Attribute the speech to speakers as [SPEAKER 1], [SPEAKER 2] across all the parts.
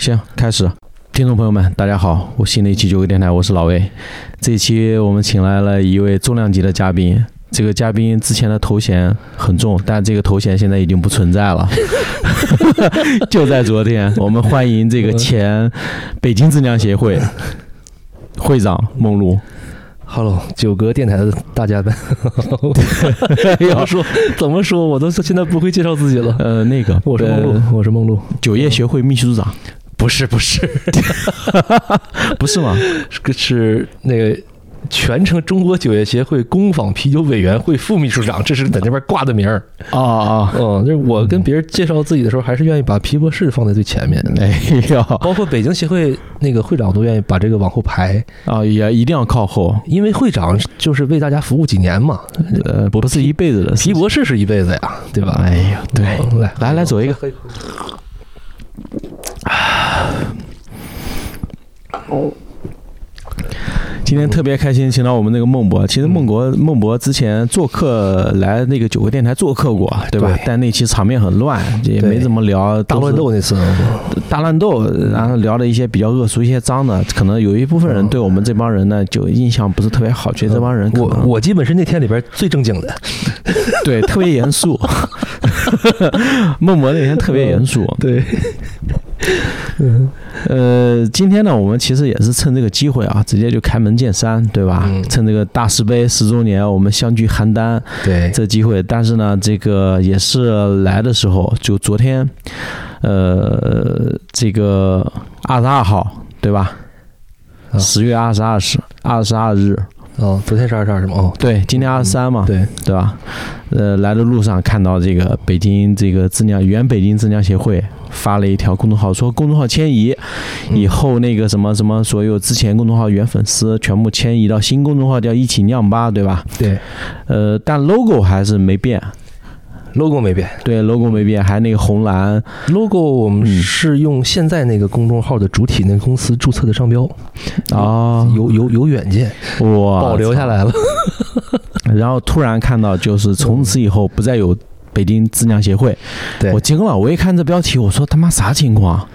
[SPEAKER 1] 行，开始。听众朋友们，大家好，我新的一期九个电台，我是老魏。这一期我们请来了一位重量级的嘉宾，这个嘉宾之前的头衔很重，但这个头衔现在已经不存在了。 就在昨天，我们欢迎这个前北京质量协会会长梦 露。
[SPEAKER 2] Hello，九哥电台的大家们， 要说怎么说，我都现在不会介绍自己了。
[SPEAKER 1] 呃，那个，
[SPEAKER 2] 我是梦露
[SPEAKER 1] 呃，
[SPEAKER 2] 我是梦露，
[SPEAKER 1] 酒业协会秘书长，
[SPEAKER 2] 不是不是，
[SPEAKER 1] 不是 吗？
[SPEAKER 2] 是是那个全称中国酒业协会工坊啤酒委员会副秘书长，这是在那边挂的名儿。
[SPEAKER 1] 哦哦，
[SPEAKER 2] 嗯，就是我跟别人介绍自己的时候，还是愿意把皮博士放在最前面。
[SPEAKER 1] 哎呦，
[SPEAKER 2] 包括北京协会那个会长，我都愿意把这个往后排，
[SPEAKER 1] 啊，也一定要靠后，
[SPEAKER 2] 因为会长就是为大家服务几年嘛。
[SPEAKER 1] 呃，不是一辈子的事
[SPEAKER 2] 皮博士是一辈子呀，对吧？
[SPEAKER 1] 哎呦，对，
[SPEAKER 2] 嗯来
[SPEAKER 1] 来来，走一个，
[SPEAKER 2] 个。
[SPEAKER 1] 今天特别开心，请到我们那个孟博。其实孟博孟博之前做客来那个九个电台做客过，对吧？
[SPEAKER 2] 对
[SPEAKER 1] 但那期场面很乱，也
[SPEAKER 2] 对
[SPEAKER 1] 没怎么聊
[SPEAKER 2] 大
[SPEAKER 1] 都
[SPEAKER 2] 乱
[SPEAKER 1] 是
[SPEAKER 2] 斗那次，嗯
[SPEAKER 1] 大乱斗，然后聊了一些比较恶俗、一些脏的，可能有一部分人对我们这帮人呢就印象不是特别好，觉得这帮人可
[SPEAKER 2] 嗯我
[SPEAKER 1] 能
[SPEAKER 2] 我基本是那天里边最正经的，
[SPEAKER 1] 对特别严 肃。孟博那天特别严肃，
[SPEAKER 2] 对，
[SPEAKER 1] 呃，今天呢，我们其实也是趁这个机会啊，直接就开门见山，对吧？
[SPEAKER 2] 嗯
[SPEAKER 1] 趁这个大师杯十周年，我们相聚邯郸
[SPEAKER 2] 对，
[SPEAKER 1] 这机会，但是呢，这个也是来的时候，就昨天，呃，这个二十二号，对吧？
[SPEAKER 2] 啊
[SPEAKER 1] 十月二十二日，二十二日，
[SPEAKER 2] 哦，昨天是二十二什么？哦，
[SPEAKER 1] 对，今天二十三嘛，
[SPEAKER 2] 对，
[SPEAKER 1] 对吧？呃，来的路上看到这个北京这个质量原北京质量协会发了一条公众号，说公众号迁移，
[SPEAKER 2] 嗯
[SPEAKER 1] 以后那个什么什么所有之前公众号原粉丝全部迁移到新公众号叫一起酿吧，对吧？
[SPEAKER 2] 对
[SPEAKER 1] 呃，但 logo 还是没变，
[SPEAKER 2] ，logo 没变
[SPEAKER 1] 对，logo 没变，还那个红蓝，
[SPEAKER 2] ，logo 我们
[SPEAKER 1] 嗯
[SPEAKER 2] 是用现在那个公众号的主体那个公司注册的商标，
[SPEAKER 1] 哦，
[SPEAKER 2] 有有有远见，
[SPEAKER 1] 哇，
[SPEAKER 2] 保留下来了，
[SPEAKER 1] 然后突然看到，就是从此以后不再有北京质量协会，
[SPEAKER 2] 对
[SPEAKER 1] 我惊了，我一看这标题，我说他妈啥情况？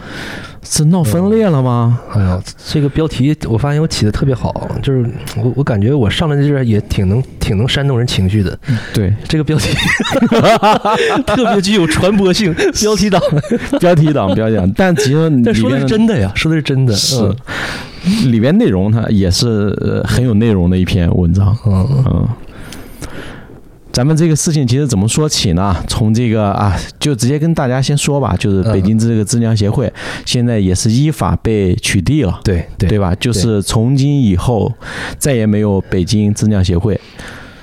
[SPEAKER 1] 是闹分裂了吗？
[SPEAKER 2] 哎呀，这个标题我发现我起的特别好，就是我我感觉我上来这阵儿也挺能挺能煽动人情绪的，
[SPEAKER 1] 对，
[SPEAKER 2] 这个标 题特别具有传播性，标题党，
[SPEAKER 1] 标题党，标题党，但其实
[SPEAKER 2] 但
[SPEAKER 1] 里
[SPEAKER 2] 说的
[SPEAKER 1] 边
[SPEAKER 2] 是真的呀，说的是真的，嗯
[SPEAKER 1] 是里边内容，它也是呃很有内容的一篇文章。
[SPEAKER 2] 嗯，嗯，
[SPEAKER 1] 嗯，咱们这个事情其实怎么说起呢？从这个啊，就直接跟大家先说吧，就是
[SPEAKER 2] 嗯
[SPEAKER 1] 北京这个质量协会现在也是依法被取缔了。
[SPEAKER 2] 对对
[SPEAKER 1] 对吧？就是从今以后再也没有北京质量协会。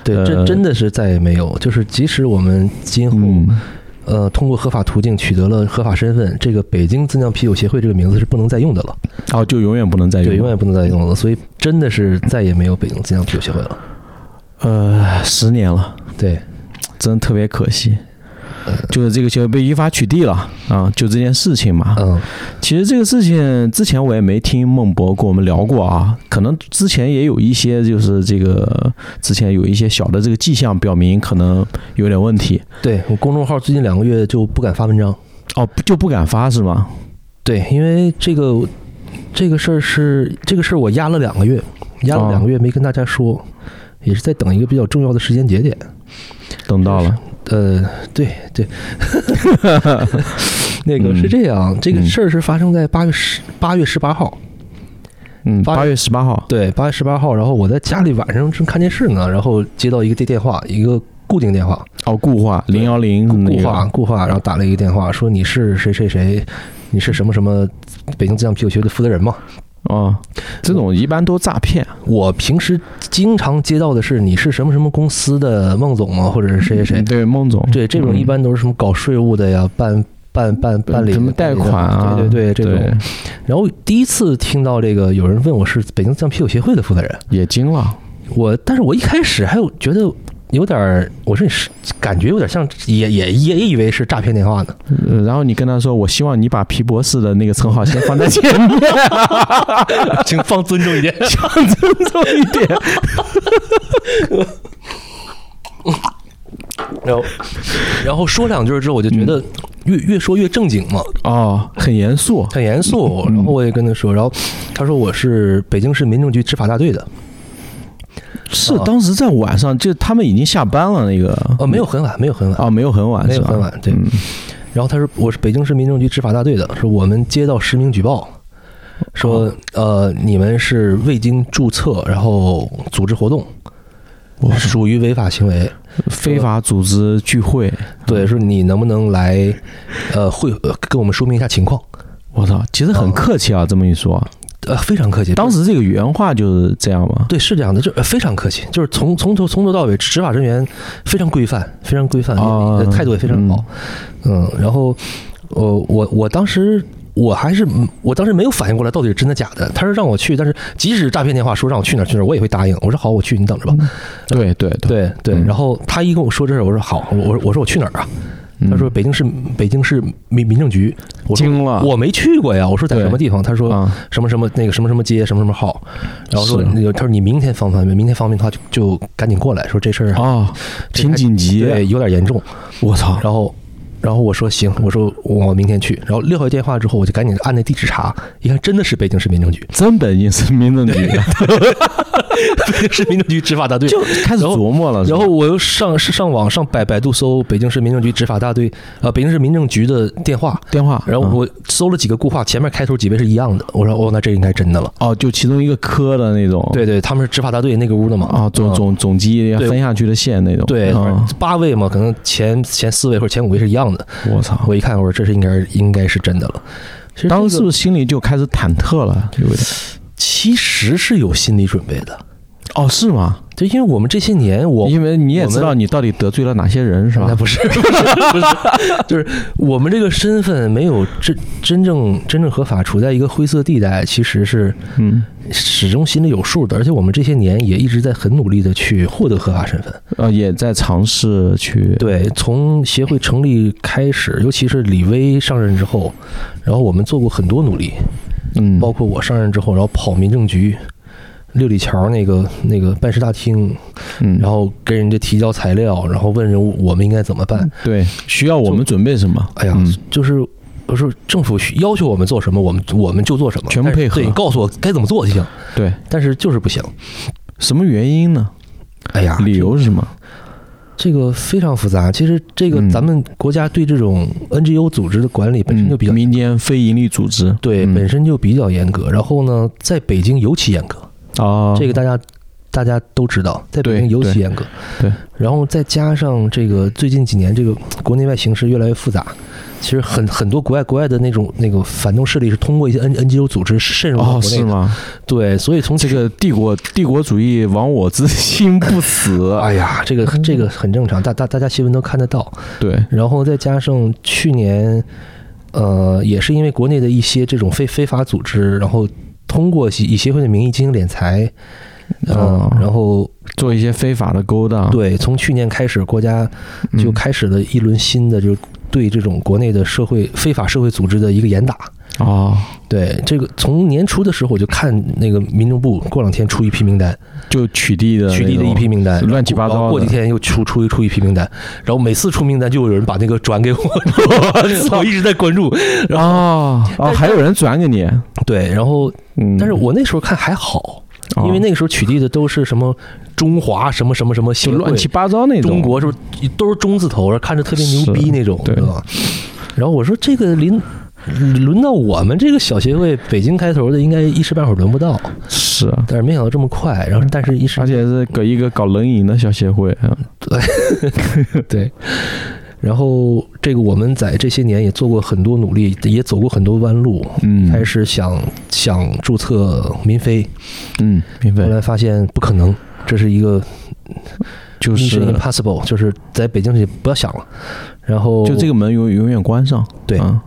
[SPEAKER 2] 对，
[SPEAKER 1] 呃
[SPEAKER 2] 这真的是再也没有。就是即使我们今后、
[SPEAKER 1] 嗯，
[SPEAKER 2] 呃通过合法途径取得了合法身份，这个北京自酿啤酒协会这个名字是不能再用的了，
[SPEAKER 1] 哦，就永远不能再
[SPEAKER 2] 对，永
[SPEAKER 1] 有。
[SPEAKER 2] 远不能再用了。所以真的是再也没有北京自酿啤酒协会了。
[SPEAKER 1] 呃，十年了，
[SPEAKER 2] 对，
[SPEAKER 1] 真特别可惜。
[SPEAKER 2] 呃
[SPEAKER 1] 就是这个协会被依法取缔了啊！就这件事情嘛，
[SPEAKER 2] 嗯，
[SPEAKER 1] 其实这个事情之前我也没听孟博跟我们聊过啊，可能之前也有一些就是这个之前有一些小的这个迹象表明可能有点问题
[SPEAKER 2] 对我公众号最近两个月就不敢发文章，
[SPEAKER 1] 哦，不就不敢发是吗？
[SPEAKER 2] 对，因为这个这个事儿是这个事儿我压了两个月，压了两
[SPEAKER 1] 哦
[SPEAKER 2] 个月没跟大家说，也是在等一个比较重要的时间节点。
[SPEAKER 1] 等到了，
[SPEAKER 2] 呃，对对， 那个是这样，这个事儿是发生在八月十八月十八号，
[SPEAKER 1] 嗯，
[SPEAKER 2] 八月
[SPEAKER 1] 八月十八号，
[SPEAKER 2] 对，八月十八号，然后我在家里晚上正看电视呢，然后接到一个这电话，一个固定电话，
[SPEAKER 1] 哦，固话零幺零
[SPEAKER 2] 固话固话，然后打了一个电话说你是谁谁谁，你是什么什么北京自酿啤酒协会的负责人吗？
[SPEAKER 1] 哦，这种一般都诈骗，
[SPEAKER 2] 我平时经常接到的是你是什么什么公司的孟总啊吗，或者是谁谁谁，
[SPEAKER 1] 对孟总，
[SPEAKER 2] 对，这种
[SPEAKER 1] 嗯
[SPEAKER 2] 一般都是什么搞税务的呀，办办办办理
[SPEAKER 1] 什么
[SPEAKER 2] 办
[SPEAKER 1] 贷
[SPEAKER 2] 理的
[SPEAKER 1] 款啊，
[SPEAKER 2] 对对对，这种。
[SPEAKER 1] 对
[SPEAKER 2] 然后第一次听到这个有人问我是北京酱啤酒协会的负责人，
[SPEAKER 1] 也惊了，
[SPEAKER 2] 我但是我一开始还有觉得有点儿，我说你是感觉有点像，也也也以为是诈骗电话呢。
[SPEAKER 1] 呃然后你跟他说，我希望你把皮博士的那个称号先放在前面，
[SPEAKER 2] 请放尊重一 点。
[SPEAKER 1] 想尊重一 点。
[SPEAKER 2] 然后，然后说两句之后，我就觉得越越说越正经嘛，
[SPEAKER 1] 哦，很严肃，
[SPEAKER 2] 很严肃。然后我也跟他说，然后他说我是北京市民政局执法大队的，
[SPEAKER 1] 是
[SPEAKER 2] 啊
[SPEAKER 1] 当时在晚上，就他们已经下班了那个，
[SPEAKER 2] 哦，没有很晚，没有很晚，
[SPEAKER 1] 哦，没有很晚，
[SPEAKER 2] 没有
[SPEAKER 1] 是吧
[SPEAKER 2] 很晚对
[SPEAKER 1] 嗯
[SPEAKER 2] 然后他说我是北京市民政局执法大队的，说我们接到实名举报，说
[SPEAKER 1] 哦
[SPEAKER 2] 呃你们是未经注册，然后组织活动，
[SPEAKER 1] 我
[SPEAKER 2] 属于违法行为。
[SPEAKER 1] 非法组织聚会，嗯
[SPEAKER 2] 对，说你能不能来呃会呃跟我们说明一下情况？
[SPEAKER 1] 我操，其实很
[SPEAKER 2] 嗯
[SPEAKER 1] 客气啊，这么一说，
[SPEAKER 2] 呃，非常客气，
[SPEAKER 1] 当时这个原话就是这样嘛，
[SPEAKER 2] 对，是这样的，就是呃非常客气，就是从从头从头到尾，执法人员非常规范，非常规范，
[SPEAKER 1] 啊
[SPEAKER 2] 呃态度也非常好。嗯，然后呃，我我当时我还是我当时没有反应过来到底是真的假的，他是让我去，但是即使诈骗电话说让我去哪儿去哪儿，我也会答应。我说好，我去，你等着吧。
[SPEAKER 1] 对对嗯对，
[SPEAKER 2] 对对，
[SPEAKER 1] 嗯
[SPEAKER 2] 然后他一跟我说这事儿，我说好，我我说我说我去哪儿啊？
[SPEAKER 1] 嗯
[SPEAKER 2] 他说北京市北京市民民政局，我说
[SPEAKER 1] 惊了，
[SPEAKER 2] 我没去过呀，我说在
[SPEAKER 1] 啊对
[SPEAKER 2] 什么地方？他说
[SPEAKER 1] 啊，
[SPEAKER 2] 什么什么那个什么什么街什么什么号，然后说
[SPEAKER 1] 是
[SPEAKER 2] 那个他说你明天方不方便？明天方便的话就就赶紧过来，说这事儿
[SPEAKER 1] 哦，
[SPEAKER 2] 这
[SPEAKER 1] 挺
[SPEAKER 2] 还
[SPEAKER 1] 紧急，
[SPEAKER 2] 对有点严重。
[SPEAKER 1] 我操，
[SPEAKER 2] 然后然后我说行，我说我明天去。然后撂下电话之后，我就赶紧按那地址查，一看真的是北京市民 政局，
[SPEAKER 1] 真本意是民政局，
[SPEAKER 2] 北京市民政局执法大 队。
[SPEAKER 1] 就开始琢磨了，是吧
[SPEAKER 2] 然后我又上上网上百百度搜北京市民政局执法大队，呃，北京市民政局的电话，
[SPEAKER 1] 电话，
[SPEAKER 2] 然后
[SPEAKER 1] 嗯
[SPEAKER 2] 我搜了几个固话，前面开头几位是一样的，我说哦，那这应该真的了。
[SPEAKER 1] 哦，就其中一个科的那种，
[SPEAKER 2] 对对，他们是执法大队那个屋的嘛。
[SPEAKER 1] 啊，总
[SPEAKER 2] 嗯
[SPEAKER 1] 总总机
[SPEAKER 2] 对
[SPEAKER 1] 分下去的线那种，
[SPEAKER 2] 对，
[SPEAKER 1] 啊
[SPEAKER 2] 八位嘛，可能前前四位或者前五位是一样的。
[SPEAKER 1] 我操，
[SPEAKER 2] 我一看，我说这是应该应该是真的了。其实这个
[SPEAKER 1] 当时是不是心里就开始忐忑了？有点，
[SPEAKER 2] 其实是有心理准备的，
[SPEAKER 1] 哦，是吗？
[SPEAKER 2] 就因为我们这些年我。
[SPEAKER 1] 因为你也
[SPEAKER 2] 我们
[SPEAKER 1] 知道你到底得罪了哪些人，是吧
[SPEAKER 2] 那？不是 不是不是，就是我们这个身份没有真真正真正合法，处在一个灰色地带，其实是
[SPEAKER 1] 嗯，
[SPEAKER 2] 始终心里有数的。而且我们这些年也一直在很努力的去获得合法身份。
[SPEAKER 1] 呃，也在尝试去，
[SPEAKER 2] 对，从协会成立开始，尤其是李威上任之后，然后我们做过很多努力，
[SPEAKER 1] 嗯，
[SPEAKER 2] 包括我上任之后，然后跑民政局、六里桥那个那个办事大厅，
[SPEAKER 1] 嗯，
[SPEAKER 2] 然后跟人家提交材料，然后问人我们应该怎么办。
[SPEAKER 1] 对，需要我们准备什么？
[SPEAKER 2] 哎呀，
[SPEAKER 1] 嗯
[SPEAKER 2] 就是我说政府需要求我们做什么，我们我们就做什么，
[SPEAKER 1] 全部
[SPEAKER 2] 但是
[SPEAKER 1] 配合
[SPEAKER 2] 对，你告诉我该怎么做就行，
[SPEAKER 1] 对，
[SPEAKER 2] 但是就是不行。
[SPEAKER 1] 什么原因呢？
[SPEAKER 2] 哎呀，
[SPEAKER 1] 理由是什么？
[SPEAKER 2] 这个非常复杂。其实这个
[SPEAKER 1] 嗯
[SPEAKER 2] 咱们国家对这种 NGO 组织的管理本身就比较
[SPEAKER 1] 嗯民间非营利组织，
[SPEAKER 2] 对，
[SPEAKER 1] 嗯
[SPEAKER 2] 本身就比较严格。然后呢，在北京尤其严格，
[SPEAKER 1] 哦，
[SPEAKER 2] 这个大家大家都知道，在北
[SPEAKER 1] 对
[SPEAKER 2] 京尤其
[SPEAKER 1] 对
[SPEAKER 2] 严格。
[SPEAKER 1] 对
[SPEAKER 2] 然后再加上这个最近几年这个国内外形势越来越复杂，其实很很多国外国外的那种那个反动势力是通过一些 N NGO 组织渗入到
[SPEAKER 1] 哦，
[SPEAKER 2] 国内
[SPEAKER 1] 是
[SPEAKER 2] 的。
[SPEAKER 1] 吗？
[SPEAKER 2] 对，所以从
[SPEAKER 1] 这个帝国帝国主义亡我之心不 死，
[SPEAKER 2] 哎呀，这
[SPEAKER 1] 嗯
[SPEAKER 2] 个这个很正常，大大大家新闻都看得到。
[SPEAKER 1] 对，
[SPEAKER 2] 然后再加上去年，呃，也是因为国内的一些这种非非法组织，然后通过以以协会的名义进行敛财，嗯、
[SPEAKER 1] 哦啊
[SPEAKER 2] 然后
[SPEAKER 1] 做一些非法的勾当，
[SPEAKER 2] 对，从去年开始，国家
[SPEAKER 1] 嗯，
[SPEAKER 2] 就开始了一轮新的，就是对这种国内的社会非法社会组织的一个严打。
[SPEAKER 1] 哦，
[SPEAKER 2] 对，这个从年初的时候我就看那个民政部过两天出一批名单，
[SPEAKER 1] 就取缔的
[SPEAKER 2] 取缔
[SPEAKER 1] 那
[SPEAKER 2] 的一
[SPEAKER 1] 种
[SPEAKER 2] 批名单，
[SPEAKER 1] 乱七八
[SPEAKER 2] 然
[SPEAKER 1] 糟
[SPEAKER 2] 后过几
[SPEAKER 1] 的，
[SPEAKER 2] 天又出出出一批名单，然后每次出名单就有人把那个 转给我，我一直在关注。然后
[SPEAKER 1] 哦哦，还有人转给你，
[SPEAKER 2] 对，然后
[SPEAKER 1] 嗯，
[SPEAKER 2] 但是我那时候看还好，
[SPEAKER 1] 哦
[SPEAKER 2] 因为那个时候取缔的都是什么中华什么什么什
[SPEAKER 1] 就
[SPEAKER 2] 么协会
[SPEAKER 1] 乱七八糟那种，
[SPEAKER 2] 中国是不是都是中字头，然后看着特别牛逼那种，
[SPEAKER 1] 是对
[SPEAKER 2] 对吧？然后我说这个临轮到我们这个小协会，北京开头的应该一时半会儿轮不到，
[SPEAKER 1] 是啊，
[SPEAKER 2] 但是没想到这么快。然后但是一时
[SPEAKER 1] 而且是搞一个搞冷饮的小协会，嗯
[SPEAKER 2] 对，然后这个我们在这些年也做过很多努力，也走过很多弯路。
[SPEAKER 1] 嗯，
[SPEAKER 2] 开始想想注册民非，
[SPEAKER 1] 嗯，明
[SPEAKER 2] 后
[SPEAKER 1] 白，
[SPEAKER 2] 来发现不可能，这是一个
[SPEAKER 1] 就
[SPEAKER 2] mission
[SPEAKER 1] 是
[SPEAKER 2] impossible，就是在北京也不要想了。然后
[SPEAKER 1] 就这个门永永远关上，
[SPEAKER 2] 对
[SPEAKER 1] 嗯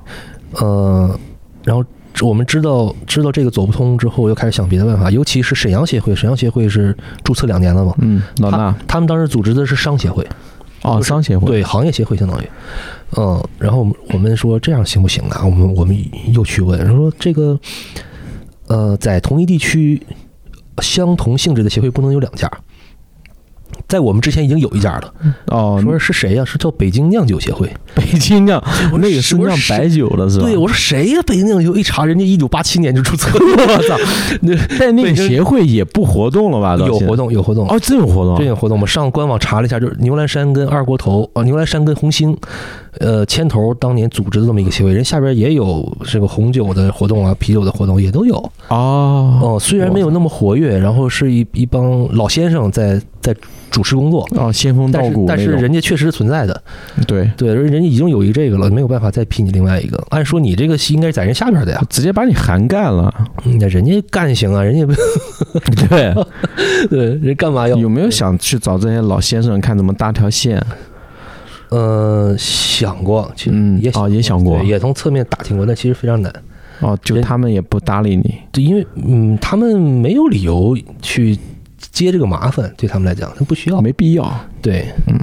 [SPEAKER 2] 呃，然后我们知道知道这个走不通之后，又开始想别的办法，尤其是沈阳协会，沈阳协会是注册两年了嘛，
[SPEAKER 1] 嗯，老大
[SPEAKER 2] 他们当时组织的是商协会，
[SPEAKER 1] 哦，
[SPEAKER 2] 就是
[SPEAKER 1] 商协会，
[SPEAKER 2] 对行业协会相当于，嗯，然后我们我们说这样行不行啊？我们我们又去问，然后说这个，呃，在同一地区相同性质的协会不能有两家。在我们之前已经有一家了，
[SPEAKER 1] 哦，
[SPEAKER 2] 说是谁呀、是叫北京酿酒协会。
[SPEAKER 1] 北京酿那个是
[SPEAKER 2] 我
[SPEAKER 1] 酿
[SPEAKER 2] 是
[SPEAKER 1] 白酒的是吧？
[SPEAKER 2] 对，我说 谁呀、北京酿酒一查，人家一九八七年就注册 了。我操，
[SPEAKER 1] 但那
[SPEAKER 2] 北
[SPEAKER 1] 个
[SPEAKER 2] 京
[SPEAKER 1] 协会也不活动了吧？到
[SPEAKER 2] 有
[SPEAKER 1] 现在
[SPEAKER 2] 活动，有活动。
[SPEAKER 1] 哦，真有活动啊
[SPEAKER 2] 这个活动，我们上官网查了一下，就是牛栏山跟二锅头啊，牛栏山跟红星，呃，牵头当年组织的这么一个协会，人下边也有这个红酒的活动啊，啤酒的活动也都有。
[SPEAKER 1] 哦
[SPEAKER 2] 哦、虽然没有那么活跃，然后是一一帮老先生在在主持工作，
[SPEAKER 1] 哦，仙风道
[SPEAKER 2] 但是
[SPEAKER 1] 骨
[SPEAKER 2] 但
[SPEAKER 1] 那
[SPEAKER 2] 是
[SPEAKER 1] 种，
[SPEAKER 2] 人家确实是存在的，
[SPEAKER 1] 对，
[SPEAKER 2] 对，而人家已经有一这个了，没有办法再批你另外一个。按说你这个应该是在人下边的呀，
[SPEAKER 1] 直接把你涵盖 了。
[SPEAKER 2] 嗯人家干行啊，人家
[SPEAKER 1] 对，
[SPEAKER 2] 对，人干嘛要？
[SPEAKER 1] 有没有想去找这些老先生看怎么搭条线？
[SPEAKER 2] 呃，想过，其实
[SPEAKER 1] 嗯
[SPEAKER 2] 也，
[SPEAKER 1] 哦，也想过
[SPEAKER 2] 对，，也从侧面打听过，但其实非常难。
[SPEAKER 1] 哦，就
[SPEAKER 2] 人
[SPEAKER 1] 他们也不搭理你。
[SPEAKER 2] 对，因为嗯，他们没有理由去接这个麻烦，对他们来讲，他不需要。
[SPEAKER 1] 没必要，
[SPEAKER 2] 对，
[SPEAKER 1] 嗯，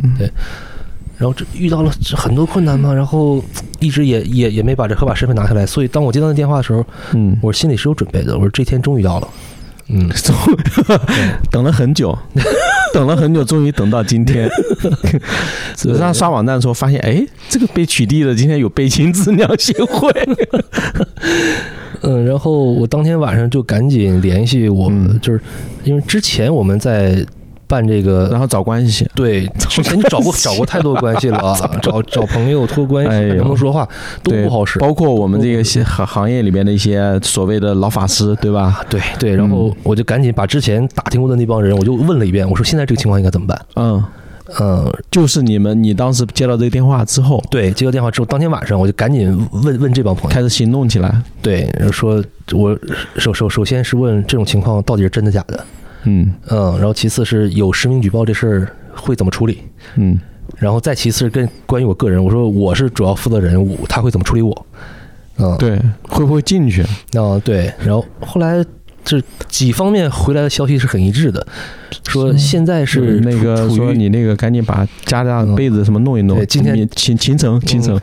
[SPEAKER 2] 然后这遇到了这很多困难嘛，然后一直也也也没把这合法身份拿下来，所以当我接到那电话的时候，
[SPEAKER 1] 嗯，
[SPEAKER 2] 我心里是有准备的。我说这天终于到了，嗯，
[SPEAKER 1] 终 等了很久， 等了很久，终于等到今 天。只是他刷网站的时候发现，哎，这个被取缔的今天有被亲自酿协会。
[SPEAKER 2] 嗯，然后我当天晚上就赶紧联系我，
[SPEAKER 1] 嗯
[SPEAKER 2] 就是因为之前我们在办这个
[SPEAKER 1] 然。后找关系，
[SPEAKER 2] 对， 之前你找过找过太多关系了 啊，找找朋友托关系，
[SPEAKER 1] 哎呦
[SPEAKER 2] 能不能说话都
[SPEAKER 1] 对
[SPEAKER 2] 不好使。
[SPEAKER 1] 包括我们这个些行行业里面的一些所谓的老法师，对吧？
[SPEAKER 2] 对对，然后我就赶紧把之前打听过的那帮人，我就问了一遍，我说现在这个情况应该怎么办？
[SPEAKER 1] 嗯，
[SPEAKER 2] 嗯，
[SPEAKER 1] 就是你们，你当时接到这个电话之后，
[SPEAKER 2] 对，接到电话之后，当天晚上我就赶紧问问这帮朋友，
[SPEAKER 1] 开始行动起来。
[SPEAKER 2] 对，说我首首首先是问这种情况到底是真的假的，
[SPEAKER 1] 嗯
[SPEAKER 2] 嗯，然后其次是有实名举报这事儿会怎么处理，
[SPEAKER 1] 嗯，
[SPEAKER 2] 然后再其次是跟关于我个人，我说我是主要负责人，我他会怎么处理我，嗯，
[SPEAKER 1] 对，会不会进去？
[SPEAKER 2] 啊，对，然后后来这几方面回来的消息是很一致的，说现在是
[SPEAKER 1] 嗯那个
[SPEAKER 2] 处
[SPEAKER 1] 说
[SPEAKER 2] 于
[SPEAKER 1] 你那个赶紧把家长
[SPEAKER 2] 嗯
[SPEAKER 1] 被子什么弄一弄
[SPEAKER 2] 对，今天嗯
[SPEAKER 1] 你秦秦城秦城，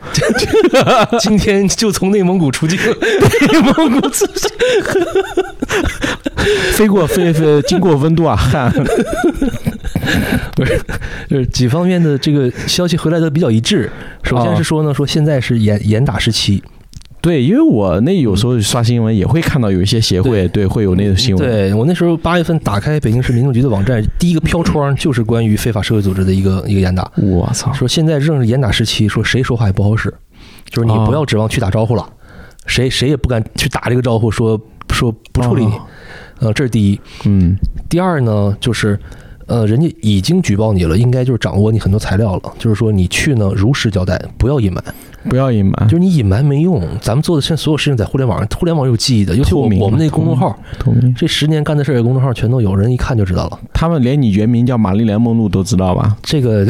[SPEAKER 2] 今天就从内蒙古出 境，
[SPEAKER 1] 飞过飞飞经过温度啊 汗，
[SPEAKER 2] 就是几方面的这个消息回来的比较一致。首
[SPEAKER 1] 啊
[SPEAKER 2] 先是说呢，说现在是严严打时期，
[SPEAKER 1] 对，因为我那有时候刷新闻也会看到有一些协会，对，会有那种新闻。
[SPEAKER 2] 对我那时候八月份打开北京市民政局的网站，第一个飘窗就是关于非法社会组织的一个一个严打，
[SPEAKER 1] 我操！
[SPEAKER 2] 说现在正是严打时期，说谁说话也不好使，就是你
[SPEAKER 1] 哦
[SPEAKER 2] 不要指望去打招呼了，谁谁也不敢去打这个招呼，说说不处理你
[SPEAKER 1] 哦，
[SPEAKER 2] 呃，这是第一。
[SPEAKER 1] 嗯，
[SPEAKER 2] 第二呢，就是呃，人家已经举报你了，应该就是掌握你很多材料了。就是说你去呢，如实交代，不要隐瞒。
[SPEAKER 1] 不要隐瞒
[SPEAKER 2] 就，是你隐瞒没用，咱们做的现在所有事情在互联网上，互联网有记忆的，尤其我
[SPEAKER 1] 透明
[SPEAKER 2] 我们那公众号，
[SPEAKER 1] 透明。
[SPEAKER 2] 这十年干的事儿，公众号全都有人一看就知道了。
[SPEAKER 1] 他们连你原名叫玛丽莲梦露都知道吧？
[SPEAKER 2] 这个，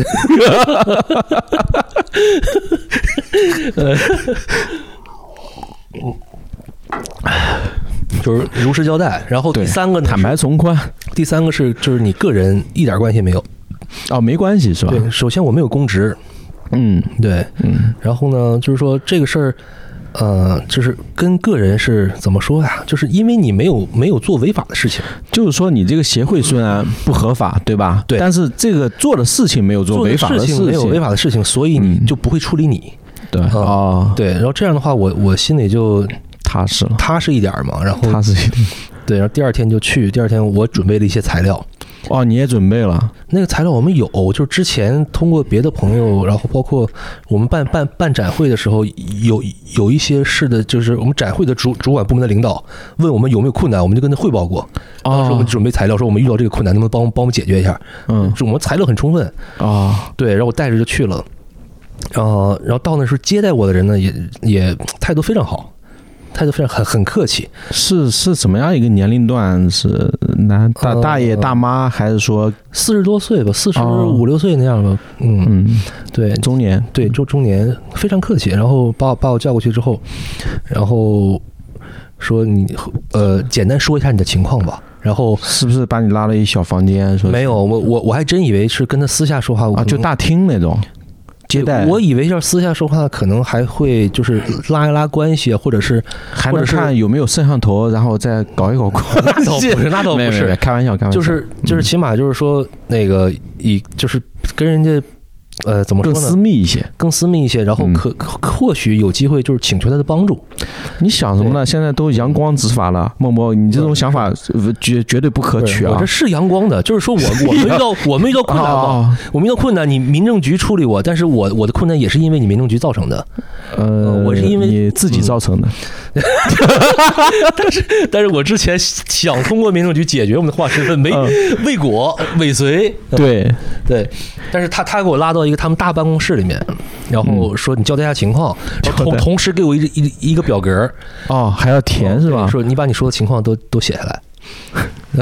[SPEAKER 2] 呃，就是如实交代。然后第
[SPEAKER 1] 对
[SPEAKER 2] 三个呢，
[SPEAKER 1] 坦白从宽
[SPEAKER 2] 是第三个是就是你个人一点关系没有。
[SPEAKER 1] 哦，没关系是吧？
[SPEAKER 2] 对，首先我没有公职，
[SPEAKER 1] 嗯
[SPEAKER 2] 对，
[SPEAKER 1] 嗯，
[SPEAKER 2] 然后呢，就是说这个事儿，呃，就是跟个人是怎么说呀？就是因为你没有没有做违法的事情，
[SPEAKER 1] 就是说你这个协会虽然不合法，对吧？
[SPEAKER 2] 对
[SPEAKER 1] 但是这个做的事情没有做
[SPEAKER 2] 做
[SPEAKER 1] 违法
[SPEAKER 2] 事
[SPEAKER 1] 事
[SPEAKER 2] 情没有违法的事情，所以你
[SPEAKER 1] 嗯
[SPEAKER 2] 就不会处理你。
[SPEAKER 1] 对
[SPEAKER 2] 啊
[SPEAKER 1] 哦，
[SPEAKER 2] 对，然后这样的话，我我心里就
[SPEAKER 1] 踏实了，
[SPEAKER 2] 踏实一点儿嘛。然后
[SPEAKER 1] 踏实一点。
[SPEAKER 2] 对，然后第二天就去，第二天我准备了一些材料。
[SPEAKER 1] 哦，你也准备了？
[SPEAKER 2] 那个材料我们有，就是之前通过别的朋友，然后包括我们办办办展会的时候，有有一些市的，就是我们展会的主主管部门的领导问我们有没有困难，我们就跟他汇报过。当时我们
[SPEAKER 1] 哦，
[SPEAKER 2] 准备材料，说我们遇到这个困难，能不能帮帮我们解决一下？
[SPEAKER 1] 嗯
[SPEAKER 2] 就我们材料很充分，
[SPEAKER 1] 哦，
[SPEAKER 2] 对，然后我带着就去了，然后然后到那时候接待我的人呢，也也态度非常好，态度非常很很客气，
[SPEAKER 1] 是是怎么样一个年龄段？是男大
[SPEAKER 2] 呃
[SPEAKER 1] 大爷大妈，还是说
[SPEAKER 2] 四十多岁吧，四十
[SPEAKER 1] 哦
[SPEAKER 2] 五六岁那样吧，嗯，
[SPEAKER 1] 嗯
[SPEAKER 2] 对
[SPEAKER 1] 中年？
[SPEAKER 2] 对，中中年非常客气，然后把我把我叫过去之后，然后说你呃简单说一下你的情况吧，然后。
[SPEAKER 1] 是不是把你拉到一小房间？说
[SPEAKER 2] 没有，我我我还真以为是跟他私下说话嗯
[SPEAKER 1] 啊，就大厅那种，接待，
[SPEAKER 2] 我以为要私下说话，可能还会就是拉一拉关系，啊或 者是
[SPEAKER 1] 还
[SPEAKER 2] 或
[SPEAKER 1] 能
[SPEAKER 2] 者是
[SPEAKER 1] 看有没有摄像头，然后再搞一搞关
[SPEAKER 2] 那 倒不
[SPEAKER 1] 系。
[SPEAKER 2] 是，那倒
[SPEAKER 1] 没有没有
[SPEAKER 2] 不
[SPEAKER 1] 没嗯有
[SPEAKER 2] 是，
[SPEAKER 1] 开玩笑，开玩笑，
[SPEAKER 2] 就是就是起码就是说那个以就是跟人家呃怎么说
[SPEAKER 1] 更
[SPEAKER 2] 呢
[SPEAKER 1] 私密一些。
[SPEAKER 2] 更私密一些，然后
[SPEAKER 1] 嗯
[SPEAKER 2] 可、可或许有机会就是请求他的帮助。
[SPEAKER 1] 你想什么呢？现在都阳光执法了，默默，你这种想法呃绝绝对不可取
[SPEAKER 2] 我
[SPEAKER 1] 啊
[SPEAKER 2] 这！是阳光的，就是 说我我们遇到我们遇到困难嘛，
[SPEAKER 1] 哦，
[SPEAKER 2] 我们遇到困难，你民政局处理我，但是我我的困难也是因为你民政局造成的，
[SPEAKER 1] 呃，
[SPEAKER 2] 我是因为嗯
[SPEAKER 1] 你自己造成的，
[SPEAKER 2] 但是我之前想通过民政局解决我们的化石分，没
[SPEAKER 1] 嗯
[SPEAKER 2] 未果尾随，
[SPEAKER 1] 对，
[SPEAKER 2] 对，但是他他给我拉到一个他们大办公室里面，然
[SPEAKER 1] 嗯
[SPEAKER 2] 后说你交代一下情
[SPEAKER 1] 哦
[SPEAKER 2] 况，然后
[SPEAKER 1] 交
[SPEAKER 2] 同
[SPEAKER 1] 代
[SPEAKER 2] 同时给我一一一个表格，
[SPEAKER 1] 哦，还要填是吧？
[SPEAKER 2] 说你把你说的情况都都写下来，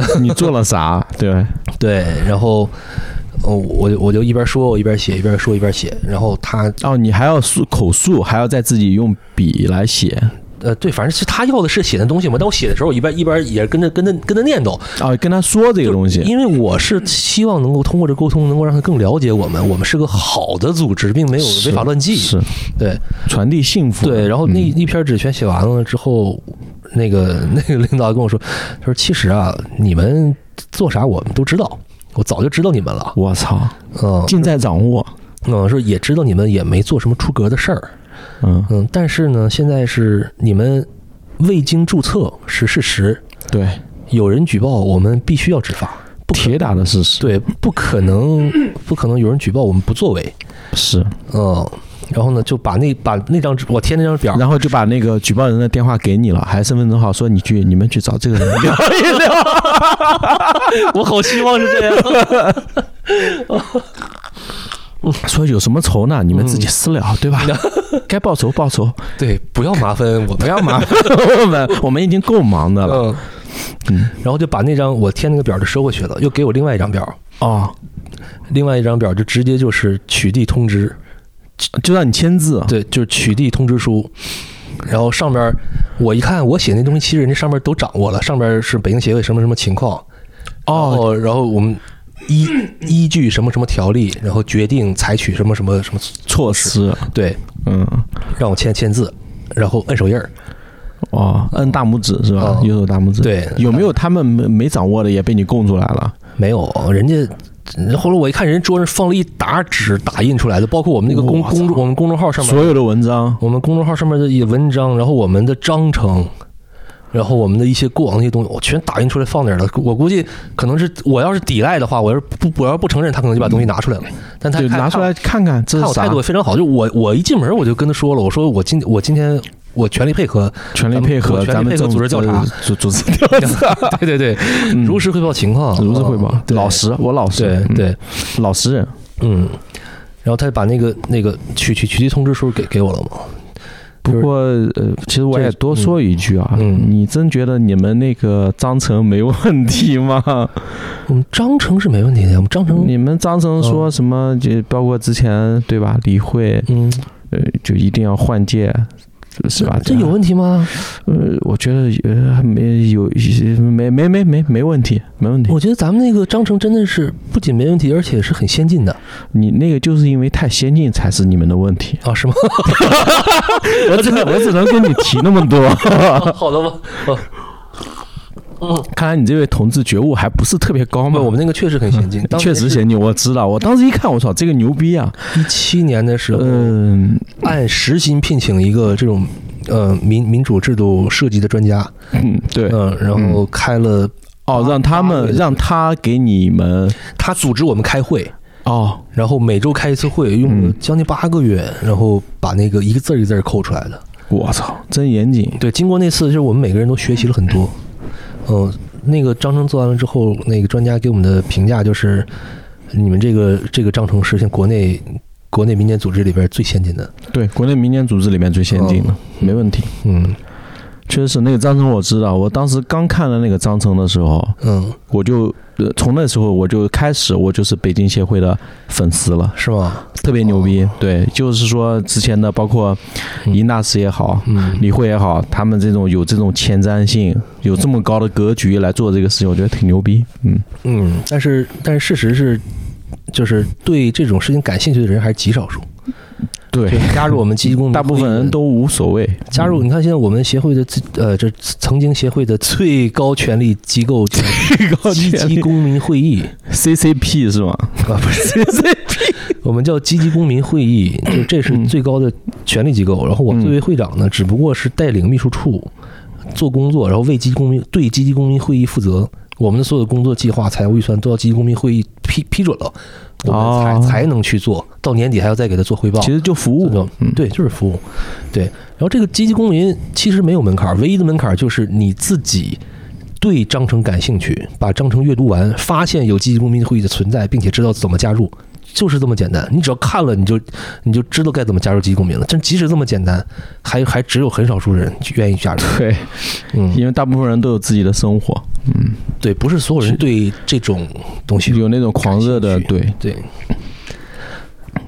[SPEAKER 1] 你做了啥？对，
[SPEAKER 2] 对，然后。哦，我就我就一边说，我一边写，一边说一边写。然后他，
[SPEAKER 1] 哦，你还要述口述，还要再自己用笔来写，
[SPEAKER 2] 呃，对，反正是他要的是写的东西嘛。但我写的时候，我一边一边也跟着跟着跟着念叨，
[SPEAKER 1] 哦，跟他说这个东西，
[SPEAKER 2] 因为我是希望能够通过这沟通，能够让他更了解我们。我们是个好的组织，并没有
[SPEAKER 1] 是
[SPEAKER 2] 违法乱纪。
[SPEAKER 1] 是
[SPEAKER 2] 对
[SPEAKER 1] 传递幸福，
[SPEAKER 2] 对，然后那
[SPEAKER 1] 嗯
[SPEAKER 2] 一篇纸全写完了之后，那个那个领导跟我说，他说其实啊，你们做啥我们都知道，我早就知道你们了。
[SPEAKER 1] 我操，
[SPEAKER 2] 嗯
[SPEAKER 1] 尽在掌握，
[SPEAKER 2] 嗯，说也知道你们也没做什么出格的事儿。
[SPEAKER 1] 嗯，
[SPEAKER 2] 嗯，但是呢，现在是你们未经注册是事实，
[SPEAKER 1] 对，
[SPEAKER 2] 有人举报，我们必须要执法。不可
[SPEAKER 1] 铁打的事实，
[SPEAKER 2] 对，不可 能，不可能有人举报我们不作为。
[SPEAKER 1] 是，
[SPEAKER 2] 嗯，然后呢，就把那把那张纸我贴那张表，
[SPEAKER 1] 然后就把那个举报人的电话给你了，还身份证号，说你去，你们去找这个人聊一聊，
[SPEAKER 2] 我好希望是这样。
[SPEAKER 1] 说有什么仇呢？你们自己私了，对吧？该报仇报仇，
[SPEAKER 2] 对，不要麻烦我，
[SPEAKER 1] 不要麻烦我们，我们已经够忙的了。
[SPEAKER 2] 嗯
[SPEAKER 1] 嗯，
[SPEAKER 2] 然后就把那张我贴那个表就收回去了，又给我另外一张表，
[SPEAKER 1] 哦，
[SPEAKER 2] 另外一张表就直接就是取缔通知，
[SPEAKER 1] 就让你签字，
[SPEAKER 2] 对，就是取缔通知书。然后上边儿我一看，我写那东西，其实人家上面都掌握了，上边是北京协会什么什么情况，然
[SPEAKER 1] 哦，
[SPEAKER 2] 后然后我们 依依据什么什么条例，然后决定采取什么什么什么
[SPEAKER 1] 措施，
[SPEAKER 2] 对，
[SPEAKER 1] 嗯，
[SPEAKER 2] 让我签签字，然后摁手印儿。
[SPEAKER 1] 哦，摁大拇指是吧？
[SPEAKER 2] 嗯
[SPEAKER 1] 右手大拇指，，
[SPEAKER 2] 对，
[SPEAKER 1] 有没有他们没没掌握的也被你供出来了？
[SPEAKER 2] 没有，人家后来我一看，人家桌上放了一沓纸打印出来的，包括我们那个公
[SPEAKER 1] 我操
[SPEAKER 2] 公我们公众号上面，
[SPEAKER 1] 所有的文章，
[SPEAKER 2] 我们公众号上面的一文章，然后我们的章程。然后我们的一些过往的一些东西，我全打印出来放那儿了。我估计可能是我要是抵赖的话，我要是不我要不承认，他可能就把东西拿出来了。但他
[SPEAKER 1] 就
[SPEAKER 2] 看
[SPEAKER 1] 拿出来看看，这
[SPEAKER 2] 看
[SPEAKER 1] 是
[SPEAKER 2] 我态
[SPEAKER 1] 啥？
[SPEAKER 2] 度也非常好，就我我一进门我就跟他说了，我说我今我今天我全力 配合，
[SPEAKER 1] 全力配合
[SPEAKER 2] 咱
[SPEAKER 1] 咱
[SPEAKER 2] 们
[SPEAKER 1] 们
[SPEAKER 2] 全力配合
[SPEAKER 1] 政
[SPEAKER 2] 组织调查
[SPEAKER 1] 呃组组 织调查，
[SPEAKER 2] 对对对，
[SPEAKER 1] 嗯
[SPEAKER 2] 如实汇报情况，
[SPEAKER 1] 如实汇报
[SPEAKER 2] 嗯，对
[SPEAKER 1] 老实，我老实，
[SPEAKER 2] 对
[SPEAKER 1] 嗯，
[SPEAKER 2] 对，
[SPEAKER 1] 老实人，
[SPEAKER 2] 嗯，然后他把那个那个取取取缔通知书给给我了嘛，
[SPEAKER 1] 不过，呃，其实我
[SPEAKER 2] 这
[SPEAKER 1] 也多说一句啊，
[SPEAKER 2] 嗯
[SPEAKER 1] 你真觉得你们那个章程没问题吗？
[SPEAKER 2] 我们章程是没问题的，我们章程
[SPEAKER 1] 你们章程说什么？就包括之前对吧，理会，
[SPEAKER 2] 嗯，
[SPEAKER 1] 呃，就一定要换届，是吧？
[SPEAKER 2] 这有
[SPEAKER 1] 样
[SPEAKER 2] 问题吗？
[SPEAKER 1] 呃，我觉得呃没有没没没没没问题，没问题。
[SPEAKER 2] 我觉得咱们那个章程真的是不仅没问题，而且是很先进的。
[SPEAKER 1] 你那个就是因为太先进才是你们的问题
[SPEAKER 2] 啊，是吗？
[SPEAKER 1] 我只能我只能跟你提那么多。
[SPEAKER 2] 好的吗？
[SPEAKER 1] 看来你这位同志觉悟还不是特别高
[SPEAKER 2] 不，
[SPEAKER 1] 嘛。
[SPEAKER 2] 我们那个确实很先 进，
[SPEAKER 1] 确实先进，我知道。我当时一看，我操，这个牛逼啊！
[SPEAKER 2] 一七年的时候，
[SPEAKER 1] 嗯，
[SPEAKER 2] 按时薪聘请一个这种呃民民主制度涉及的专家，
[SPEAKER 1] 嗯，对，
[SPEAKER 2] 嗯，然后开了
[SPEAKER 1] 哦，让他
[SPEAKER 2] 八个
[SPEAKER 1] 们
[SPEAKER 2] 月
[SPEAKER 1] 让他给你们
[SPEAKER 2] 他组织我们开会，
[SPEAKER 1] 哦，
[SPEAKER 2] 然后每周开一次会，用了
[SPEAKER 1] 嗯
[SPEAKER 2] 将近八个月，然后把那个一个字儿一个字儿抠出来的。
[SPEAKER 1] 我操，真严谨，
[SPEAKER 2] 对，经过那次，就是我们每个人都学习了很多。嗯、那个章程做完了之后，那个专家给我们的评价就是，你们这个这个章程是现国内国内民间组织里边最先进的。
[SPEAKER 1] 对，国内民间组织里面最先进的，没问题。
[SPEAKER 2] 嗯
[SPEAKER 1] 确实是那个章程我知道，我当时刚看了那个章程的时候，
[SPEAKER 2] 嗯，
[SPEAKER 1] 我就、呃、从那时候我就开始我就是北京协会的粉丝了，
[SPEAKER 2] 是吗？
[SPEAKER 1] 特别牛逼。对，就是说之前的包括
[SPEAKER 2] 哦嗯
[SPEAKER 1] 伊纳斯也好。
[SPEAKER 2] 嗯，
[SPEAKER 1] 李慧也好，他们这种有这种前瞻性，有这么高的格局来做这个事情，我觉得挺牛逼。嗯，
[SPEAKER 2] 嗯，但是但是事实是，就是对这种事情感兴趣的人还是极少数。
[SPEAKER 1] 对，
[SPEAKER 2] 加入我们基金公，
[SPEAKER 1] 大部分人都无所谓。
[SPEAKER 2] 加入，你看现在我们协会的最呃，这曾经协会的最高权力机构叫
[SPEAKER 1] 最高
[SPEAKER 2] 积
[SPEAKER 1] 权
[SPEAKER 2] 极
[SPEAKER 1] 力
[SPEAKER 2] 公民会议
[SPEAKER 1] CCP 是吗？
[SPEAKER 2] 啊，不 是我们叫积极公民会议，就这是
[SPEAKER 1] 嗯
[SPEAKER 2] 最高的权力机构。然后我作为会长呢，只不过是带领秘书处做工作，然后为积极公民对积极公民会议负责。我们的所有的工作计划、财务预算都要积极公民会议批批准了，我们才、
[SPEAKER 1] 哦
[SPEAKER 2] 才能去做。到年底还要再给他做汇报。
[SPEAKER 1] 其实就服
[SPEAKER 2] 这
[SPEAKER 1] 务
[SPEAKER 2] 种，对，就是服务，对。然后这个积极公民其实没有门槛儿，唯一的门槛儿就是你自己对章程感兴趣，把章程阅读完，发现有积极公民会议的存在，并且知道怎么加入，就是这么简单。你只要看了，你就你就知道该怎么加入积极公民了。但即使这么简单，还还只有很少数人去愿意加入。
[SPEAKER 1] 对，
[SPEAKER 2] 嗯，
[SPEAKER 1] 因为大部分人都有自己的生活，
[SPEAKER 2] 对，不是所有人对这种东西
[SPEAKER 1] 有那种狂热的，
[SPEAKER 2] 感兴
[SPEAKER 1] 对
[SPEAKER 2] 对。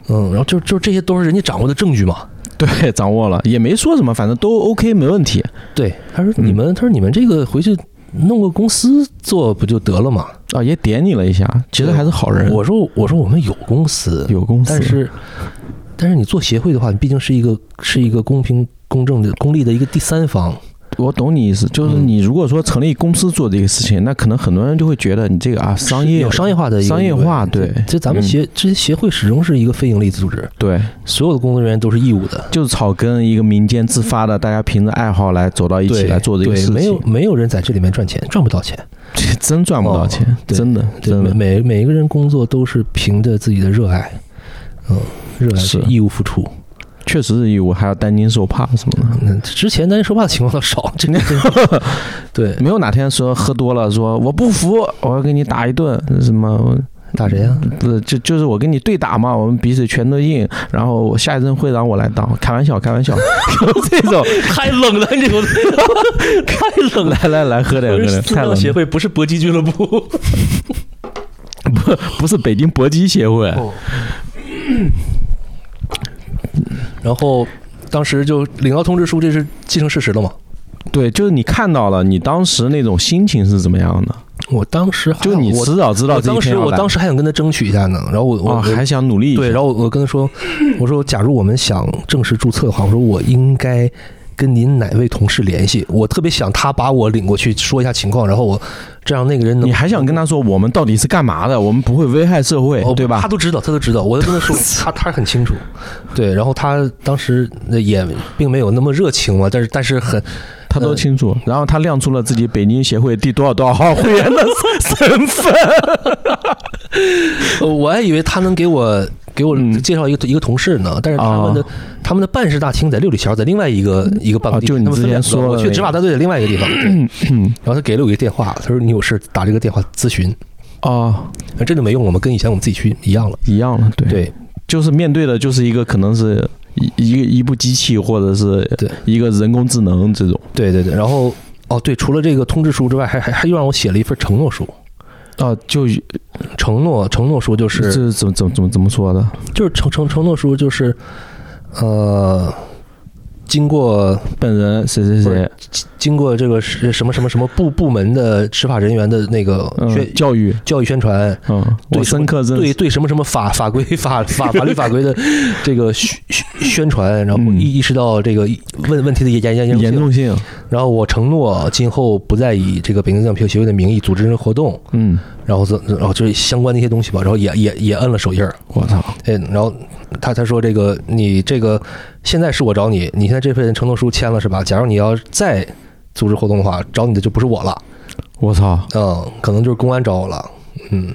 [SPEAKER 2] 嗯，然后就就这些都是人家掌握的证据嘛，
[SPEAKER 1] 对，掌握了也没说什么，反正都 OK 没问题
[SPEAKER 2] 对，他说你
[SPEAKER 1] 嗯
[SPEAKER 2] 们，他说你们这个回去弄个公司做不就得了嘛？
[SPEAKER 1] 啊，也点你了一下，其实还是好人。
[SPEAKER 2] 我说我说我们有公司，
[SPEAKER 1] 有公司
[SPEAKER 2] 但，是但是你做协会的话，你毕竟是一个是一个公平公正的公立的一个第三方，
[SPEAKER 1] 我懂你意思，就是
[SPEAKER 2] 嗯
[SPEAKER 1] 你如果说成立公司做这个事情，那可能很多人就会觉得你这个啊商业
[SPEAKER 2] 有商业化的一个
[SPEAKER 1] 商业化，
[SPEAKER 2] 地位
[SPEAKER 1] 对，
[SPEAKER 2] 就咱
[SPEAKER 1] 嗯
[SPEAKER 2] 们协这些协会始终是一个非盈利组织，
[SPEAKER 1] 对，
[SPEAKER 2] 所有的工作人员都是义务的。
[SPEAKER 1] 就是草根一个民间自发的，大家凭着爱好来走到一起
[SPEAKER 2] 对
[SPEAKER 1] 来做这个
[SPEAKER 2] 对
[SPEAKER 1] 事情，
[SPEAKER 2] 没有没有人在这里面赚钱，赚不到钱。
[SPEAKER 1] 真赚不到钱，
[SPEAKER 2] 哦对
[SPEAKER 1] 真的
[SPEAKER 2] 对，
[SPEAKER 1] 真
[SPEAKER 2] 每
[SPEAKER 1] 的
[SPEAKER 2] 每每一个人工作都是凭着自己的热爱，嗯，热爱
[SPEAKER 1] 是
[SPEAKER 2] 义务付出。
[SPEAKER 1] 确实是义务，还要担惊受怕什 么的。
[SPEAKER 2] 嗯，之前咱说话的情况倒 少，真的。对，
[SPEAKER 1] 没有哪天说喝多了说我不服，我要给你打一顿什么？
[SPEAKER 2] 打谁啊呀、
[SPEAKER 1] 不是就就是我跟你对打嘛，我们彼此拳头硬，然后我下一任会长我来当，开玩笑开玩笑， 这种
[SPEAKER 2] 太冷了，这个 太 冷了。
[SPEAKER 1] 来来来喝点喝点，太冷了，
[SPEAKER 2] 会不是搏击俱乐部，
[SPEAKER 1] 不是北京搏击协会，
[SPEAKER 2] 哦 然后当时就领到通知书，这是既成事实了嘛？
[SPEAKER 1] 对，就是你看到了，你当时那种心情是怎么样的？
[SPEAKER 2] 我当时还
[SPEAKER 1] 就你
[SPEAKER 2] 我
[SPEAKER 1] 迟早知道
[SPEAKER 2] 我
[SPEAKER 1] 这一
[SPEAKER 2] 当
[SPEAKER 1] 天
[SPEAKER 2] 时
[SPEAKER 1] 要
[SPEAKER 2] 我
[SPEAKER 1] 来
[SPEAKER 2] 当时还想跟他争取一下呢，然后我我、
[SPEAKER 1] 哦，
[SPEAKER 2] 我
[SPEAKER 1] 还想努力一
[SPEAKER 2] 对，
[SPEAKER 1] 下，
[SPEAKER 2] 然后我跟他 说，我说假如我们想正式注册的话，我说我应该跟您哪位同事联系？我特别想他把我领过去说一下情况，然后我这样那个人能
[SPEAKER 1] 你还想跟他说我们到底是干嘛的？我们不会危害社会，
[SPEAKER 2] 哦
[SPEAKER 1] 对吧
[SPEAKER 2] 他？都知道，他都知道，我就跟他 说，他他很清楚，对。然后他当时那也并没有那么热情嘛，但是但是很
[SPEAKER 1] 他都清楚。呃然后他亮出了自己北京协会第多少多少号 会员的身份。
[SPEAKER 2] 呃，我还以为他能给我给我
[SPEAKER 1] 嗯
[SPEAKER 2] 介绍一个、一个同事呢，但是他们的、
[SPEAKER 1] 哦
[SPEAKER 2] 他们的办事大厅在六里桥，在另外一个一个办公地
[SPEAKER 1] 啊就你
[SPEAKER 2] 他们
[SPEAKER 1] 之
[SPEAKER 2] 分
[SPEAKER 1] 前
[SPEAKER 2] 两个
[SPEAKER 1] 说的
[SPEAKER 2] 我去
[SPEAKER 1] 那
[SPEAKER 2] 执法
[SPEAKER 1] 个嗯
[SPEAKER 2] 大队的另外一个地 方，对然后他给了我一个电话，他说你有事打这个电话咨询，
[SPEAKER 1] 哦，
[SPEAKER 2] 那这就没用了嘛，跟以前我们自己去一样了，
[SPEAKER 1] 一样了，对，
[SPEAKER 2] 对。
[SPEAKER 1] 就是面对的就是一个可能是一一个一部机器或者是
[SPEAKER 2] 对
[SPEAKER 1] 一个人工智能这种。
[SPEAKER 2] 对对对，然后哦对，除了这个通知书之外，还还还又让我写了一份承诺书。
[SPEAKER 1] 啊，就
[SPEAKER 2] 承诺承诺书就是
[SPEAKER 1] 这怎么怎么怎么怎么说的？
[SPEAKER 2] 就是承承承诺书就是，呃，经过
[SPEAKER 1] 本人谁谁
[SPEAKER 2] 不是
[SPEAKER 1] 谁，
[SPEAKER 2] 经过这个是什么什么什么部部门的执法人员的那个宣、
[SPEAKER 1] 嗯，教育，
[SPEAKER 2] 教育宣传，
[SPEAKER 1] 嗯，
[SPEAKER 2] 对
[SPEAKER 1] 我
[SPEAKER 2] 什么
[SPEAKER 1] 深刻认
[SPEAKER 2] 对
[SPEAKER 1] 识，
[SPEAKER 2] 对什么什么法法规法法法律法规的这个宣宣宣传，然后
[SPEAKER 1] 嗯
[SPEAKER 2] 意意识到这个问问题的严严严
[SPEAKER 1] 严
[SPEAKER 2] 性，
[SPEAKER 1] 重性，
[SPEAKER 2] 然后我承诺今后不再以这个北京酱啤酒协会的名义组织任何活动，
[SPEAKER 1] 嗯，
[SPEAKER 2] 然后这然后就是相关的一些东西吧，然后也也也摁了手印儿。
[SPEAKER 1] 我操，
[SPEAKER 2] 哎，然后他他说这个你这个现在是我找你，你现在这份承诺书签了是吧？假如你要再组织活动的话，找你的就不是我了，
[SPEAKER 1] 我操，
[SPEAKER 2] 嗯，可能就是公安找我了，嗯，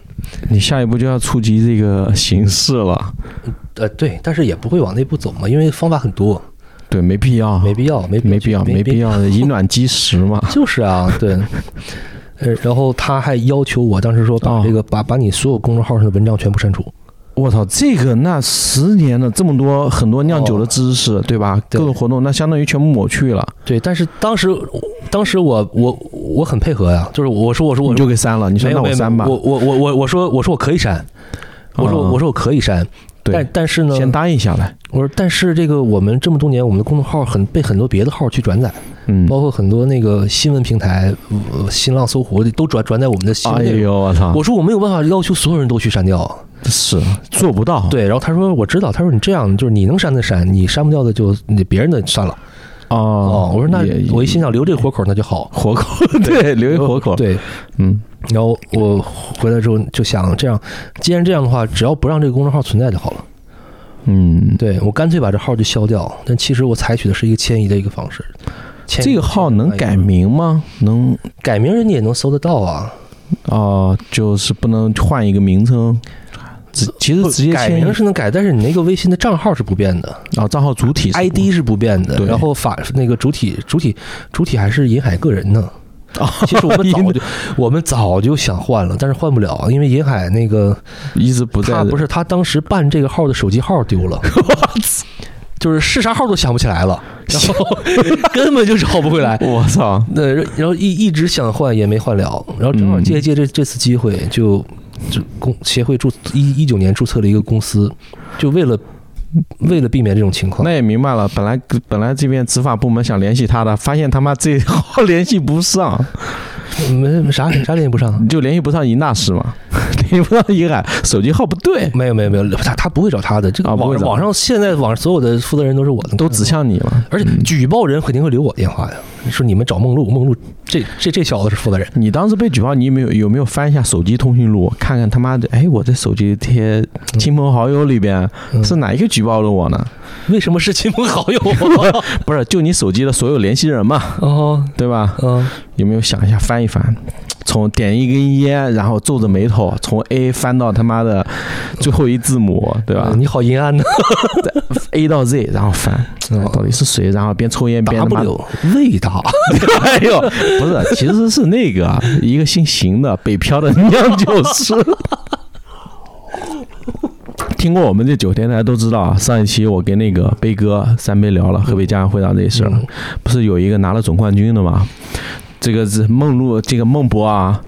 [SPEAKER 1] 你下一步就要触及这个形式了，
[SPEAKER 2] 呃，对，但是也不会往那步走嘛，因为方法很多，
[SPEAKER 1] 对，没必要，
[SPEAKER 2] 没必要，没
[SPEAKER 1] 没必要，没必
[SPEAKER 2] 要，
[SPEAKER 1] 要，以卵击石嘛。
[SPEAKER 2] 就是啊，对。呃，然后他还要求我当时说把
[SPEAKER 1] 哦
[SPEAKER 2] 这个、把把你所有公众号上的文章全部删除，
[SPEAKER 1] 我操，这个那十年的这么多很多酿酒的知识，哦对吧？
[SPEAKER 2] 对
[SPEAKER 1] 各种活动，那相当于全部抹去了，
[SPEAKER 2] 对，但是当时当时我我我很配合呀、就是我说我说我
[SPEAKER 1] 你就给删了。你说
[SPEAKER 2] 没
[SPEAKER 1] 那
[SPEAKER 2] 有没有
[SPEAKER 1] 删吧
[SPEAKER 2] 没有，我我我我我说我说我可以删，我说
[SPEAKER 1] 嗯
[SPEAKER 2] 我说我可以删，但
[SPEAKER 1] 对，
[SPEAKER 2] 但是呢，
[SPEAKER 1] 先答应下来。
[SPEAKER 2] 我说但是这个我们这么多年，我们的公众号很被很多别的号去转载，
[SPEAKER 1] 嗯，
[SPEAKER 2] 包括很多那个新闻平台，呃新浪、搜狐都转转载我们的新闻
[SPEAKER 1] 哎
[SPEAKER 2] 内容。
[SPEAKER 1] 呦我操！
[SPEAKER 2] 我说我没有办法要求所有人都去删掉啊，
[SPEAKER 1] 是做不到，
[SPEAKER 2] 对，然后他说我知道，他说你这样就是你能删的删，你删不掉的就你别人的删了。
[SPEAKER 1] 哦
[SPEAKER 2] 哦，，我说那
[SPEAKER 1] 也
[SPEAKER 2] 我一心想留这个活口那就好，
[SPEAKER 1] 活口， 对，留一活口，，
[SPEAKER 2] 对，
[SPEAKER 1] 嗯，
[SPEAKER 2] 然后我回来之后就想这样，既然这样的话，只要不让这个公众号存在就好了。
[SPEAKER 1] 嗯，
[SPEAKER 2] 对我干脆把这号就消掉，但其实我采取的是一个迁移的一个方式。迁移哎
[SPEAKER 1] 这个号能改名吗？能
[SPEAKER 2] 改名，人家也能搜得到啊。
[SPEAKER 1] 哦、就是不能换一个名称，直其实
[SPEAKER 2] 不
[SPEAKER 1] 直接
[SPEAKER 2] 改
[SPEAKER 1] 迁移
[SPEAKER 2] 名是能改，但是你那个微信的账号是不变的
[SPEAKER 1] 啊，账号主体是
[SPEAKER 2] ，ID 是不变的，
[SPEAKER 1] 对
[SPEAKER 2] 然后法那个主体主体主体还是银海个人呢。
[SPEAKER 1] 哦
[SPEAKER 2] 其实 我们早就我们早就想换了，但是换不了，因为银海那个
[SPEAKER 1] 一直不在
[SPEAKER 2] 他
[SPEAKER 1] 的，
[SPEAKER 2] 不是他当时办这个号的手机号 丢了，就是是啥号都想不起来了，然 后根本就找不回 来。
[SPEAKER 1] 我操，
[SPEAKER 2] 那然后一一直想换也没换了，然后正好
[SPEAKER 1] 嗯
[SPEAKER 2] 借借这这次机会就，就公协会注一一九年注册了一个公司，就为了为了避免这种情况
[SPEAKER 1] 那。也明白了，本来本来这边执法部门想联系他的，发现他妈这号联系不上，
[SPEAKER 2] 没啥啥联系不上，啊
[SPEAKER 1] 就联系不上尹大师嘛， 联系不上尹海，手机号不对，
[SPEAKER 2] 没有没有没有，他他不会找他的。这个
[SPEAKER 1] 啊不
[SPEAKER 2] 网
[SPEAKER 1] 会找
[SPEAKER 2] 网上现在网上所有的负责人都是我的，
[SPEAKER 1] 都指嗯向你了。
[SPEAKER 2] 而且举报人肯定会留我电话呀。说你们找梦露，梦露这这这小子是负责人。
[SPEAKER 1] 你当时被举报，你有没有有没有翻一下手机通讯录，看看他妈的，哎，我这手机这些亲朋好友里边、
[SPEAKER 2] 嗯
[SPEAKER 1] 是哪一个举报了我呢？
[SPEAKER 2] 为什么是亲朋好友？啊
[SPEAKER 1] 不是，就你手机的所有联系人嘛，
[SPEAKER 2] 哦，
[SPEAKER 1] 对吧？
[SPEAKER 2] 嗯，
[SPEAKER 1] 有没有想一下翻一翻，从点一根烟，然后皱着眉头从 A 翻到他妈的最后一字母，对吧
[SPEAKER 2] 你好阴暗呐，
[SPEAKER 1] ？A 到 Z，然后翻，哎到底是谁？然后边抽烟边他妈
[SPEAKER 2] 哦 W 味道，
[SPEAKER 1] 哎呦，不是，其实是那个啊一个姓邢的北漂的酿酒 师。听过我们这九天，大家都知道啊。上一期我跟那个杯哥三杯聊了河北家长会长这事儿，不是有一个拿了总冠军的吗？这个是梦露，这个孟博啊，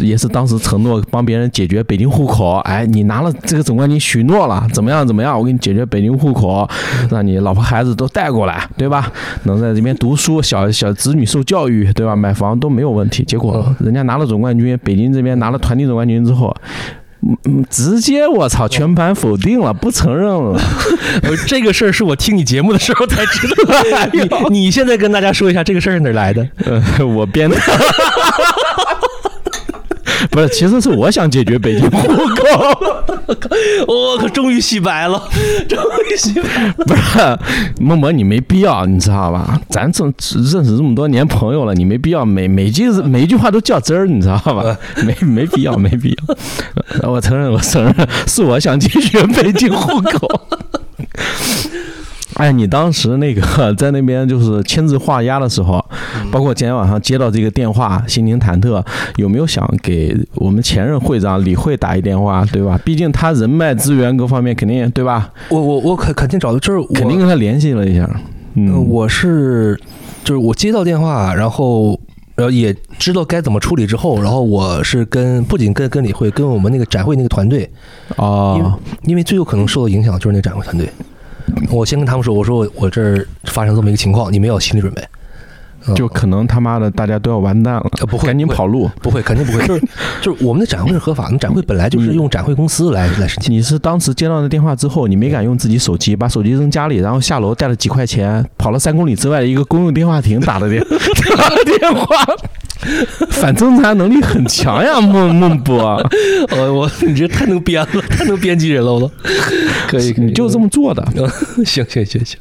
[SPEAKER 1] 也是当时承诺帮别人解决北京户口。哎，你拿了这个总冠军，许诺了，怎么样怎么样？我给你解决北京户口，让你老婆孩子都带过来，对吧？能在这边读书，小小子女受教育，对吧？买房都没有问题。结果人家拿了总冠军，北京这边拿了团体总冠军之后。嗯嗯，直接我操，全盘否定了，不承认了。
[SPEAKER 2] 我呃这个事儿是我听你节目的时候才知道 的。你你现在跟大家说一下这个事儿是哪儿来的？
[SPEAKER 1] 呃，我编的， 不是，其实是我想解决北京户口，
[SPEAKER 2] 我可终于洗白了，终于洗白了。
[SPEAKER 1] 不是孟博，你没必要，你知道吧？咱这认识这么多年朋友了，你没必要每每句每一句话都较真儿，你知道吧？没没必要，没必要。 呃我承认，我承认，是我想解决北京户口。 哎，你当时那个在那边就是签字画押的时候，包括今天晚上接到这个电话，心情忐忑，有没有想给我们前任会长李慧打一电话，对吧？毕竟他人脉资源各方面肯定对吧？
[SPEAKER 2] 我我我肯肯定找到，就是我
[SPEAKER 1] 肯定跟他联系了一下。嗯，
[SPEAKER 2] 呃我是就是我接到电话，然后。然后也知道该怎么处理之后，然后我是跟不仅跟跟李慧，跟我们那个展会那个团队，因为
[SPEAKER 1] 哦，
[SPEAKER 2] 因为最有可能受到影响就是那展会团队。我先跟他们说，我说我我这儿发生这么一个情况，你们要有心理准备。嗯
[SPEAKER 1] 就可能他妈的大家都要完蛋了，
[SPEAKER 2] 呃不会
[SPEAKER 1] 赶紧
[SPEAKER 2] 不会
[SPEAKER 1] 跑路。
[SPEAKER 2] 不会，肯定不 会，就是就是我们的展会是合法，我们展会本来就是用展会公司来来申 请。
[SPEAKER 1] 你是当时接到那电话之后，你没敢用自己手 机，把手机扔家里，然后下楼带了几块钱，跑了三公里之外的一个公用电话亭打的电 打的电话。反侦查能力很强 呀，孟孟博，
[SPEAKER 2] 呃，我 你这太能编了， 太能编辑人了，我都 可以，可
[SPEAKER 1] 你
[SPEAKER 2] 以，
[SPEAKER 1] 就这么做的。
[SPEAKER 2] 么行行行行，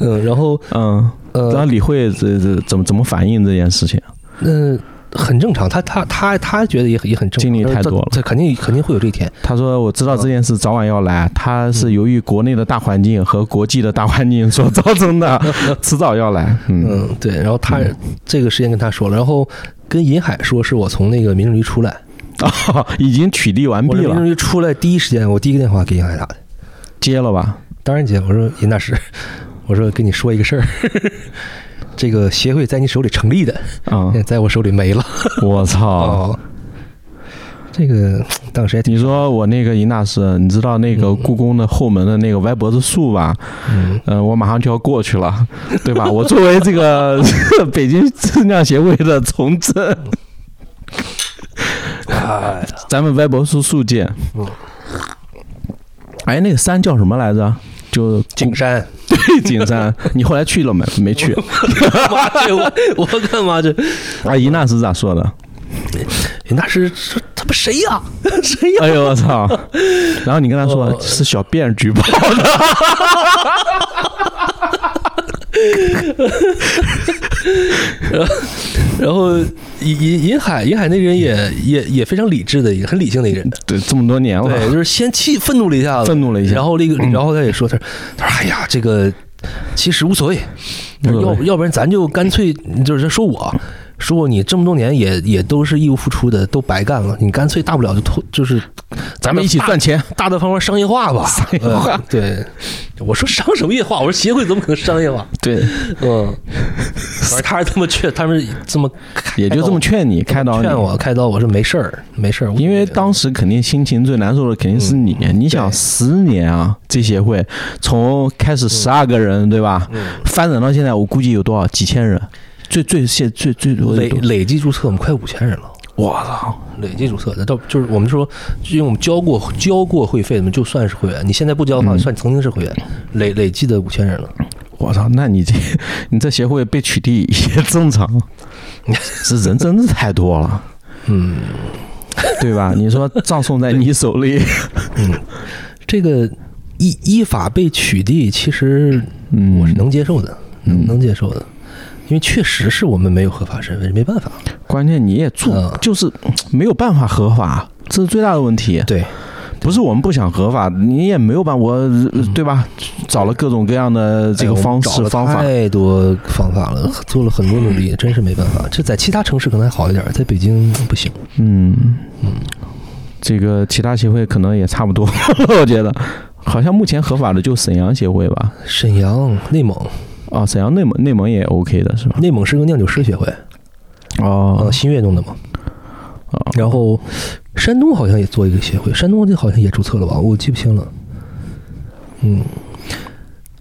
[SPEAKER 2] 嗯，然后
[SPEAKER 1] 嗯，然后
[SPEAKER 2] 呃
[SPEAKER 1] 李慧这这怎么怎么反应这件事情？
[SPEAKER 2] 嗯。很正常，他他他他觉得也很也很正常，
[SPEAKER 1] 经历太多了
[SPEAKER 2] 这肯定肯定会有这一 天。
[SPEAKER 1] 他说：“我知道这件事早晚要来，它是由于国内的大环境和国际的大环境所造成的，迟早要来。”嗯，
[SPEAKER 2] 嗯，对。然后他、这个事先跟他说了，然后跟银海说是我从那个民政局出来，
[SPEAKER 1] 哦，已经取缔完
[SPEAKER 2] 我
[SPEAKER 1] 毕
[SPEAKER 2] 这民
[SPEAKER 1] 了
[SPEAKER 2] 政，局出来第一时间，我第一个电话给银海打的，
[SPEAKER 1] 接了吧？
[SPEAKER 2] 当然接。我说尹大师， 我说跟你说一个事儿， 这个协会在你手里成立的，
[SPEAKER 1] 啊
[SPEAKER 2] 现在，在我手里没了。
[SPEAKER 1] 我操！
[SPEAKER 2] 哦，这个当时还挺，
[SPEAKER 1] 你说我那个尹大师，你知道那个故宫的后门的那个歪脖子树吧？
[SPEAKER 2] 嗯，
[SPEAKER 1] 嗯，我马上就要过去了， 对吧？我作为这个 北京质量协会的从政，
[SPEAKER 2] 嗯哎呀，哎嗯
[SPEAKER 1] 咱们歪脖子树见。哎，那个山叫什么来着？就
[SPEAKER 2] 景山，
[SPEAKER 1] 对景 山，你后来去了没？没去。
[SPEAKER 2] 妈去 我我干嘛去？
[SPEAKER 1] 阿姨那是咋说 的？
[SPEAKER 2] 那是这他妈谁呀、 谁呀、
[SPEAKER 1] 哎呦我操！然后你跟他
[SPEAKER 2] 哦
[SPEAKER 1] 说是小便举报的，
[SPEAKER 2] 然后尹尹尹海尹海那个人也也也非常理智的，也很理性的一个人。
[SPEAKER 1] 对，这么多年了，
[SPEAKER 2] 对，就是先气愤怒了一下子，
[SPEAKER 1] 哦愤怒了一下嗯
[SPEAKER 2] 然后那个，然后他也说他，他说哎呀，这个其实无所谓，
[SPEAKER 1] 无所
[SPEAKER 2] 要
[SPEAKER 1] 谓
[SPEAKER 2] 要不然咱就干脆就是说我。说我你这么多年也也都是义务付出的，都白干了，你干脆大不了就脱，就是
[SPEAKER 1] 咱们一起
[SPEAKER 2] 大
[SPEAKER 1] 赚钱。
[SPEAKER 2] 大大方方商业化吧。商
[SPEAKER 1] 业化
[SPEAKER 2] 对，我说商什么业化？我说协会怎么可能商业化？
[SPEAKER 1] 对，
[SPEAKER 2] 嗯，反正他是这么劝，他们这么开
[SPEAKER 1] 也就这么劝你，开导你。
[SPEAKER 2] 劝我开刀，我说没事儿，没事儿，
[SPEAKER 1] 因为当时肯定心情最难受的肯定
[SPEAKER 2] 嗯
[SPEAKER 1] 是你，你想十年啊，这协会从开
[SPEAKER 2] 嗯
[SPEAKER 1] 始十二个人对吧，翻整到现在，我估计有多少几千人，最最现最最多
[SPEAKER 2] 累
[SPEAKER 1] 的多，
[SPEAKER 2] 累计注册我们快五千人了。
[SPEAKER 1] 我操，
[SPEAKER 2] 累计注册的，到就是我们说，因为我们交过交过会费的，就算是会员。你现在不交的
[SPEAKER 1] 嗯
[SPEAKER 2] 话，算曾经是会员，累累计的五千人了。
[SPEAKER 1] 我操，那你这你这协会被取缔也正常， 是人真的太多了，
[SPEAKER 2] 嗯，
[SPEAKER 1] 对吧？你说葬送在你手里，
[SPEAKER 2] 这个依依法被取缔，其实
[SPEAKER 1] 嗯，
[SPEAKER 2] 我是能接受的，能能接受的，因为确实是我们没有合法身份，没办法。
[SPEAKER 1] 关键你也做
[SPEAKER 2] 嗯，
[SPEAKER 1] 就是没有办法合法，这是最大的问题。
[SPEAKER 2] 对，
[SPEAKER 1] 不是我们不想合法，你也没有办我，对吧？找了各种各样的这个
[SPEAKER 2] 哎我们
[SPEAKER 1] 方
[SPEAKER 2] 找
[SPEAKER 1] 式
[SPEAKER 2] 了
[SPEAKER 1] 方法，
[SPEAKER 2] 太多方法了，做了很多努力，真是没办法。这在其他城市可能还好一点，在北京不行。
[SPEAKER 1] 嗯，这个其他协会可能也差不多， 我觉得。好像目前合法的就沈阳协会吧，
[SPEAKER 2] 沈阳、内蒙，
[SPEAKER 1] 哦，沈阳内蒙内蒙也 OK 的是吧？
[SPEAKER 2] 内蒙是个酿酒师协会，
[SPEAKER 1] 哦
[SPEAKER 2] 呃，，新月弄的嘛。
[SPEAKER 1] 哦
[SPEAKER 2] 然后山东好像也做一个协会，山东这好像也注册了吧，我记不清了。嗯，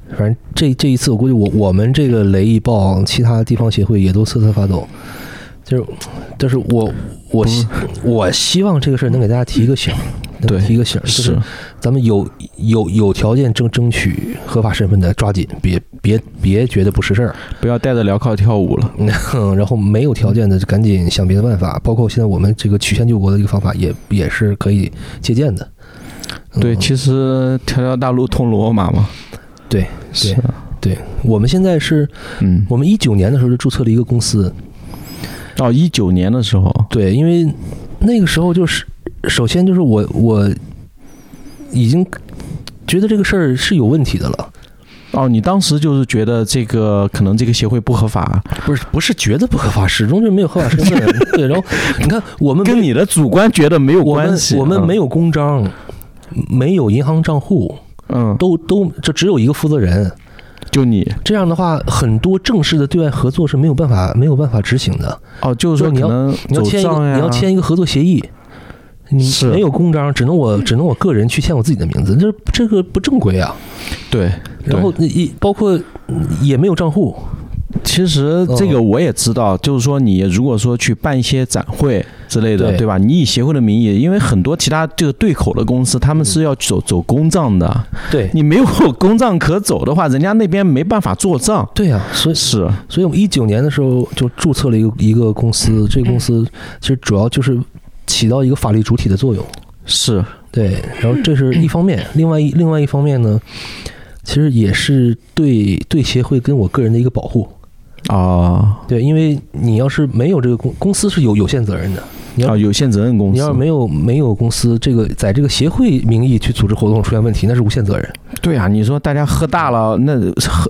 [SPEAKER 2] 反正这这一次我估计我我们这个雷一爆，其他地方协会也都瑟瑟发抖。就是，就是我我希我希望这个事儿能给大家提一个醒儿，能
[SPEAKER 1] 嗯对
[SPEAKER 2] 提一个醒儿，就是
[SPEAKER 1] 是，
[SPEAKER 2] 咱们有有有条件争争取合法身份的抓紧，别别别觉得不是事儿。
[SPEAKER 1] 不要带着镣铐跳舞了。
[SPEAKER 2] 嗯， 然后没有条件的，就赶紧想别的办法。包括现在我们这个曲线救国的一个方法也，也是可以借鉴的。嗯
[SPEAKER 1] 对，其实条条大路通罗马嘛。
[SPEAKER 2] 对
[SPEAKER 1] 是啊，
[SPEAKER 2] 对，我们现在是
[SPEAKER 1] 嗯，
[SPEAKER 2] 我们一九年的时候就注册了一个公司，
[SPEAKER 1] 到哦一九年的时候，
[SPEAKER 2] 对，因为那个时候就是首先就是我我已经觉得这个事儿是有问题的了，
[SPEAKER 1] 哦，你当时就是觉得这个可能这个协会不合法，
[SPEAKER 2] 不是不是觉得不合法，始终就没有合法身份。 对，然后你看我们
[SPEAKER 1] 跟你的主观觉得没有
[SPEAKER 2] 我
[SPEAKER 1] 关
[SPEAKER 2] 们
[SPEAKER 1] 系。
[SPEAKER 2] 我们
[SPEAKER 1] 嗯
[SPEAKER 2] 没有公章，没有银行账户。
[SPEAKER 1] 嗯，
[SPEAKER 2] 都都就只有一个负责人，
[SPEAKER 1] 就你
[SPEAKER 2] 这样的话，很多正式的对外合作是没有办法没有办法执行的。
[SPEAKER 1] 哦，就是说
[SPEAKER 2] 就是你要
[SPEAKER 1] 可能
[SPEAKER 2] 你要
[SPEAKER 1] 走
[SPEAKER 2] 签一个
[SPEAKER 1] 账呀，
[SPEAKER 2] 你要签一个合作协议，你
[SPEAKER 1] 是
[SPEAKER 2] 没有公章，只能我只能我个人去签我自己的名字，这这个不正规啊。
[SPEAKER 1] 对，
[SPEAKER 2] 然后一包括嗯也没有账户，
[SPEAKER 1] 其实
[SPEAKER 2] 哦
[SPEAKER 1] 这个我也知道，就是说你如果说去办一些展会之类的，
[SPEAKER 2] 对
[SPEAKER 1] 对吧？你以协会的名义，因为很多其他这个对口的公司，他们
[SPEAKER 2] 嗯
[SPEAKER 1] 是要走走公账的，
[SPEAKER 2] 对
[SPEAKER 1] 你没有 公账可走的话，人家那边没办法做账。
[SPEAKER 2] 对呀、所以
[SPEAKER 1] 是，
[SPEAKER 2] 所以我们一九年的时候就注册了一个一个公司，这个公司
[SPEAKER 1] 嗯
[SPEAKER 2] 其实主要就是起到一个法律主体的作用。
[SPEAKER 1] 是，
[SPEAKER 2] 对，然后 这是一方面，另外一另外一方面呢，其实也是对对协会跟我个人的一个保护。
[SPEAKER 1] 哦，
[SPEAKER 2] 对，因为你要是没有这个公公司是有有限责任的，你要、
[SPEAKER 1] 啊，有限责任公
[SPEAKER 2] 你要是
[SPEAKER 1] 司，
[SPEAKER 2] 没有没有公司这个在这个协会名义去组织活动出现问题，那是无限责任。
[SPEAKER 1] 对啊，你说大家喝大了，那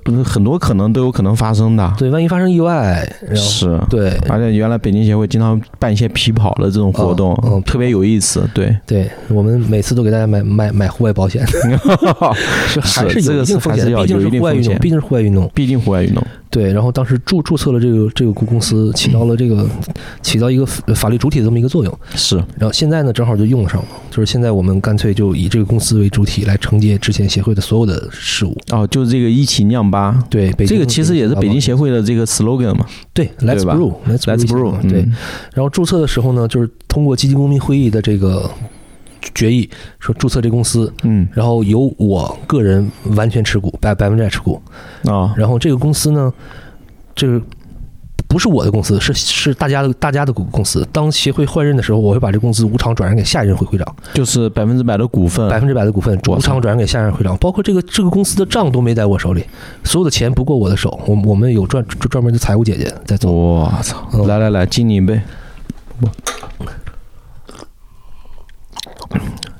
[SPEAKER 1] 很很多可能都有可能发生的，
[SPEAKER 2] 对，万一发生意外，然后
[SPEAKER 1] 是。
[SPEAKER 2] 对啊
[SPEAKER 1] 而且原来北京协会经常办一些皮跑的这种活动，
[SPEAKER 2] 嗯嗯
[SPEAKER 1] 特别有意思。对，
[SPEAKER 2] 对，我们每次都给大家买买买户外保险， 是还
[SPEAKER 1] 是这
[SPEAKER 2] 有
[SPEAKER 1] 个
[SPEAKER 2] 一
[SPEAKER 1] 是
[SPEAKER 2] 定风
[SPEAKER 1] 还
[SPEAKER 2] 险
[SPEAKER 1] 是
[SPEAKER 2] 的，
[SPEAKER 1] 要
[SPEAKER 2] 毕竟
[SPEAKER 1] 有
[SPEAKER 2] 是
[SPEAKER 1] 一定
[SPEAKER 2] 户外
[SPEAKER 1] 风
[SPEAKER 2] 运动，
[SPEAKER 1] 险
[SPEAKER 2] 毕竟是户外运动。
[SPEAKER 1] 毕竟户外运动，
[SPEAKER 2] 对，然后当时注注册了这个这个公司，起到了这个起到一个法律主体的这么一个作用。
[SPEAKER 1] 是
[SPEAKER 2] 然后现在呢，正好就用上了，就是现在我们干脆就以这个公司为主体来承接之前协会的所有的事务。
[SPEAKER 1] 哦，就是这个一起酿吧，
[SPEAKER 2] 对，北京啊
[SPEAKER 1] 这个其实也是北京协会的这个 slogan 嘛
[SPEAKER 2] 对，Let's
[SPEAKER 1] 对吧嗯
[SPEAKER 2] Brew，Let's
[SPEAKER 1] ，Let's Brew，
[SPEAKER 2] 对。
[SPEAKER 1] 嗯
[SPEAKER 2] 然后注册的时候呢，就是通过基金公民会议的这个决议说注册这公司，
[SPEAKER 1] 嗯
[SPEAKER 2] 然后由我个人完全持股，百百分之百持股。
[SPEAKER 1] 啊
[SPEAKER 2] 然后这个公司呢，这个不是我的公司，是是大家的大家的股公司。当协会换任的时候，我会把这公司无偿转让给下一任会会长，
[SPEAKER 1] 就是百分之百的股份
[SPEAKER 2] 百分之百的股份
[SPEAKER 1] 我
[SPEAKER 2] 无
[SPEAKER 1] 操
[SPEAKER 2] 偿转让给下一任会长，包括这个这个公司的账都没在我手里，所有的钱不过我的手。我我们有专专专门的财务姐姐在做。
[SPEAKER 1] 我操！
[SPEAKER 2] 嗯
[SPEAKER 1] 来来来，敬你一杯，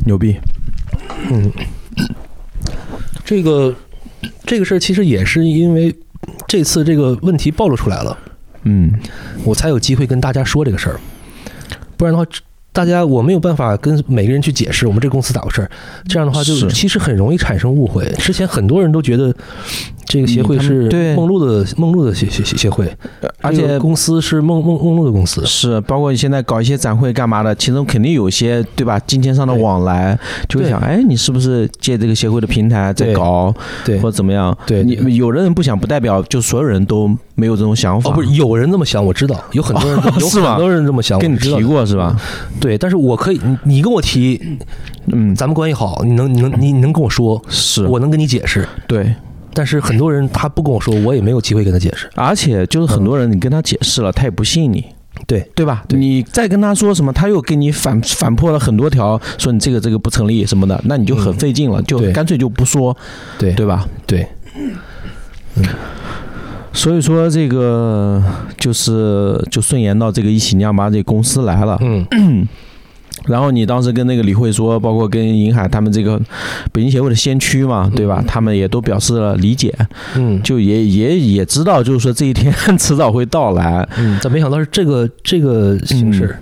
[SPEAKER 1] 牛逼！
[SPEAKER 2] 这个这个事儿其实也是因为这次这个问题暴露出来了，
[SPEAKER 1] 嗯，
[SPEAKER 2] 我才有机会跟大家说这个事儿。不然的话，大家我没有办法跟每个人去解释我们这公司咋回事儿。这样的话就，
[SPEAKER 1] 是
[SPEAKER 2] 其实很容易产生误会。之前很多人都觉得这个协
[SPEAKER 1] 嗯
[SPEAKER 2] 会
[SPEAKER 1] 他们
[SPEAKER 2] 是
[SPEAKER 1] 对
[SPEAKER 2] 梦露的梦露的协协协协会，
[SPEAKER 1] 而
[SPEAKER 2] 呃这个
[SPEAKER 1] 且
[SPEAKER 2] 公司是梦梦梦露的公司。
[SPEAKER 1] 是包括你现在搞一些展会干嘛的，其中肯定有一些对吧？金钱上的
[SPEAKER 2] 对
[SPEAKER 1] 往来，就会
[SPEAKER 2] 对
[SPEAKER 1] 想，哎，你是不是借这个协会的平台在
[SPEAKER 2] 对
[SPEAKER 1] 搞，
[SPEAKER 2] 对，
[SPEAKER 1] 或者怎么样？
[SPEAKER 2] 对对
[SPEAKER 1] 你有的人不想，不代表就所有人都没有这种想法。
[SPEAKER 2] 哦，不是，有人这么想，我知道，有很多人都、有
[SPEAKER 1] 是吗
[SPEAKER 2] 很多人这么想，
[SPEAKER 1] 跟你
[SPEAKER 2] 我知道
[SPEAKER 1] 提。过是吧？
[SPEAKER 2] 对，但是我可以，你你跟我提，
[SPEAKER 1] 嗯，
[SPEAKER 2] 咱们关系好，你能你能你你能跟我说，
[SPEAKER 1] 是
[SPEAKER 2] 我能跟你解释。
[SPEAKER 1] 对，
[SPEAKER 2] 但是很多人他不跟我说，我也没有机会跟他解释。
[SPEAKER 1] 而且就是很多人，你跟他解释了，他也不信你。
[SPEAKER 2] 对，
[SPEAKER 1] 对吧？
[SPEAKER 2] 对
[SPEAKER 1] 你再跟他说什么，他又给你反反驳了很多条，说你这个这个不成立什么的，那你就很
[SPEAKER 2] 嗯
[SPEAKER 1] 费劲了，就
[SPEAKER 2] 对
[SPEAKER 1] 干脆就不说，
[SPEAKER 2] 对
[SPEAKER 1] 对吧？
[SPEAKER 2] 对，
[SPEAKER 1] 所以说这个就是就顺延到这个一起酿吧这公司来了，
[SPEAKER 2] 嗯，
[SPEAKER 1] 然后你当时跟那个李慧说，包括跟银海他们这个北京协会的先驱嘛，对吧？他们也都表示了理解，
[SPEAKER 2] 嗯，
[SPEAKER 1] 就也也也知道，就是说这一天 迟早会到来，
[SPEAKER 2] 嗯，但没想到是这个这个形式，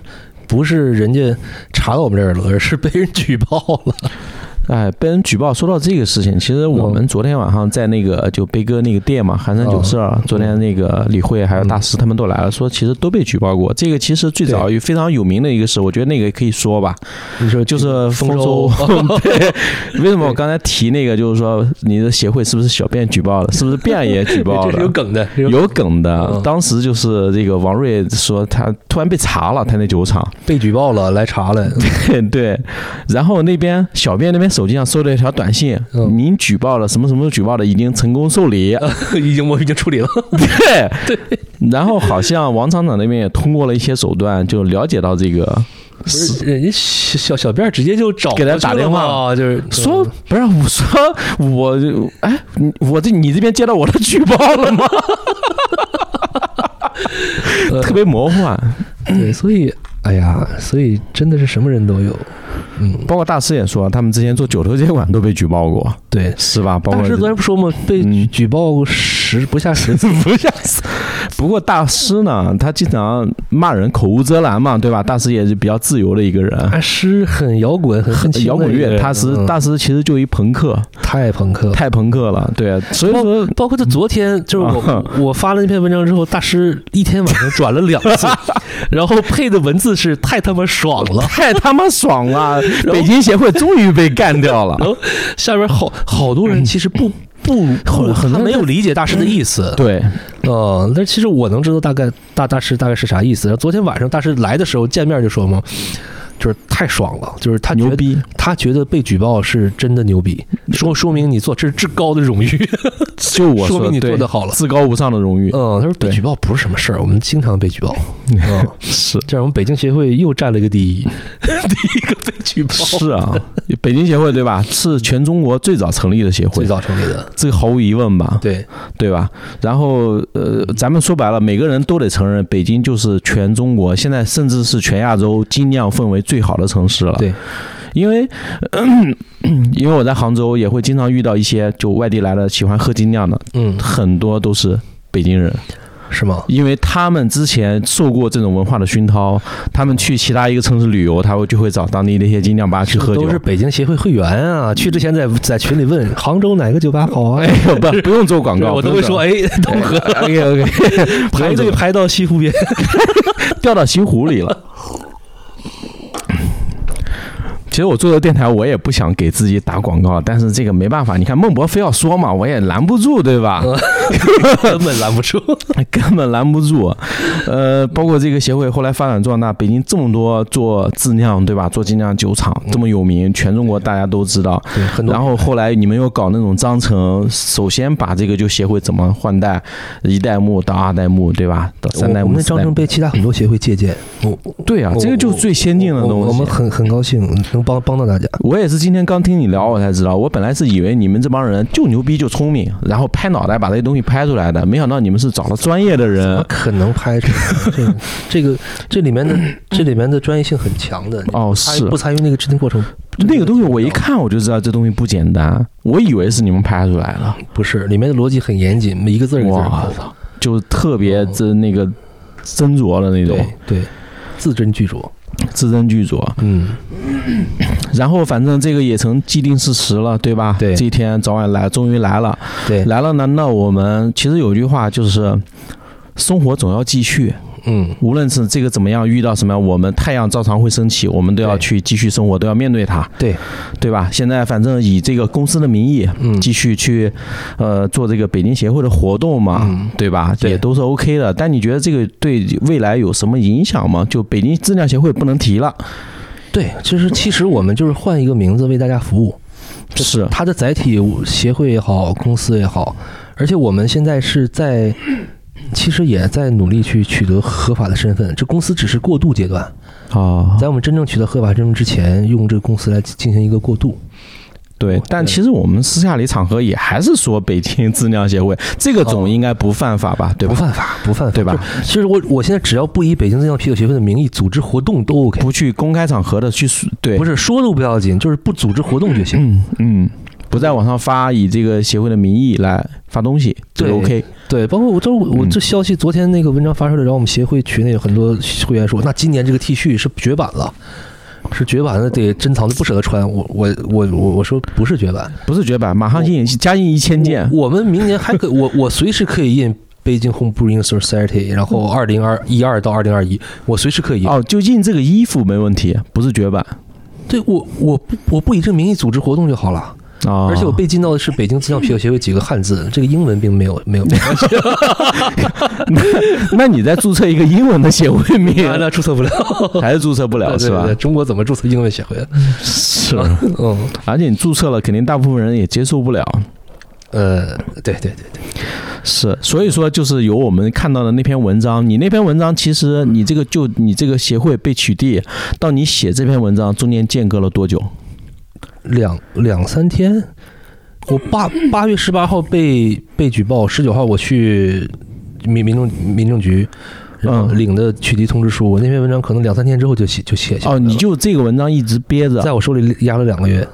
[SPEAKER 2] 不是人家查到我们这儿了，而是被人举报了。
[SPEAKER 1] 哎，被人举报。说到这个事情，其实我们昨天晚上在那个
[SPEAKER 2] 嗯
[SPEAKER 1] 就悲哥那个店嘛，寒山酒社，
[SPEAKER 2] 哦
[SPEAKER 1] 昨天那个李慧还有大师他们都来了，
[SPEAKER 2] 嗯
[SPEAKER 1] 说其实都被举报过。这个其实最早有非常有名的一个事，我觉得那个也可以说吧，
[SPEAKER 2] 你说
[SPEAKER 1] 就是丰州。 对， 为什么我刚才提那个，就是说你的协会是不是小便举报了，是不是便也举报
[SPEAKER 2] 这是有
[SPEAKER 1] 了？
[SPEAKER 2] 梗的，这是
[SPEAKER 1] 有梗的，
[SPEAKER 2] 嗯
[SPEAKER 1] 当时就是这个王瑞说他突然被查了，他那酒厂，
[SPEAKER 2] 被举报了，来查了。
[SPEAKER 1] 对，然后那边小编那边手机上收到一条短信，
[SPEAKER 2] 嗯
[SPEAKER 1] 您举报了什么什么举报的，已经成功受 理。
[SPEAKER 2] 已经我已经处理了。
[SPEAKER 1] 对 对。然后好像王厂长那边也通过了一些手段，就了解到这个
[SPEAKER 2] 不是人家小小小辫儿直接就找
[SPEAKER 1] 给他打电话
[SPEAKER 2] 过去了嘛，就是
[SPEAKER 1] 说不是我说我哎你我这你这边接到我的举报了 吗？
[SPEAKER 2] 呃
[SPEAKER 1] 特别魔幻，
[SPEAKER 2] 对，所以哎呀，所以真的是什么人都有。嗯，
[SPEAKER 1] 包括大师也说，他们之前做九头接管都被举报过，
[SPEAKER 2] 对。
[SPEAKER 1] 是吧？包
[SPEAKER 2] 大
[SPEAKER 1] 括
[SPEAKER 2] 师昨天不说吗？被
[SPEAKER 1] 嗯
[SPEAKER 2] 举报十 不下十次，
[SPEAKER 1] 不像是。不过大师呢，他经常骂人口无遮拦嘛，对吧？大师也是比较自由的一个人。
[SPEAKER 2] 大师啊很摇滚，很很
[SPEAKER 1] 摇滚乐，他是
[SPEAKER 2] 是
[SPEAKER 1] 大师，其实就一朋克，
[SPEAKER 2] 嗯太朋克了。
[SPEAKER 1] 太朋克了，对，啊所以说
[SPEAKER 2] 包括他昨天就是
[SPEAKER 1] 啊
[SPEAKER 2] 我我发了那篇文章之后，大师一天晚上转了两 次，然后配的文字是太他妈爽了，
[SPEAKER 1] 太他妈爽 了！北京协会终于被干掉了
[SPEAKER 2] 然，后下边好好多人其实不不
[SPEAKER 1] 后
[SPEAKER 2] 不，
[SPEAKER 1] 嗯很
[SPEAKER 2] 他
[SPEAKER 1] 多人
[SPEAKER 2] 没有理解大师的意思，
[SPEAKER 1] 对，
[SPEAKER 2] 嗯，但其实我能知道大概大大师大概是啥意思。然后昨天晚上大师来的时候见面就说嘛，就是太爽了，就是他觉
[SPEAKER 1] 牛
[SPEAKER 2] 得
[SPEAKER 1] 逼，嗯
[SPEAKER 2] 他觉得被举报是真的牛逼，说说明你做这是至高的荣誉，
[SPEAKER 1] 就我
[SPEAKER 2] 说
[SPEAKER 1] 说
[SPEAKER 2] 明你做
[SPEAKER 1] 对
[SPEAKER 2] 的好了。
[SPEAKER 1] 至高无上的荣誉，
[SPEAKER 2] 嗯，他说被
[SPEAKER 1] 对
[SPEAKER 2] 举报不是什么事儿，我们经常被举 报。嗯，
[SPEAKER 1] 是
[SPEAKER 2] 这让我们北京协会又占了一个第 一，第一个被举报，
[SPEAKER 1] 是啊，北京协会对吧？是全中国最早成立的协会，
[SPEAKER 2] 最早成立的。
[SPEAKER 1] 这个毫无疑问吧？
[SPEAKER 2] 对，
[SPEAKER 1] 对吧？然后呃，咱们说白了，每个人都得承认，北京就是全中国现在甚至是全亚洲精酿氛围最好的城市了。
[SPEAKER 2] 对，
[SPEAKER 1] 因为、 因为我在杭州也会经常遇到一些就外地来的喜欢喝精酿的，
[SPEAKER 2] 嗯，
[SPEAKER 1] 很多都是。北京人，
[SPEAKER 2] 是吗？
[SPEAKER 1] 因为他们之前受过这种文化的熏陶，他们去其他一个城市旅游，他会就会找当地的一些精酿吧去喝酒
[SPEAKER 2] 都。是北京协会会员啊！去之前在在群里问杭州哪个酒吧好啊
[SPEAKER 1] 哎？呦， 不不用做广
[SPEAKER 2] 对
[SPEAKER 1] 告，
[SPEAKER 2] 我都会说，哎， 都 喝
[SPEAKER 1] OK OK，
[SPEAKER 2] 排队排到西湖 边。
[SPEAKER 1] 掉到西湖里了。其实我做的电台，我也不想给自己打广告，但是这个没办法。你看孟博非要说嘛，我也拦不住，对吧？
[SPEAKER 2] 嗯根本拦不住。
[SPEAKER 1] 根本拦不住。呃，包括这个协会后来发展壮大，北京这么多做自酿，对吧？做精酿酒厂这么有名，全中国大家都知道。
[SPEAKER 2] 对，嗯很多
[SPEAKER 1] 然后后来你们又搞那种章程，首先把这个就协会怎么换代，一代目到二代目，对吧？到三代
[SPEAKER 2] 我
[SPEAKER 1] 目、
[SPEAKER 2] 们的
[SPEAKER 1] 四
[SPEAKER 2] 章
[SPEAKER 1] 代
[SPEAKER 2] 程
[SPEAKER 1] 目。
[SPEAKER 2] 被其他很多协会借鉴。我
[SPEAKER 1] 对啊，
[SPEAKER 2] 我
[SPEAKER 1] 这个就是最先进的
[SPEAKER 2] 我
[SPEAKER 1] 东西。
[SPEAKER 2] 我们很很高兴能帮帮到大家。
[SPEAKER 1] 我也是今天刚听你聊，我才知道，我本来是以为你们这帮人就牛逼就聪明，然后拍脑袋把这些东西拍出来的，没想到你们是找了专业的
[SPEAKER 2] 怎 么
[SPEAKER 1] 人。
[SPEAKER 2] 可能拍出来？这 个这个这 里面的这里面的专业性很强的。
[SPEAKER 1] 哦，
[SPEAKER 2] 参
[SPEAKER 1] 是
[SPEAKER 2] 不参与那个制定过程？
[SPEAKER 1] 那个东西，我一看我就知道这东西不简单，我以为是你们拍出来的，
[SPEAKER 2] 不是，里面的逻辑很严谨，一个字儿一个字儿
[SPEAKER 1] 哇
[SPEAKER 2] 抠
[SPEAKER 1] 操，就是特别这那个斟酌的那种
[SPEAKER 2] 对，对，字斟句酌。
[SPEAKER 1] 字斟句酌。
[SPEAKER 2] 嗯，
[SPEAKER 1] 然后反正这个也成既定事实了，对吧？
[SPEAKER 2] 对
[SPEAKER 1] 这一天早晚来，终于来了。
[SPEAKER 2] 对，
[SPEAKER 1] 来了，难道我们其实有句话就是，生活总要继续，
[SPEAKER 2] 嗯，
[SPEAKER 1] 无论是这个怎么样，遇到什么样，我们太阳照常会升起，我们都要
[SPEAKER 2] 对
[SPEAKER 1] 去继续生活，都要面对它，
[SPEAKER 2] 对，
[SPEAKER 1] 对吧？现在反正以这个公司的名义。
[SPEAKER 2] 嗯，
[SPEAKER 1] 继续去，呃，做这个北京协会的活动嘛，
[SPEAKER 2] 嗯
[SPEAKER 1] 对吧？
[SPEAKER 2] 对
[SPEAKER 1] 也都是 OK 的。但你觉得这个对未来有什么影响吗？就北京质量协会不能提了，
[SPEAKER 2] 对，其实其实我们就是换一个名字为大家服务，这
[SPEAKER 1] 是
[SPEAKER 2] 它的载体协会也好，公司也好，而且我们现在是在，其实也在努力去取得合法的身份，这公司只是过渡阶段，
[SPEAKER 1] 哦，
[SPEAKER 2] 在我们真正取得合法身份之前，用这个公司来进行一个过渡。
[SPEAKER 1] 对，
[SPEAKER 2] 哦
[SPEAKER 1] 但其实我们私下里场合也还是说北京质量协会这个总应该不犯法吧，对
[SPEAKER 2] 哦不
[SPEAKER 1] 吧？
[SPEAKER 2] 犯法，不犯法，
[SPEAKER 1] 对吧
[SPEAKER 2] 就是？其实我我现在只要不以北京自酿啤酒协会的名义组织活动都 OK，
[SPEAKER 1] 不去公开场合的去说对，
[SPEAKER 2] 不是说都不要紧，就是不组织活动就行。
[SPEAKER 1] 嗯嗯，不在网上发以这个协会的名义来发东西，这个
[SPEAKER 2] 对
[SPEAKER 1] OK，
[SPEAKER 2] 对，包括我这我
[SPEAKER 1] 嗯
[SPEAKER 2] 这消息，昨天那个文章发出来，然后我们协会群内有很多会员说，那今年这个 T 恤是绝版了。是绝版的，得珍藏的，不舍得穿。我我我我我说不是绝版，
[SPEAKER 1] 不是绝版，马上印加印一千件，
[SPEAKER 2] 我我们明年还可以，我我随时可以印北京 Home Brewing Society，然
[SPEAKER 1] 嗯
[SPEAKER 2] 后二零二一二到二零二一，我随时可以印。
[SPEAKER 1] 哦，就印这个衣服没问题，不是绝版
[SPEAKER 2] 对我我不我不以这个名义组织活动就好了。
[SPEAKER 1] 啊。
[SPEAKER 2] 而且我被禁到的是北京自酿啤酒协会几个汉字，这个英文并没有没有。
[SPEAKER 1] 那你再注册一个英文的协会名，
[SPEAKER 2] 那注册不了，
[SPEAKER 1] 还是注册不了是吧
[SPEAKER 2] 对对对？中国怎么注册英文协会？啊
[SPEAKER 1] 是，
[SPEAKER 2] 嗯，
[SPEAKER 1] 而且你注册了，肯定大部分人也接受不了。
[SPEAKER 2] 呃，对对对，
[SPEAKER 1] 是，所以说就是有我们看到的那篇文章，你那篇文章其实你这个就你这个协会被取缔，到你写这篇文章中间间隔了多久？
[SPEAKER 2] 两两三天，我八八月十八号被被举报，十九号我去民民政民政局。然后
[SPEAKER 1] 嗯
[SPEAKER 2] 领的取缔通知书，我那篇文章可能两三天之后就写就写下来
[SPEAKER 1] 哦，
[SPEAKER 2] 了
[SPEAKER 1] 你就这个文章一直憋着，
[SPEAKER 2] 在我手里压了两个月，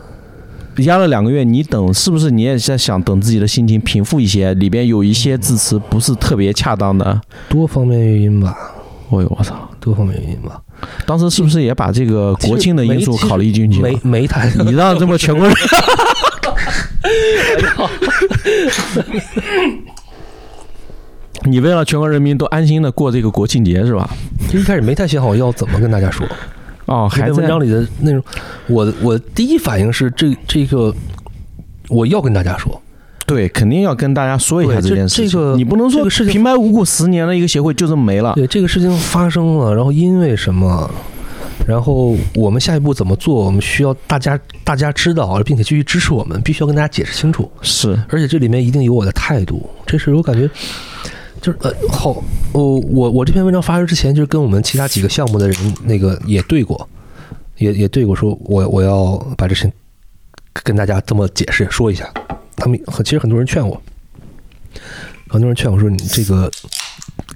[SPEAKER 1] 压了两个月，你等是不是你也在想等自己的心情平复一些？里边有一些字词不是特别恰当的。
[SPEAKER 2] 多方面原因吧，
[SPEAKER 1] 哦呦，我操！
[SPEAKER 2] 多方面原因吧，
[SPEAKER 1] 当时是不是也把这个国庆的因素
[SPEAKER 2] 其实没
[SPEAKER 1] 考虑进去了
[SPEAKER 2] 没？没太
[SPEAKER 1] 你让这么全国人，哎 你为了全国人民都安心的过这个国庆节是吧？
[SPEAKER 2] 就一开始没太想好要怎么跟大家说，
[SPEAKER 1] 哦，
[SPEAKER 2] 那
[SPEAKER 1] 还
[SPEAKER 2] 篇
[SPEAKER 1] 在
[SPEAKER 2] 文章里的内容，我的我第一反应是这这个我要跟大家说，
[SPEAKER 1] 对，肯定要跟大家说一下
[SPEAKER 2] 对这
[SPEAKER 1] 件事情。
[SPEAKER 2] 这个
[SPEAKER 1] 你不能
[SPEAKER 2] 这
[SPEAKER 1] 说
[SPEAKER 2] 个事情
[SPEAKER 1] 平白无故十年的一个协会就这么没了。
[SPEAKER 2] 对这个事情发生了，然后因为什么，然后我们下一步怎么做，我们需要大家大家知道，并且继续支持我们，必须要跟大家解释清楚，
[SPEAKER 1] 是，
[SPEAKER 2] 而且这里面一定有我的态度，这是我感觉。就是呃，好，我我我这篇文章发出之前，就是跟我们其他几个项目的人那个也对过，也也对过，说我我要把这事情跟大家这么解释说一下。他们很其实很多人劝我，很多人劝我说你这个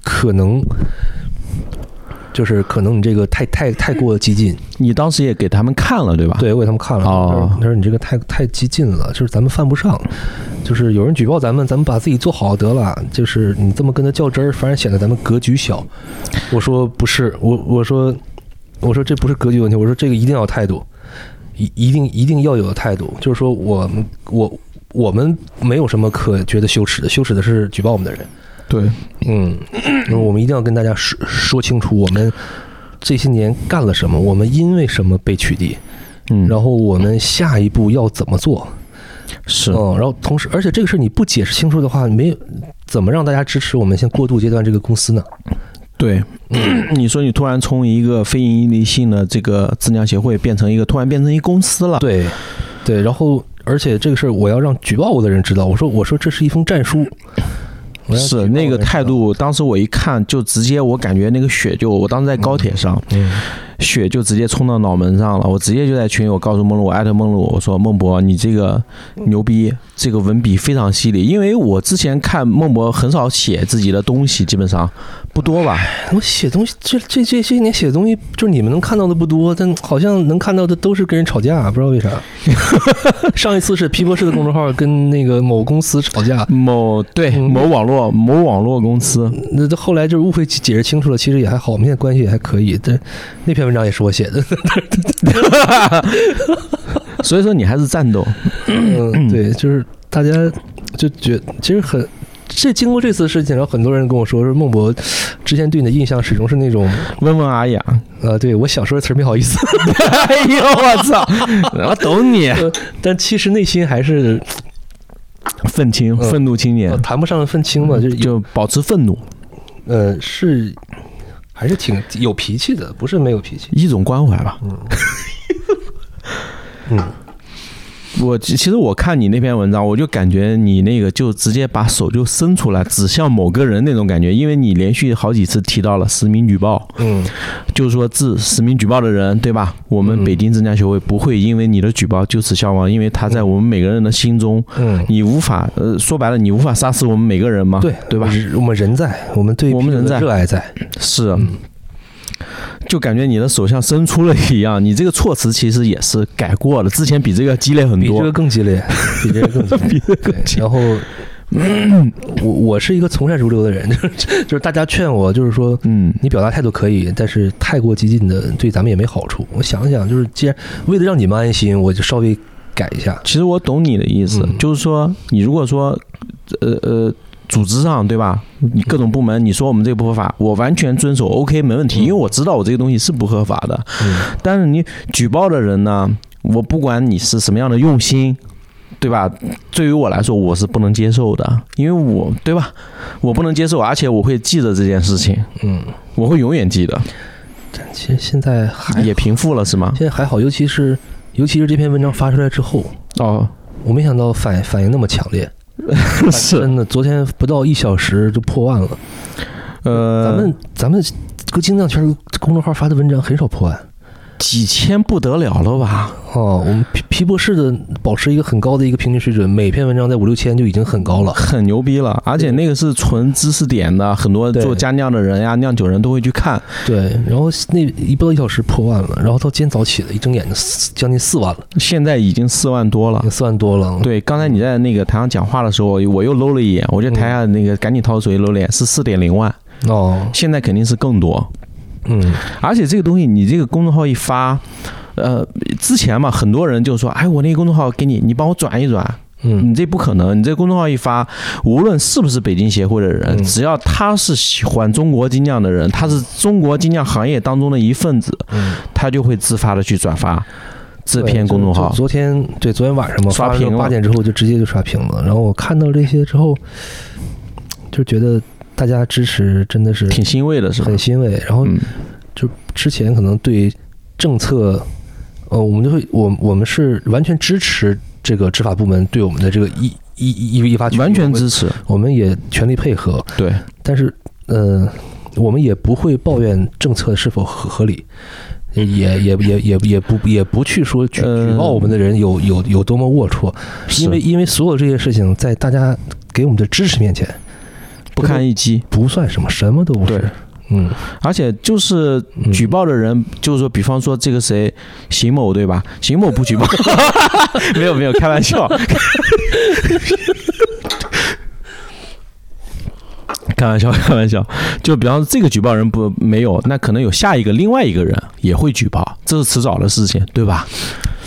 [SPEAKER 2] 可能就是可能你这个太太太过激进，
[SPEAKER 1] 你当时也给他们看了对吧？，
[SPEAKER 2] 对，我给他们看了。
[SPEAKER 1] 啊哦
[SPEAKER 2] 他说他说你这个太太激进了，就是咱们犯不上。就是有人举报咱们，咱们把自己做好得了。就是你这么跟他较真儿，反而显得咱们格局小。我说不是，我我说我说这不是格局问题，我说这个一定要有态度，一一定一定要有态度。就是说我们我我们没有什么可觉得羞耻的，羞耻的是举报我们的人。
[SPEAKER 1] 对，
[SPEAKER 2] 嗯，那么我们一定要跟大家说说清楚，我们这些年干了什么，我们因为什么被取缔，
[SPEAKER 1] 嗯，
[SPEAKER 2] 然后我们下一步要怎么做？
[SPEAKER 1] 是，
[SPEAKER 2] 嗯，然后同时，而且这个事儿你不解释清楚的话，没有怎么让大家支持我们先过渡阶段这个公司呢？
[SPEAKER 1] 对，你说你突然从一个非盈利性的这个质量协会变成一个突然变成一公司了，
[SPEAKER 2] 对，对，然后而且这个事儿我要让举报我的人知道，我说我说这是一封战书，我要举
[SPEAKER 1] 是
[SPEAKER 2] 报我的
[SPEAKER 1] 那
[SPEAKER 2] 人
[SPEAKER 1] 个
[SPEAKER 2] 知道
[SPEAKER 1] 态，度，当时我一看就直接，我感觉那个血就，我当时在高铁上，
[SPEAKER 2] 嗯
[SPEAKER 1] 血就直接冲到脑门上了，我直接就在群里我告诉梦露，我艾特梦露，我说孟博你这个
[SPEAKER 2] 嗯
[SPEAKER 1] 牛逼，这个文笔非常犀利，因为我之前看孟博很少写自己的东西，基本上不多吧，
[SPEAKER 2] 我写东西这这这些年写东西，就是你们能看到的不多，但好像能看到的都是跟人吵架，不知道 为啥。上一次是皮博士的公众号跟那个某公司吵架，
[SPEAKER 1] 某对
[SPEAKER 2] 嗯
[SPEAKER 1] 某网络某网络公司，
[SPEAKER 2] 那这后来就是误会解解释清楚了，其实也还好，我们现在关系也还可以。但那篇文章也是我 写的，
[SPEAKER 1] 所以说你还是战斗，
[SPEAKER 2] 嗯，对，就是大家就觉其实很。这经过这次事情，然后很多人跟我说，说孟博之前对你的印象始终是那种，
[SPEAKER 1] 温文尔雅，
[SPEAKER 2] 呃，对我小时候词儿没好意思，
[SPEAKER 1] 哎呦我 操，我懂你，
[SPEAKER 2] 但其实内心还是
[SPEAKER 1] 愤青
[SPEAKER 2] 嗯
[SPEAKER 1] 愤怒青年
[SPEAKER 2] 呃，谈不上愤青嘛，就是
[SPEAKER 1] 嗯就保持愤怒，
[SPEAKER 2] 呃，是还是挺有脾气的，不是没有脾气。
[SPEAKER 1] 一种关怀吧。
[SPEAKER 2] 嗯，
[SPEAKER 1] 我其其实我看你那篇文章，我就感觉你那个就直接把手就伸出来指向某个人那种感觉，因为你连续好几次提到了实名举报，
[SPEAKER 2] 嗯，
[SPEAKER 1] 就是说致实名举报的人，对吧？我们
[SPEAKER 2] 嗯
[SPEAKER 1] 北京增加协会不会因为你的举报就此消亡，因为他在我们每个人的心中，
[SPEAKER 2] 嗯，
[SPEAKER 1] 你无法呃说白了，你无法杀死我们每个人嘛，
[SPEAKER 2] 对
[SPEAKER 1] 啊对吧？
[SPEAKER 2] 人我们人在，我们对
[SPEAKER 1] 我们
[SPEAKER 2] 啤酒的
[SPEAKER 1] 人在
[SPEAKER 2] 热爱在。
[SPEAKER 1] 是。啊
[SPEAKER 2] 嗯
[SPEAKER 1] 就感觉你的手像伸出了一样，你这个措辞其实也是改过了，之前比这个激烈很
[SPEAKER 2] 比
[SPEAKER 1] 多。
[SPEAKER 2] 这个更激烈，比这个更激烈。对然后，我我是一个从善如流的人， 就是就是大家劝我，就是说
[SPEAKER 1] 嗯，
[SPEAKER 2] 你表达态度可以，但是太过激进的对咱们也没好处。我想想，就是既然为了让你们安心，我就稍微改一下。
[SPEAKER 1] 其实我懂你的意思，
[SPEAKER 2] 嗯
[SPEAKER 1] 就是说，你如果说，呃呃，组织上对吧？你各种部门，你说我们这个不合法，我完全遵守，OK，没问题，
[SPEAKER 2] 嗯
[SPEAKER 1] 因为我知道我这个东西是不合法的。
[SPEAKER 2] 嗯
[SPEAKER 1] 但是你举报的人呢，我不管你是什么样的用心。对吧？对于我来说，我是不能接受的，因为我对吧？我不能接受，而且我会记得这件事情，
[SPEAKER 2] 嗯，
[SPEAKER 1] 我会永远记得。
[SPEAKER 2] 但其实现在还
[SPEAKER 1] 也平复了是吗？
[SPEAKER 2] 现在还好，尤其是尤其是这篇文章发出来之后，
[SPEAKER 1] 哦，
[SPEAKER 2] 我没想到反反应那么强烈，
[SPEAKER 1] 是，
[SPEAKER 2] 真的，昨天不到一小时就破万了。
[SPEAKER 1] 呃，
[SPEAKER 2] 咱们咱们搁精酿圈公众号发的文章很少破万
[SPEAKER 1] 几千不得了了吧？
[SPEAKER 2] 哦，我
[SPEAKER 1] 啊
[SPEAKER 2] 们皮皮博士的保持一个很高的一个平均水准，每篇文章在五六千就已经很高了。
[SPEAKER 1] 很牛逼了，而且那个是纯知识点的，很多做
[SPEAKER 2] 对
[SPEAKER 1] 家酿的人呀、酿酒人都会去看。
[SPEAKER 2] 对，然后那一不到一小时破万了，然后到今天早起了，一睁眼就四将近四万了，
[SPEAKER 1] 现在已经四万多了
[SPEAKER 2] 已。经四万多了。，
[SPEAKER 1] 啊对，刚才你在那个台上讲话的时候，我又搂了一眼，我就台下那个赶紧掏出手机搂了一眼，是四点零万，
[SPEAKER 2] 哦，
[SPEAKER 1] 现在肯定是更多。
[SPEAKER 2] 嗯
[SPEAKER 1] 而且这个东西，你这个公众号一发，呃，之前嘛，很多人就说，哎，我那个公众号给你，你帮我转一转。
[SPEAKER 2] 嗯
[SPEAKER 1] 你这不可能，你这公众号一发，无论是不是北京协会的人，
[SPEAKER 2] 嗯
[SPEAKER 1] 只要他是喜欢中国精酿的人，他是中国精酿行业当中的一份子，
[SPEAKER 2] 嗯，
[SPEAKER 1] 他就会自发的去转发这篇公众
[SPEAKER 2] 对
[SPEAKER 1] 号
[SPEAKER 2] 就。昨天对，昨天晚上嘛，
[SPEAKER 1] 刷
[SPEAKER 2] 发完之后
[SPEAKER 1] 屏了
[SPEAKER 2] 八点之后就直接就刷屏了。然后我看到这些之后，就觉得大家支持真的是
[SPEAKER 1] 挺欣慰的是吧
[SPEAKER 2] 很？欣慰。然后
[SPEAKER 1] 嗯，
[SPEAKER 2] 之前可能对政策，呃，我们就会，我我们是完全支持这个执法部门对我们的这个依依依依法举报
[SPEAKER 1] 完全
[SPEAKER 2] 我们
[SPEAKER 1] 支持。
[SPEAKER 2] 我们也全力配合。
[SPEAKER 1] 对，
[SPEAKER 2] 但是，呃，我们也不会抱怨政策是否合合理，也也也也也不也不去说举
[SPEAKER 1] 呃
[SPEAKER 2] 举报我们的人有有有多么龌龊，
[SPEAKER 1] 是
[SPEAKER 2] 因为因为所有这些事情在大家给我们的支持面前
[SPEAKER 1] 不堪一击。
[SPEAKER 2] 不算什么，什么都不
[SPEAKER 1] 对
[SPEAKER 2] 是。嗯，
[SPEAKER 1] 而且就是
[SPEAKER 2] 嗯
[SPEAKER 1] 举报的人，就是说，比方说这个谁，邢某对吧？邢某不举 报，没有没有，开玩笑，开玩笑，开玩笑。就比方说这个举报人不没有，那可能有下一个另外一个人也会举报，这是迟早的事情，对吧？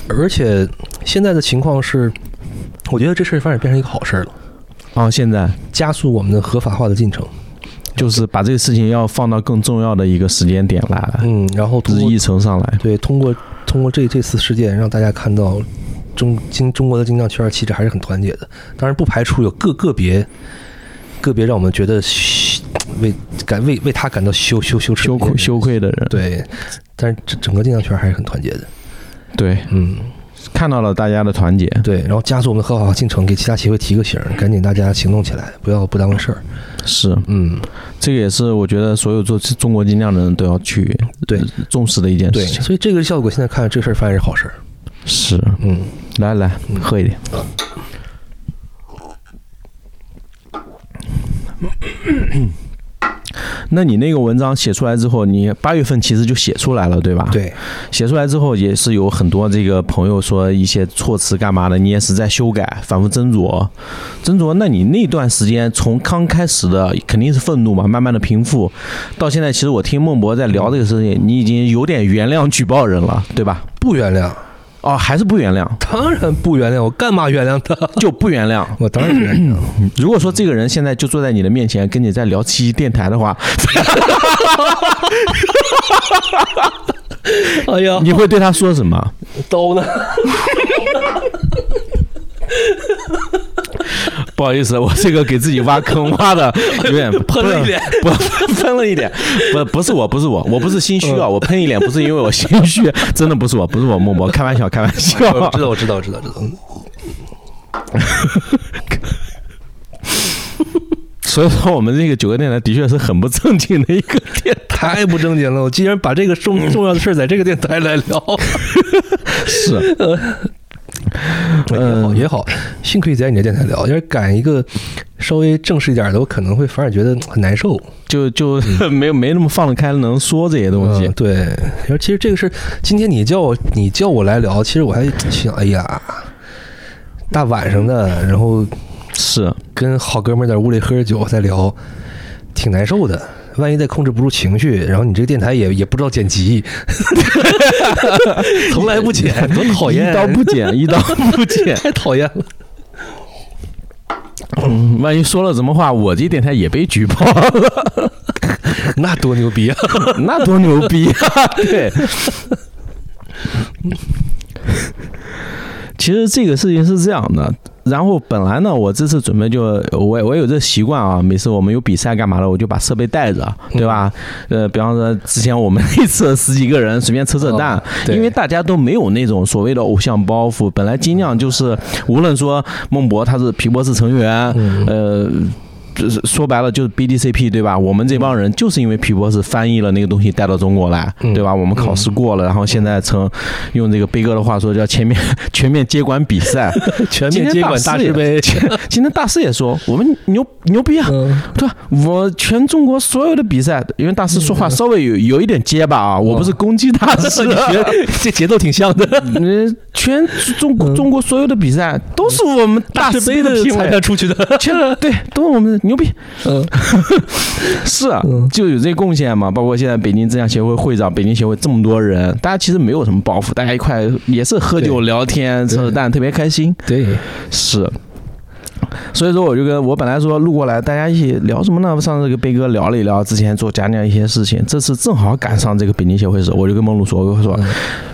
[SPEAKER 2] 而且现在的情况是，我觉得这事儿发展变成一个好事儿了，
[SPEAKER 1] 啊，现在
[SPEAKER 2] 加速我们的合法化的进程。
[SPEAKER 1] 就是把这个事情要放到更重要的一个时间点来，
[SPEAKER 2] 嗯，然后
[SPEAKER 1] 就是
[SPEAKER 2] 通过
[SPEAKER 1] 议程上来。
[SPEAKER 2] 对通过通通过这这次事件，让大家看到中经中国的经酿圈其实还是很团结的。当然，不排除有个个别个别让我们觉得嘘为感为为他感到羞羞羞耻
[SPEAKER 1] 羞
[SPEAKER 2] 的
[SPEAKER 1] 愧
[SPEAKER 2] 人
[SPEAKER 1] 羞愧的人，
[SPEAKER 2] 对，但是整整个经酿圈还是很团结的。
[SPEAKER 1] 对，
[SPEAKER 2] 嗯，
[SPEAKER 1] 看到了大家的团结，
[SPEAKER 2] 对。然后加速我们的合法化进程，给其他协会提个醒儿，赶紧大家行动起来，不要不当回事儿。
[SPEAKER 1] 是
[SPEAKER 2] 嗯，
[SPEAKER 1] 这个也是我觉得所有做中国精酿的人都要去
[SPEAKER 2] 对
[SPEAKER 1] 重视的一件
[SPEAKER 2] 对。
[SPEAKER 1] 事情。
[SPEAKER 2] 所以这个效果现在看，这事儿发现是好事儿。
[SPEAKER 1] 是，
[SPEAKER 2] 嗯，
[SPEAKER 1] 来来
[SPEAKER 2] 嗯
[SPEAKER 1] 喝一点。那你那个文章写出来之后，你八月份其实就写出来了，对吧？。
[SPEAKER 2] 对
[SPEAKER 1] 写出来之后，也是有很多这个朋友说一些措辞干嘛的，你也是在修改，反复斟酌，斟酌。那你那段时间从刚开始的肯定是愤怒嘛，慢慢的平复，到现在，其实我听孟博在聊这个事情，你已经有点原谅举报人了，对吧？
[SPEAKER 2] 不原谅，
[SPEAKER 1] 哦，还是不原谅，
[SPEAKER 2] 当然不原谅，我干嘛原谅他？
[SPEAKER 1] 就不原谅。
[SPEAKER 2] 我当然不原谅。
[SPEAKER 1] 如果说这个人现在就坐在你的面前，跟你在聊七夕电台的话，
[SPEAKER 2] 哎呀，
[SPEAKER 1] 你会对他说什么？
[SPEAKER 2] 刀呢？
[SPEAKER 1] 不好意思，我这个给自己挖坑挖的有 点
[SPEAKER 2] 喷了一脸，
[SPEAKER 1] 不喷了一 脸， 不不是我，不是我，我不是心虚啊，我喷一脸不是因为我心虚，真的不是我，不是我，默默，开玩笑，开玩
[SPEAKER 2] 我
[SPEAKER 1] 笑
[SPEAKER 2] 知。道，我知道，我知道，知道。
[SPEAKER 1] 所以说我们这个九个电台的确是很不正经的一个电台，
[SPEAKER 2] 太不正经了！我竟然把这个 重重要的事儿在这个电台来聊，
[SPEAKER 1] 是
[SPEAKER 2] 也好也好，幸亏在你这电台聊，要是赶一个稍微正式一点的，我可能会反而觉得很难受。
[SPEAKER 1] 就就没有没那么放得开，能说这些东西
[SPEAKER 2] 嗯，。对。然后其实这个事儿，今天你叫我你叫我来聊，其实我还想，哎呀，大晚上的，然后
[SPEAKER 1] 是
[SPEAKER 2] 跟好哥们儿在屋里喝着酒再聊，挺难受的。万一再控制不住情绪，然后你这个电台也也不知道剪辑， 从来不剪，多讨厌！
[SPEAKER 1] 一刀不剪，一刀不 剪。
[SPEAKER 2] 太讨厌了。
[SPEAKER 1] 嗯万一说了什么话，我这电台也被举报了，
[SPEAKER 2] 那多牛逼啊！
[SPEAKER 1] 那多牛逼 啊！对。其实这个事情是这样的，然后本来呢，我这次准备就我也我也有这习惯啊，每次我们有比赛干嘛的，我就把设备带着，对吧？呃，比方说之前我们 那次十几个人随便扯扯淡
[SPEAKER 2] 嗯哦，对
[SPEAKER 1] 因为大家都没有那种所谓的偶像包袱。本来精酿就是，无论说孟博他是皮博士成员，
[SPEAKER 2] 嗯
[SPEAKER 1] 呃。就是说白了就是 BDCP 对吧？我们这帮人就是因为皮博士翻译了那个东西带到中国来，
[SPEAKER 2] 嗯
[SPEAKER 1] 对吧？我们考试过了，然后现在成用这个悲哥的话说叫全面 全面接管比赛，
[SPEAKER 2] 全
[SPEAKER 1] 今
[SPEAKER 2] 面
[SPEAKER 1] 天
[SPEAKER 2] 接管大
[SPEAKER 1] 大
[SPEAKER 2] 师杯。
[SPEAKER 1] 今天大师也说我们牛牛逼啊，
[SPEAKER 2] 嗯，
[SPEAKER 1] 对吧？我全中国所有的比赛，因为大师说
[SPEAKER 2] 嗯
[SPEAKER 1] 话稍微有有一点结巴啊，我不
[SPEAKER 2] 哦
[SPEAKER 1] 是攻击大师，啊
[SPEAKER 2] 这节奏挺像的。
[SPEAKER 1] 嗯，全中国
[SPEAKER 2] 嗯
[SPEAKER 1] 中国所有的比赛都是我们大师
[SPEAKER 2] 杯
[SPEAKER 1] 的评
[SPEAKER 2] 裁
[SPEAKER 1] 委
[SPEAKER 2] 判，出去的，
[SPEAKER 1] 全对，都是我们牛逼，
[SPEAKER 2] 嗯，
[SPEAKER 1] 是啊
[SPEAKER 2] 嗯
[SPEAKER 1] 就有这贡献嘛。包括现在北京正向协会会长、北京协会这么多人，大家其实没有什么包袱，大家一块也是喝酒聊天、
[SPEAKER 2] 对
[SPEAKER 1] 扯扯淡，特别开心。
[SPEAKER 2] 对，
[SPEAKER 1] 是。所以说，我就跟我本来说路过来，大家一起聊什么呢？上次跟贝哥聊了一聊之前做讲讲一些事情，这次正好赶上这个北京协会时，我就跟梦露说，我就说，
[SPEAKER 2] 嗯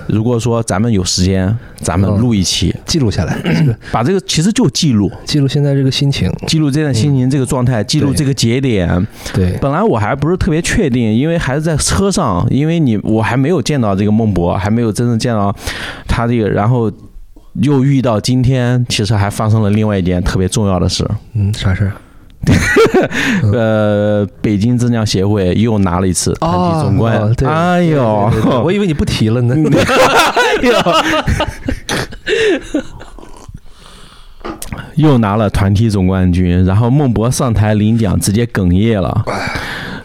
[SPEAKER 1] 如果说咱们有时间，咱们
[SPEAKER 2] 嗯
[SPEAKER 1] 录一期，
[SPEAKER 2] 记录下来，记录
[SPEAKER 1] 把这个其实就记录，
[SPEAKER 2] 记录现在这个心情。
[SPEAKER 1] 记录这段心情、这个状态，记录
[SPEAKER 2] 对
[SPEAKER 1] 这个节点。
[SPEAKER 2] 对，
[SPEAKER 1] 本来我还不是特别确定，因为还是在车上，因为你我还没有见到这个孟博，还没有真正见到他这个，然后又遇到今天，其实还发生了另外一件特别重要的事。
[SPEAKER 2] 嗯，啥事儿？
[SPEAKER 1] 呃，北京质量协会又拿了一次团体总冠。
[SPEAKER 2] 哦对
[SPEAKER 1] 哎呦，
[SPEAKER 2] 对对对我以为你不提了 呢。
[SPEAKER 1] 又拿了团体总冠军，然后孟博上台领奖，直接哽咽了。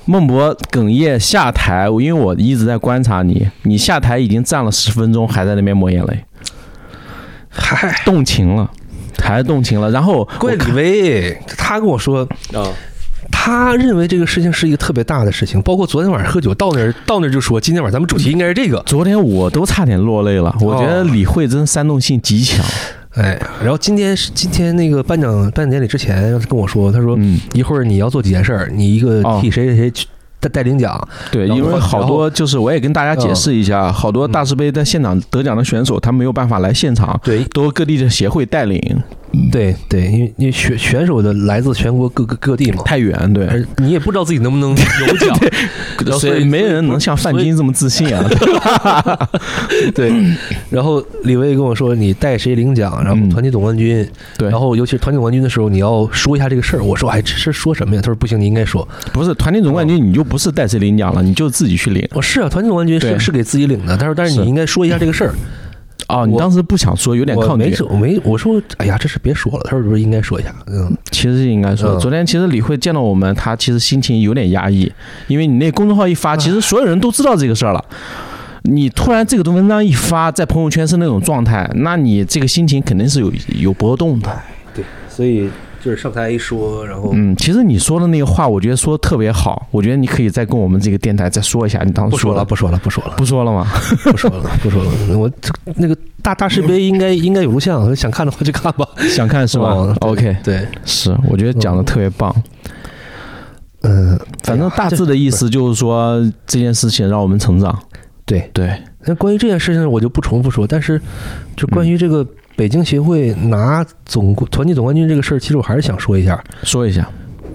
[SPEAKER 1] 孟博哽咽下台，因为我一直在观察你，你下台已经站了十分钟，还在那边抹眼泪，
[SPEAKER 2] 嗨，
[SPEAKER 1] 动情了，还动情了。然后我
[SPEAKER 2] 怪李维，他跟我说，
[SPEAKER 1] 啊，
[SPEAKER 2] 他认为这个事情是一个特别大的事情，包括昨天晚上喝酒到那儿，到那儿就说今天晚上咱们主题应该是这个。
[SPEAKER 1] 昨天我都差点落泪了。我觉得
[SPEAKER 2] 哦
[SPEAKER 1] 李慧珍煽动性极强。
[SPEAKER 2] 哎，然后今天是今天那个颁奖颁奖典礼之前跟我说，他说
[SPEAKER 1] 嗯，
[SPEAKER 2] 一会儿你要做几件事儿，你一个
[SPEAKER 1] 哦
[SPEAKER 2] 替谁谁谁去带带领奖，
[SPEAKER 1] 对，
[SPEAKER 2] 然后嗯
[SPEAKER 1] 因为好多就是我也跟大家解释一下，好多大师杯在现场得奖的选手，他没有办法来现场，
[SPEAKER 2] 对
[SPEAKER 1] 都各地的协会带领，
[SPEAKER 2] 对对，因为因为选选手的来自全国各个各地嘛，
[SPEAKER 1] 太远，对，
[SPEAKER 2] 而你也不知道自己能不能有 奖，然后所
[SPEAKER 1] 所
[SPEAKER 2] 以
[SPEAKER 1] 以没人能像范金这么自信 啊。
[SPEAKER 2] 对。然后李威跟我说，你带谁领奖，然后
[SPEAKER 1] 嗯
[SPEAKER 2] 团体总冠军，
[SPEAKER 1] 对，
[SPEAKER 2] 然后尤其是团体总冠军的时候，你要说一下这个事儿。我说，哎，这是说什么呀？他说不行，你应该说。
[SPEAKER 1] 不是团体总冠军，你就不是带谁领奖了，你就自己去领。
[SPEAKER 2] 我是啊，团体总冠军是
[SPEAKER 1] 对
[SPEAKER 2] 是给自己领的，但是但是
[SPEAKER 1] 是
[SPEAKER 2] 你应该说一下这个 事儿。
[SPEAKER 1] 哦，你
[SPEAKER 2] 我
[SPEAKER 1] 当时不想说，有点
[SPEAKER 2] 我
[SPEAKER 1] 抗
[SPEAKER 2] 没
[SPEAKER 1] 拒。
[SPEAKER 2] 说，我没我说，哎呀，这事别说了。他说不是应该说一下，嗯，
[SPEAKER 1] 其实应该说，
[SPEAKER 2] 嗯
[SPEAKER 1] 昨天其实李慧见到我们，她其实心情有点压抑，因为你那公众号一发，其实所有人都知道这个事儿了。你突然这个文章一发，在朋友圈是那种状态，那你这个心情肯定是有有波动的。
[SPEAKER 2] 对，所以就是上台一说，然后
[SPEAKER 1] 嗯，其实你说的那个话，我觉得说的特别好，我觉得你可以再跟我们这个电台再说一下，你当时
[SPEAKER 2] 不说了，
[SPEAKER 1] 的
[SPEAKER 2] 不说了，不说了。
[SPEAKER 1] 不说了吗？
[SPEAKER 2] 不说了， 不说了。我这那个大大师杯应该应该有录像，想看的话去看吧。
[SPEAKER 1] 想看是吧、
[SPEAKER 2] 哦
[SPEAKER 1] o k
[SPEAKER 2] 对，
[SPEAKER 1] 是，我觉得讲的特别棒。
[SPEAKER 2] 嗯，
[SPEAKER 1] 反正大致的意思就是说，这件事情让我们成长。
[SPEAKER 2] 对。
[SPEAKER 1] 对，
[SPEAKER 2] 那关于这件事情，我就不重复说。但是，就关
[SPEAKER 1] 嗯
[SPEAKER 2] 于这个北京协会拿总团体总冠军这个事儿，其实我还是想说一下，
[SPEAKER 1] 说一下，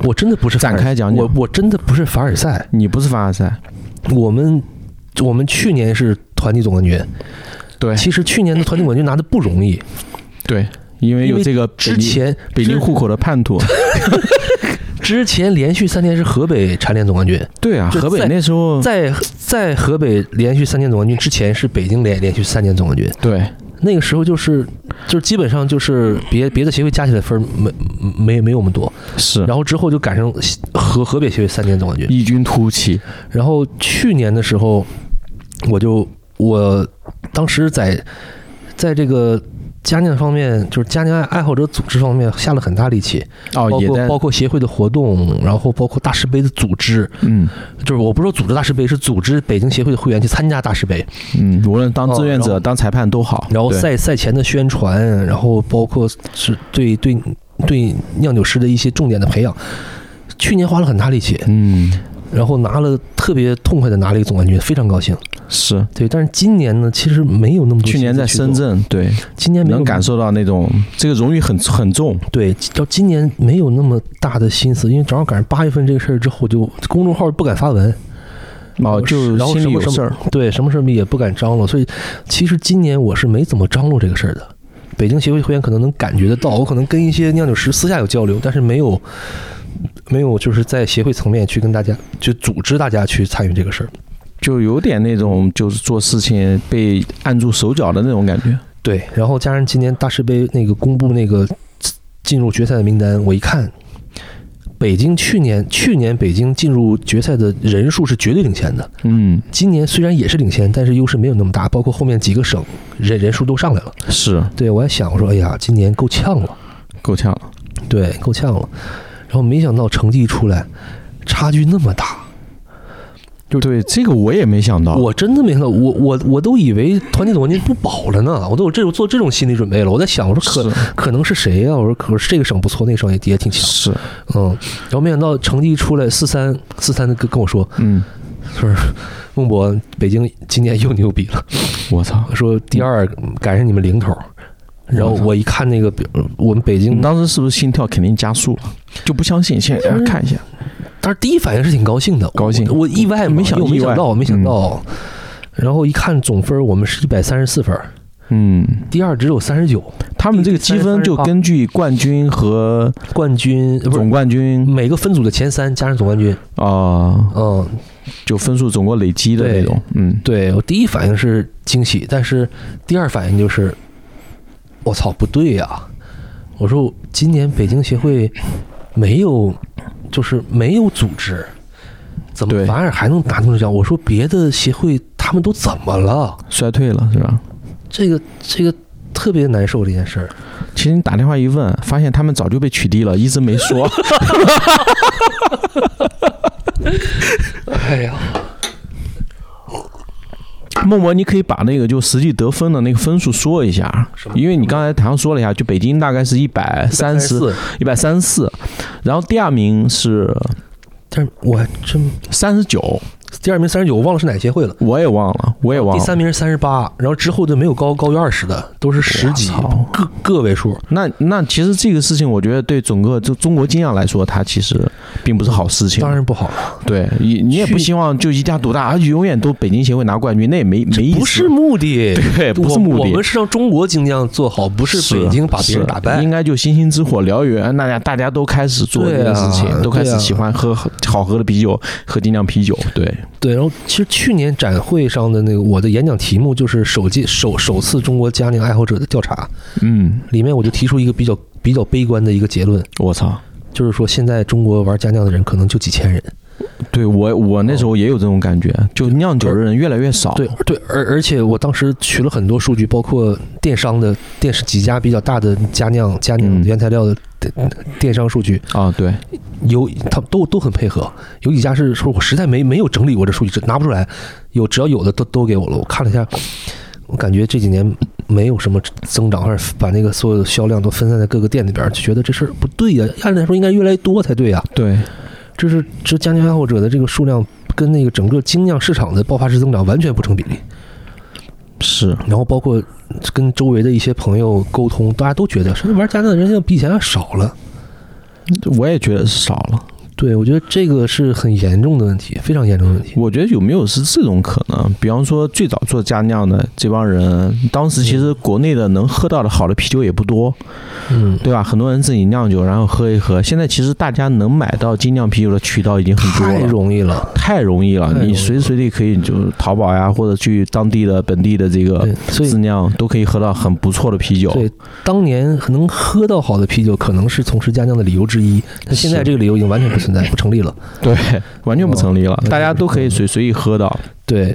[SPEAKER 2] 我真的不是凡尔
[SPEAKER 1] 展开讲讲
[SPEAKER 2] 我我真的不是凡尔赛。
[SPEAKER 1] 你不是凡尔赛，
[SPEAKER 2] 我们我们去年是团体总冠军，
[SPEAKER 1] 对
[SPEAKER 2] 其实去年的团体总冠军拿的不容易。
[SPEAKER 1] 对，因为有这个
[SPEAKER 2] 之
[SPEAKER 1] 北京
[SPEAKER 2] 前
[SPEAKER 1] 北京户口的叛徒。
[SPEAKER 2] 之前连续三年是河北蝉联总冠军，
[SPEAKER 1] 对啊，
[SPEAKER 2] 就
[SPEAKER 1] 河北
[SPEAKER 2] 在
[SPEAKER 1] 那时候，
[SPEAKER 2] 在在河北连续三年总冠军之前，是北京连连续三年总冠军。
[SPEAKER 1] 对
[SPEAKER 2] 那个时候就是就是基本上就是别别的协会加起来分儿没没没我们多，
[SPEAKER 1] 是
[SPEAKER 2] 然后之后就赶上河河北协会三年总冠军。
[SPEAKER 1] 异军突起，
[SPEAKER 2] 然后去年的时候，我就我当时在在这个嘉酿方面，就是嘉酿爱好者组织方面下了很大力气，
[SPEAKER 1] 哦
[SPEAKER 2] 包，
[SPEAKER 1] 也在
[SPEAKER 2] 括包括协会的活动，然后包括大师杯的组织，
[SPEAKER 1] 嗯
[SPEAKER 2] 就是我不是说组织大师杯，是组织北京协会的会员去参加大师杯，
[SPEAKER 1] 嗯，无论当志愿
[SPEAKER 2] 哦然
[SPEAKER 1] 者、
[SPEAKER 2] 后
[SPEAKER 1] 当裁判都好。
[SPEAKER 2] 然后
[SPEAKER 1] 对
[SPEAKER 2] 赛赛前的宣传，然后包括是对对对酿酒师的一些重点的培养。去年花了很大力气，
[SPEAKER 1] 嗯
[SPEAKER 2] 然后拿了特别痛快的拿了一个总冠军，非常高兴。
[SPEAKER 1] 是，
[SPEAKER 2] 对，但是今年呢，其实没有那么多。
[SPEAKER 1] 去年在深，圳，对，
[SPEAKER 2] 今年没有
[SPEAKER 1] 能感受到那种这个荣誉很很重。哦
[SPEAKER 2] 对，到今年没有那么大的心思，因为正好赶上八月份这个事儿之后，就公众号不敢发文，
[SPEAKER 1] 哦，就
[SPEAKER 2] 然后
[SPEAKER 1] 心
[SPEAKER 2] 什
[SPEAKER 1] 里
[SPEAKER 2] 么
[SPEAKER 1] 有
[SPEAKER 2] 什么
[SPEAKER 1] 事儿，
[SPEAKER 2] 对，什么事儿也不敢张罗，所以其实今年我是没怎么张罗这个事儿的。北京协会会员可能能感觉得到，我可能跟一些酿酒师私下有交流，但是没有没有就是在协会层面去跟大家去组织大家去参与这个事儿。
[SPEAKER 1] 就有点那种就是做事情被按住手脚的那种感觉。
[SPEAKER 2] 对，然后加上今年大师杯那个公布那个进入决赛的名单，我一看，北京去年去年北京进入决赛的人数是绝对领先的，
[SPEAKER 1] 嗯，
[SPEAKER 2] 今年虽然也是领先，但是优势没有那么大，包括后面几个省人人数都上来了。
[SPEAKER 1] 是
[SPEAKER 2] 对我还想我说，哎呀，今年够呛了，
[SPEAKER 1] 够呛了。
[SPEAKER 2] 对，够呛了。然后没想到成绩一出来，差距那么大，
[SPEAKER 1] 对，这个我也没想到。
[SPEAKER 2] 我真的没想到，我我我都以为团体总冠军不保了呢，我都有这种做这种心理准备了。我在想，我说可
[SPEAKER 1] 是
[SPEAKER 2] 可能是谁啊呀、我说可是这个省不错，那个省也也挺强，
[SPEAKER 1] 是，
[SPEAKER 2] 嗯。然后没想到成绩一出来，四三四三的跟跟我说，
[SPEAKER 1] 嗯，
[SPEAKER 2] 说孟博北京今年又牛逼了，
[SPEAKER 1] 我操！
[SPEAKER 2] 说第二赶上你们零头。然后我一看那个我们北
[SPEAKER 1] 你
[SPEAKER 2] 京，
[SPEAKER 1] 当时是不是心跳肯定加速了？就不相信，现在
[SPEAKER 2] 嗯
[SPEAKER 1] 看一下，
[SPEAKER 2] 当时第一反应是挺高兴的，
[SPEAKER 1] 高兴
[SPEAKER 2] 我我意外嘛
[SPEAKER 1] 没想
[SPEAKER 2] 因为我没
[SPEAKER 1] 意外嗯
[SPEAKER 2] 想到，没想到。然后一看总分，我们是一百三十四分，
[SPEAKER 1] 嗯，
[SPEAKER 2] 第二只有三十九，
[SPEAKER 1] 他们这个积分就根据冠军和
[SPEAKER 2] 冠军呃不是
[SPEAKER 1] 总冠军
[SPEAKER 2] 每个分组的前三加上总冠军。
[SPEAKER 1] 啊、
[SPEAKER 2] 嗯，
[SPEAKER 1] 就分数总共累积的那种，嗯，
[SPEAKER 2] 对我第一反应是惊喜，但是第二反应就是，我操，不对呀、我说今年北京协会没有，就是没有组织，怎么
[SPEAKER 1] 对
[SPEAKER 2] 反而还能拿出奖？我说别的协会他们都怎么了？
[SPEAKER 1] 衰退了是吧？
[SPEAKER 2] 这个这个特别难受这件事儿。
[SPEAKER 1] 其实你打电话一问，发现他们早就被取缔了，一直没说。
[SPEAKER 2] 哎呀，
[SPEAKER 1] 默默，你可以把那个就实际得分的那个分数说一下，因为你刚才台上说了一下，就北京大概是一百三十
[SPEAKER 2] 四
[SPEAKER 1] 一百三十四，然后第二名是
[SPEAKER 2] 但是我还真
[SPEAKER 1] 三十九，
[SPEAKER 2] 第二名三十九，我忘了是哪协会了。
[SPEAKER 1] 我也忘了，我也忘
[SPEAKER 2] 哦第
[SPEAKER 1] 了。
[SPEAKER 2] 三名是三十八，然后之后就没有高高于二十的，都是十几
[SPEAKER 1] 我操
[SPEAKER 2] 个个位数。
[SPEAKER 1] 那那其实这个事情，我觉得对整个就中国金亚来说，它其实并不是好事情。
[SPEAKER 2] 当然不好了，
[SPEAKER 1] 对你你也
[SPEAKER 2] 去
[SPEAKER 1] 不希望就一家独大，而且永远都北京协会拿冠军，那也没没意思。
[SPEAKER 2] 不是目的，
[SPEAKER 1] 对，不是
[SPEAKER 2] 我
[SPEAKER 1] 目的。
[SPEAKER 2] 我们是让中国精酿做好，不是北京把别人打
[SPEAKER 1] 是
[SPEAKER 2] 败
[SPEAKER 1] 应。该就星星之火燎原，大家大家都开始做这
[SPEAKER 2] 对
[SPEAKER 1] 件
[SPEAKER 2] 啊
[SPEAKER 1] 事情，都开
[SPEAKER 2] 对
[SPEAKER 1] 始
[SPEAKER 2] 啊
[SPEAKER 1] 喜欢喝好喝的啤酒，喝精酿啤酒。对，
[SPEAKER 2] 对，然后其实去年展会上的那个我的演讲题目就是首届首首次中国家酿爱好者的调查，
[SPEAKER 1] 嗯，
[SPEAKER 2] 里面我就提出一个比较比较悲观的一个结论，
[SPEAKER 1] 我操，
[SPEAKER 2] 就是说现在中国玩家酿的人可能就几千人。
[SPEAKER 1] 对我我那时候也有这种感觉，就酿酒的人越来越少。
[SPEAKER 2] 对对，而而且我当时取了很多数据，包括电商的电视几家比较大的家酿家
[SPEAKER 1] 嗯
[SPEAKER 2] 酿原材料的电电商数据，
[SPEAKER 1] 啊，对，
[SPEAKER 2] 有他们都都很配合，有几家是说我实在没没有整理我这数据，这拿不出来，有只要有的都都给我了。我看了一下，我感觉这几年没有什么增长，或者把那个所有的销量都分散在各个店里边儿，就觉得这事儿不对呀、按理来说应该越来越多才对呀、
[SPEAKER 1] 对，
[SPEAKER 2] 这是这家庭爱好者的这个数量跟那个整个精酿市场的爆发式增长完全不成比例。
[SPEAKER 1] 是，
[SPEAKER 2] 然后包括跟周围的一些朋友沟通，大家都觉得说玩家的人要比以前要少了。
[SPEAKER 1] 我也觉得是少了。
[SPEAKER 2] 对，我觉得这个是很严重的问题，非常严重的问题。
[SPEAKER 1] 我觉得有没有是这种可能？比方说，最早做家酿的这帮人，当时其实国内的能喝到的好的啤酒也不多，
[SPEAKER 2] 嗯，
[SPEAKER 1] 对吧？很多人自己酿酒，然后喝一喝。现在其实大家能买到精酿啤酒的渠道已经很多
[SPEAKER 2] 太
[SPEAKER 1] 了，
[SPEAKER 2] 容易了。
[SPEAKER 1] 太容易了
[SPEAKER 2] 太，容易
[SPEAKER 1] 你随时随地可以就淘宝呀，或者去当地的本地的这个
[SPEAKER 2] 对，所
[SPEAKER 1] 自
[SPEAKER 2] 以
[SPEAKER 1] 酿都可以喝到很不错的啤酒。
[SPEAKER 2] 对当年能喝到好的啤酒，可能是从事家酿的理由之一。但现在
[SPEAKER 1] 是
[SPEAKER 2] 这个理由已经完全不存在，不成立了。
[SPEAKER 1] 对，完全不成立了
[SPEAKER 2] 哦，
[SPEAKER 1] 大家都可以随随意喝到。
[SPEAKER 2] 对，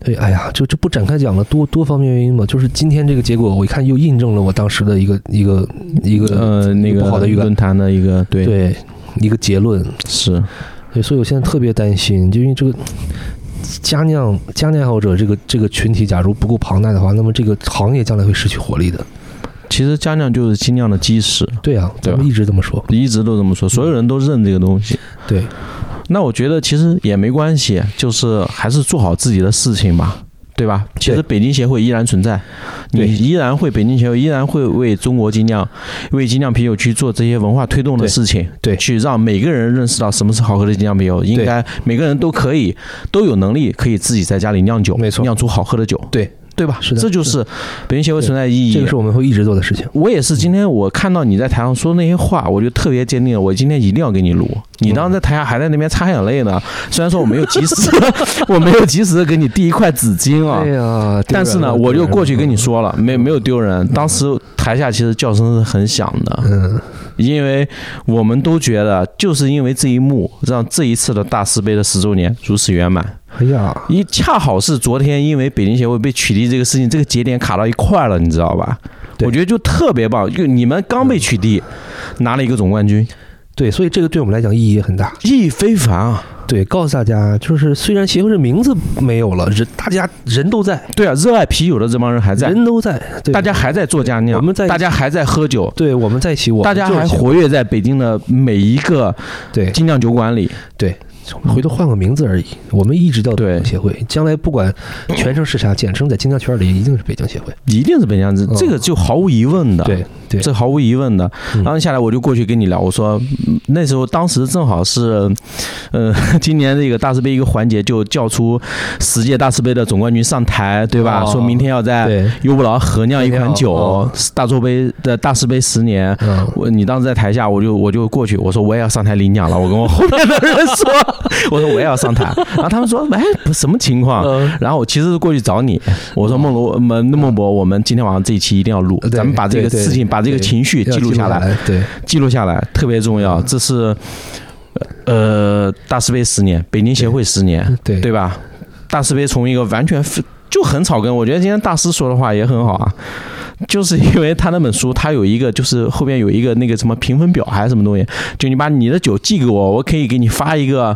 [SPEAKER 2] 对，哎呀，就就不展开讲了，多多方面原因嘛。就是今天这个结果，我一看又印证了我当时的一个一个一个、
[SPEAKER 1] 呃，那个
[SPEAKER 2] 不好的预感
[SPEAKER 1] 论坛的一个对
[SPEAKER 2] 对一个结论。
[SPEAKER 1] 是，
[SPEAKER 2] 对，所以我现在特别担心，就因为这个家酿家酿爱好者这个这个群体，假如不够庞大的话，那么这个行业将来会失去活力的。
[SPEAKER 1] 其实家酿就是精酿的基石，
[SPEAKER 2] 对啊，
[SPEAKER 1] 对
[SPEAKER 2] 咱
[SPEAKER 1] 吧
[SPEAKER 2] 们一直这么说。
[SPEAKER 1] 一直都这么说，所有人都认这个东西。
[SPEAKER 2] 对，
[SPEAKER 1] 那我觉得其实也没关系，就是还是做好自己的事情吧，对吧？其实
[SPEAKER 2] 对
[SPEAKER 1] 北京协会依然存在，你
[SPEAKER 2] 对
[SPEAKER 1] 依然会北京协会依然会为中国精酿、为精酿啤酒去做这些文化推动的
[SPEAKER 2] 对
[SPEAKER 1] 事情，
[SPEAKER 2] 对
[SPEAKER 1] 去让每个人认识到什么是好喝的精酿啤酒，应该每个人都可以都有能力可以自己在家里酿酒，
[SPEAKER 2] 没错
[SPEAKER 1] 酿出好喝的酒，
[SPEAKER 2] 对
[SPEAKER 1] 对吧？
[SPEAKER 2] 是的
[SPEAKER 1] 这就是是北京协会存在的意义。
[SPEAKER 2] 这个是我们会一直做的事情。
[SPEAKER 1] 我也是，今天我看到你在台上说那些话，我就特别坚定了，我今天一定要给你录。你当时在台下还在那边擦眼泪呢，虽然说我没有及时， 我没有及时给你递一块纸巾啊，
[SPEAKER 2] 呀，
[SPEAKER 1] 但是呢，我就过去跟你
[SPEAKER 2] 说，
[SPEAKER 1] 说了，没没有丢人。当时台下其实叫声是很响的，
[SPEAKER 2] 嗯，
[SPEAKER 1] 因为我们都觉得，就是因为这一幕，让这一次的大师杯的十周年如此圆满。
[SPEAKER 2] 哎呀，
[SPEAKER 1] 一恰好是昨天，因为北京协会被取缔这个事情，这个节点卡到一块儿了，你知道吧？
[SPEAKER 2] 对嗯
[SPEAKER 1] 我觉得就特别棒，就你们刚被取缔，拿了一个总冠军，
[SPEAKER 2] 对，所以这个对我们来讲意义也很大。
[SPEAKER 1] 意义非凡啊！
[SPEAKER 2] 对，告诉大家，就是虽然协会这名字没有了，人大家人都在，
[SPEAKER 1] 对啊，热爱啤酒的这帮人还在，
[SPEAKER 2] 人都在，对
[SPEAKER 1] 大家还在做家酿，
[SPEAKER 2] 我们在
[SPEAKER 1] 大家还在喝酒，
[SPEAKER 2] 对我们在一起，我们
[SPEAKER 1] 大家
[SPEAKER 2] 就是
[SPEAKER 1] 还
[SPEAKER 2] 协会
[SPEAKER 1] 活跃在北京的每一个
[SPEAKER 2] 对
[SPEAKER 1] 精酿酒馆里。
[SPEAKER 2] 回头换个名字而已。我们一直叫
[SPEAKER 1] 对
[SPEAKER 2] 北京协会，将来不管全称是啥，简称在精酿圈里一定是北京协会。
[SPEAKER 1] 一定是北京人
[SPEAKER 2] 嗯，
[SPEAKER 1] 这个就毫无疑问的。
[SPEAKER 2] 对对
[SPEAKER 1] 这毫无疑问的。
[SPEAKER 2] 嗯
[SPEAKER 1] 然后下来我就过去跟你聊，我说嗯那时候当时正好是，呃， 今年这个大师杯一个环节就叫出十届大师杯的总冠军上台，对吧？
[SPEAKER 2] 哦
[SPEAKER 1] 说明天要在
[SPEAKER 2] 对，
[SPEAKER 1] 优布劳合酿一款酒，
[SPEAKER 2] 哦
[SPEAKER 1] 大洲杯的大师杯十年。
[SPEAKER 2] 嗯，
[SPEAKER 1] 我你当时在台下，我就我就过去，我说我也要上台领奖了。我跟我后面的人说， 我说我也要上台。然后他们说，哎，不什么情况？
[SPEAKER 2] 嗯
[SPEAKER 1] 然后我其实是过去找你，
[SPEAKER 2] 哦
[SPEAKER 1] 我说梦龙，梦梦博，我们今天晚上这一期一定要录，
[SPEAKER 2] 对
[SPEAKER 1] 咱们把这个
[SPEAKER 2] 对对
[SPEAKER 1] 事情，把这个
[SPEAKER 2] 对
[SPEAKER 1] 情绪记录下来，，
[SPEAKER 2] 对
[SPEAKER 1] 记录下来特别重要。这是呃大师杯十年，北京协会十年，
[SPEAKER 2] 对
[SPEAKER 1] 对吧？大师杯从一个完全就很草根，我觉得今天大师说的话也很好啊。就是因为他那本书，他有一个就是后面有一个那个什么评分表还是什么东西，就你把你的酒寄给我，我可以给你发一个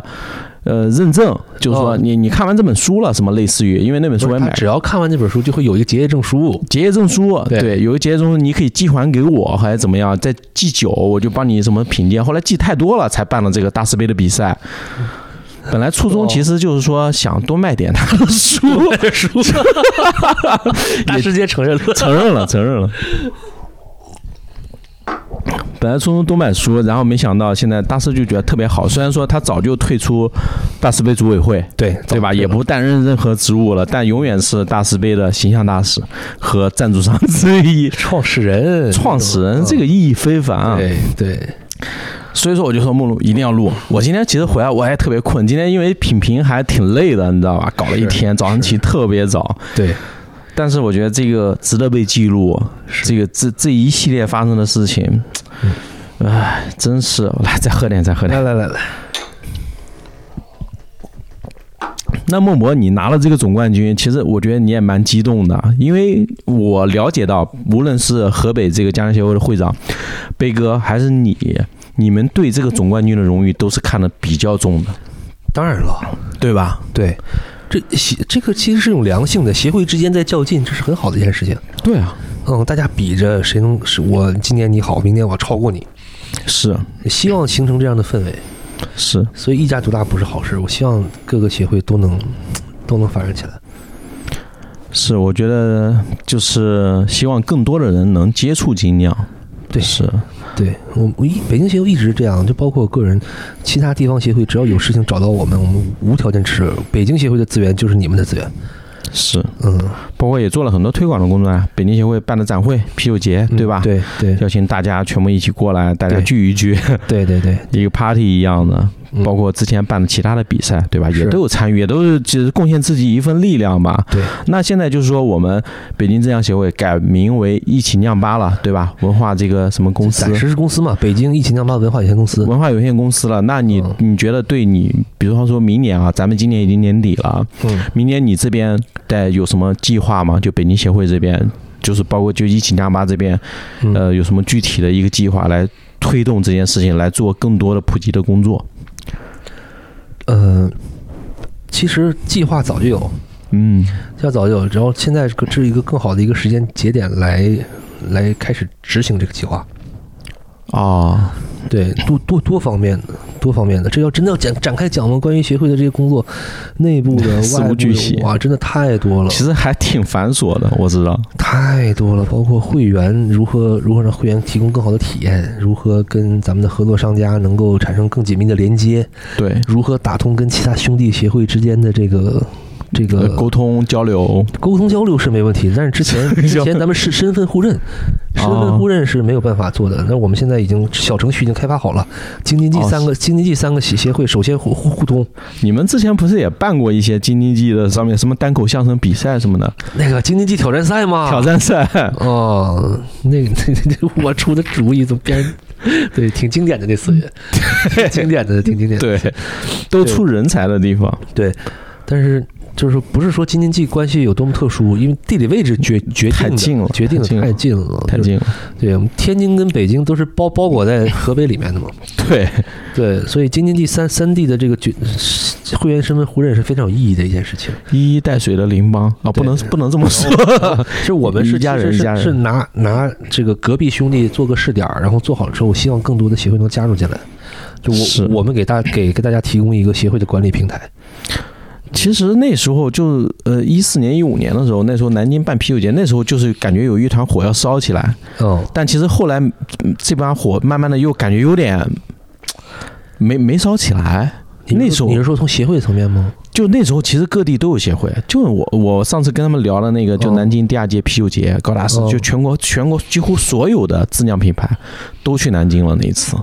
[SPEAKER 1] 呃认证，就是说
[SPEAKER 2] 哦
[SPEAKER 1] 你你看完这本书了，什么类似于，因为那本书我也
[SPEAKER 2] 他
[SPEAKER 1] 买
[SPEAKER 2] 只要看完这本书，就会有一个结业证书。
[SPEAKER 1] 结业证书，
[SPEAKER 2] 对
[SPEAKER 1] 对，有个结业证书你可以寄还给我，还是怎么样？再寄酒，我就帮你什么品鉴。后来寄太多了，才办了这个大师杯的比 赛。本来初衷其实就是说想多卖点他的书，
[SPEAKER 2] 书， 大师直接承认 了。
[SPEAKER 1] 承认了，承认了。本来初中多买书，然后没想到现在大师就觉得特别好。虽然说他早就退出大师杯组委会，
[SPEAKER 2] 对。
[SPEAKER 1] 对吧？也不担任任何职务了，但永远是大师杯的形象大使和赞助商之一
[SPEAKER 2] 创始人，
[SPEAKER 1] 创始人
[SPEAKER 2] 嗯
[SPEAKER 1] 这个意义非凡啊！
[SPEAKER 2] 对对，
[SPEAKER 1] 所以说我就说目录一定要录。我今天其实回来我还特别困，今天因为品评还挺累的，你知道吧？搞了一
[SPEAKER 2] 是
[SPEAKER 1] 天，早上起特别早。
[SPEAKER 2] 对，
[SPEAKER 1] 但是我觉得这个值得被记录，这个这这一系列发生的事情，
[SPEAKER 2] 嗯
[SPEAKER 1] 唉，真是来再喝点，再喝
[SPEAKER 2] 来
[SPEAKER 1] 点。
[SPEAKER 2] 来来来，
[SPEAKER 1] 那孟博，你拿了这个总冠军，其实我觉得你也蛮激动的，啊因为我了解到，无论是河北这个家庭协会的会长贝哥，还是你，你们对这个总冠军的荣誉都是看得比较重的，
[SPEAKER 2] 当然了，
[SPEAKER 1] 对吧？
[SPEAKER 2] 对，这协这个其实是一种良性的，协会之间在较劲，这是很好的一件事情。
[SPEAKER 1] 对啊，
[SPEAKER 2] 嗯，大家比着谁能是我今年你好，明年我超过你，
[SPEAKER 1] 是
[SPEAKER 2] 希望形成这样的氛围。
[SPEAKER 1] 是，
[SPEAKER 2] 所以一家独大不是好事，我希望各个协会都能都能发展起来。
[SPEAKER 1] 是，我觉得就是希望更多的人能接触精酿。
[SPEAKER 2] 对
[SPEAKER 1] 是，
[SPEAKER 2] 对我，我一北京协会一直这样，就包括个人，其他地方协会只要有事情找到我们，我们无条件支持。北京协会的资源就是你们的资源，
[SPEAKER 1] 是，
[SPEAKER 2] 嗯，
[SPEAKER 1] 包括也做了很多推广的工作啊，北京协会办的展会、啤酒节，对吧？，
[SPEAKER 2] 嗯对对
[SPEAKER 1] 邀请大家全部一起过来，大家
[SPEAKER 2] 对
[SPEAKER 1] 聚一聚，
[SPEAKER 2] 对对对，
[SPEAKER 1] 一个 party 一样的。
[SPEAKER 2] 嗯
[SPEAKER 1] 包括之前办的其他的比赛，对吧？也
[SPEAKER 2] 是
[SPEAKER 1] 都有参与，也都是只是贡献自己一份力量吧。
[SPEAKER 2] 嗯对，
[SPEAKER 1] 那现在就是说，我们北京正酿协会改名为一起酿吧了，对吧？文化这个什么公司
[SPEAKER 2] 暂，时是公司嘛，北京一起酿吧文化有限公司。
[SPEAKER 1] 文化有限公司了。那你、
[SPEAKER 2] 嗯
[SPEAKER 1] 你觉得对你，比如说明年啊，咱们今年已经年底了，
[SPEAKER 2] 嗯，
[SPEAKER 1] 明年你这边在有什么计划吗？就北京协会这边，就是包括就一起酿吧这边，
[SPEAKER 2] 嗯
[SPEAKER 1] 呃，有什么具体的一个计划来推动这件事情，来做更多的普及的工作？
[SPEAKER 2] 呃，其实计划早就有，
[SPEAKER 1] 嗯，
[SPEAKER 2] 计划早就有，然后现在这个这是一个更好的一个时间节点来来开始执行这个计划。
[SPEAKER 1] 哦，
[SPEAKER 2] 对，多多多方面的，多方面的，这要真的要展展开讲吗？关于协会的这些工作，内 部的、
[SPEAKER 1] 事
[SPEAKER 2] 外
[SPEAKER 1] 无
[SPEAKER 2] 部
[SPEAKER 1] 巨细
[SPEAKER 2] 的，哇，真的太多了，
[SPEAKER 1] 其实还挺繁琐的，我知道。
[SPEAKER 2] 太多了。包括会员如何如何让会员提供更好的体验，如何跟咱们的合作商家能够产生更紧密的连接，
[SPEAKER 1] 对，
[SPEAKER 2] 如何打通跟其他兄弟协会之间的这个这
[SPEAKER 1] 呃
[SPEAKER 2] 个
[SPEAKER 1] 沟通交流，
[SPEAKER 2] 沟通交流是没问题，但是之 前之前咱们是身份互认，身份互认是没有办法做的。那我们现在已经小程序已经开发好了，京津冀
[SPEAKER 1] 哦
[SPEAKER 2] 三个京津冀三个协协会首先互互互通。
[SPEAKER 1] 你们之前不是也办过一些京津冀的上面什么单口相声比赛什么的、
[SPEAKER 2] 那个京津冀挑战赛嘛，
[SPEAKER 1] 挑战赛？
[SPEAKER 2] 哦，那个那那我出的主意怎么变成？对，挺经典的那 四月，挺经典的，挺经典的。
[SPEAKER 1] 对，都出人才的地方。
[SPEAKER 2] 但是就是说，不是说京津冀关系有多么特殊，因为地理位置决决定
[SPEAKER 1] 太
[SPEAKER 2] 的
[SPEAKER 1] 近了
[SPEAKER 2] 决定的
[SPEAKER 1] 太近了
[SPEAKER 2] 太近了，
[SPEAKER 1] 太
[SPEAKER 2] 就是。
[SPEAKER 1] 近了，
[SPEAKER 2] 对我们天津跟北京都是包包裹在河北里面的嘛。
[SPEAKER 1] 对，
[SPEAKER 2] 对，所以京津冀三三地的这个决会员身份互认是非常有意义的一件事情。
[SPEAKER 1] 一衣带水的邻邦啊，不能不能这么说，
[SPEAKER 2] 其实我们是
[SPEAKER 1] 一家人
[SPEAKER 2] 其实
[SPEAKER 1] 一家人
[SPEAKER 2] 是是拿拿这个隔壁兄弟做个试点儿，然后做好了之后，希望更多的协会能加入进来。就是我我们给大给给大家提供一个协会的管理平台。
[SPEAKER 1] 其实那时候就呃一四年一五年的时候，那时候南京办啤酒节，那时候就是感觉有一团火要烧起来，
[SPEAKER 2] 嗯，
[SPEAKER 1] 但其实后来嗯这把火慢慢的又感觉有点没没烧起来。
[SPEAKER 2] 你是
[SPEAKER 1] 那时候
[SPEAKER 2] 你是说从协会层面吗？
[SPEAKER 1] 就那时候，其实各地都有协会。就我我上次跟他们聊的那个，就
[SPEAKER 2] 哦
[SPEAKER 1] 南京第二届啤酒节、高达市，
[SPEAKER 2] 哦
[SPEAKER 1] 就全国全国几乎所有的自酿品牌都去南京了那一次。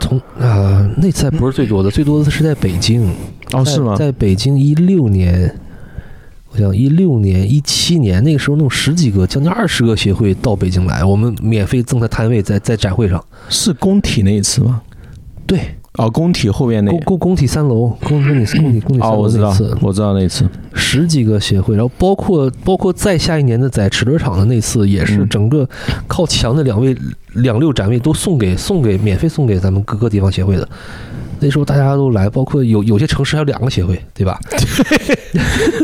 [SPEAKER 2] 从啊，那
[SPEAKER 1] 嗯
[SPEAKER 2] 次还不是最多的，最多的是在北京。
[SPEAKER 1] 哦，
[SPEAKER 2] 在
[SPEAKER 1] 是吗？
[SPEAKER 2] 在北京一六年，我想一六年、一七年那个时候，弄十几个，将近二十个协会到北京来，我们免费赠他摊位在在展会上。
[SPEAKER 1] 是工体那一次吗？
[SPEAKER 2] 对，
[SPEAKER 1] 哦，工体后面那
[SPEAKER 2] 工工工体三楼，工体工体工体三
[SPEAKER 1] 哦，我
[SPEAKER 2] 楼
[SPEAKER 1] 知
[SPEAKER 2] 那
[SPEAKER 1] 道
[SPEAKER 2] 次，，
[SPEAKER 1] 我知道那一 次，
[SPEAKER 2] 十几个协会，然后包括包括再下一年的在尺墩厂的那次，也是
[SPEAKER 1] 嗯
[SPEAKER 2] 整个靠墙的两位两六展位都送给送给免费送给咱们各个地方协会的。那时候大家都来，包括有有些城市还有两个协会，对吧？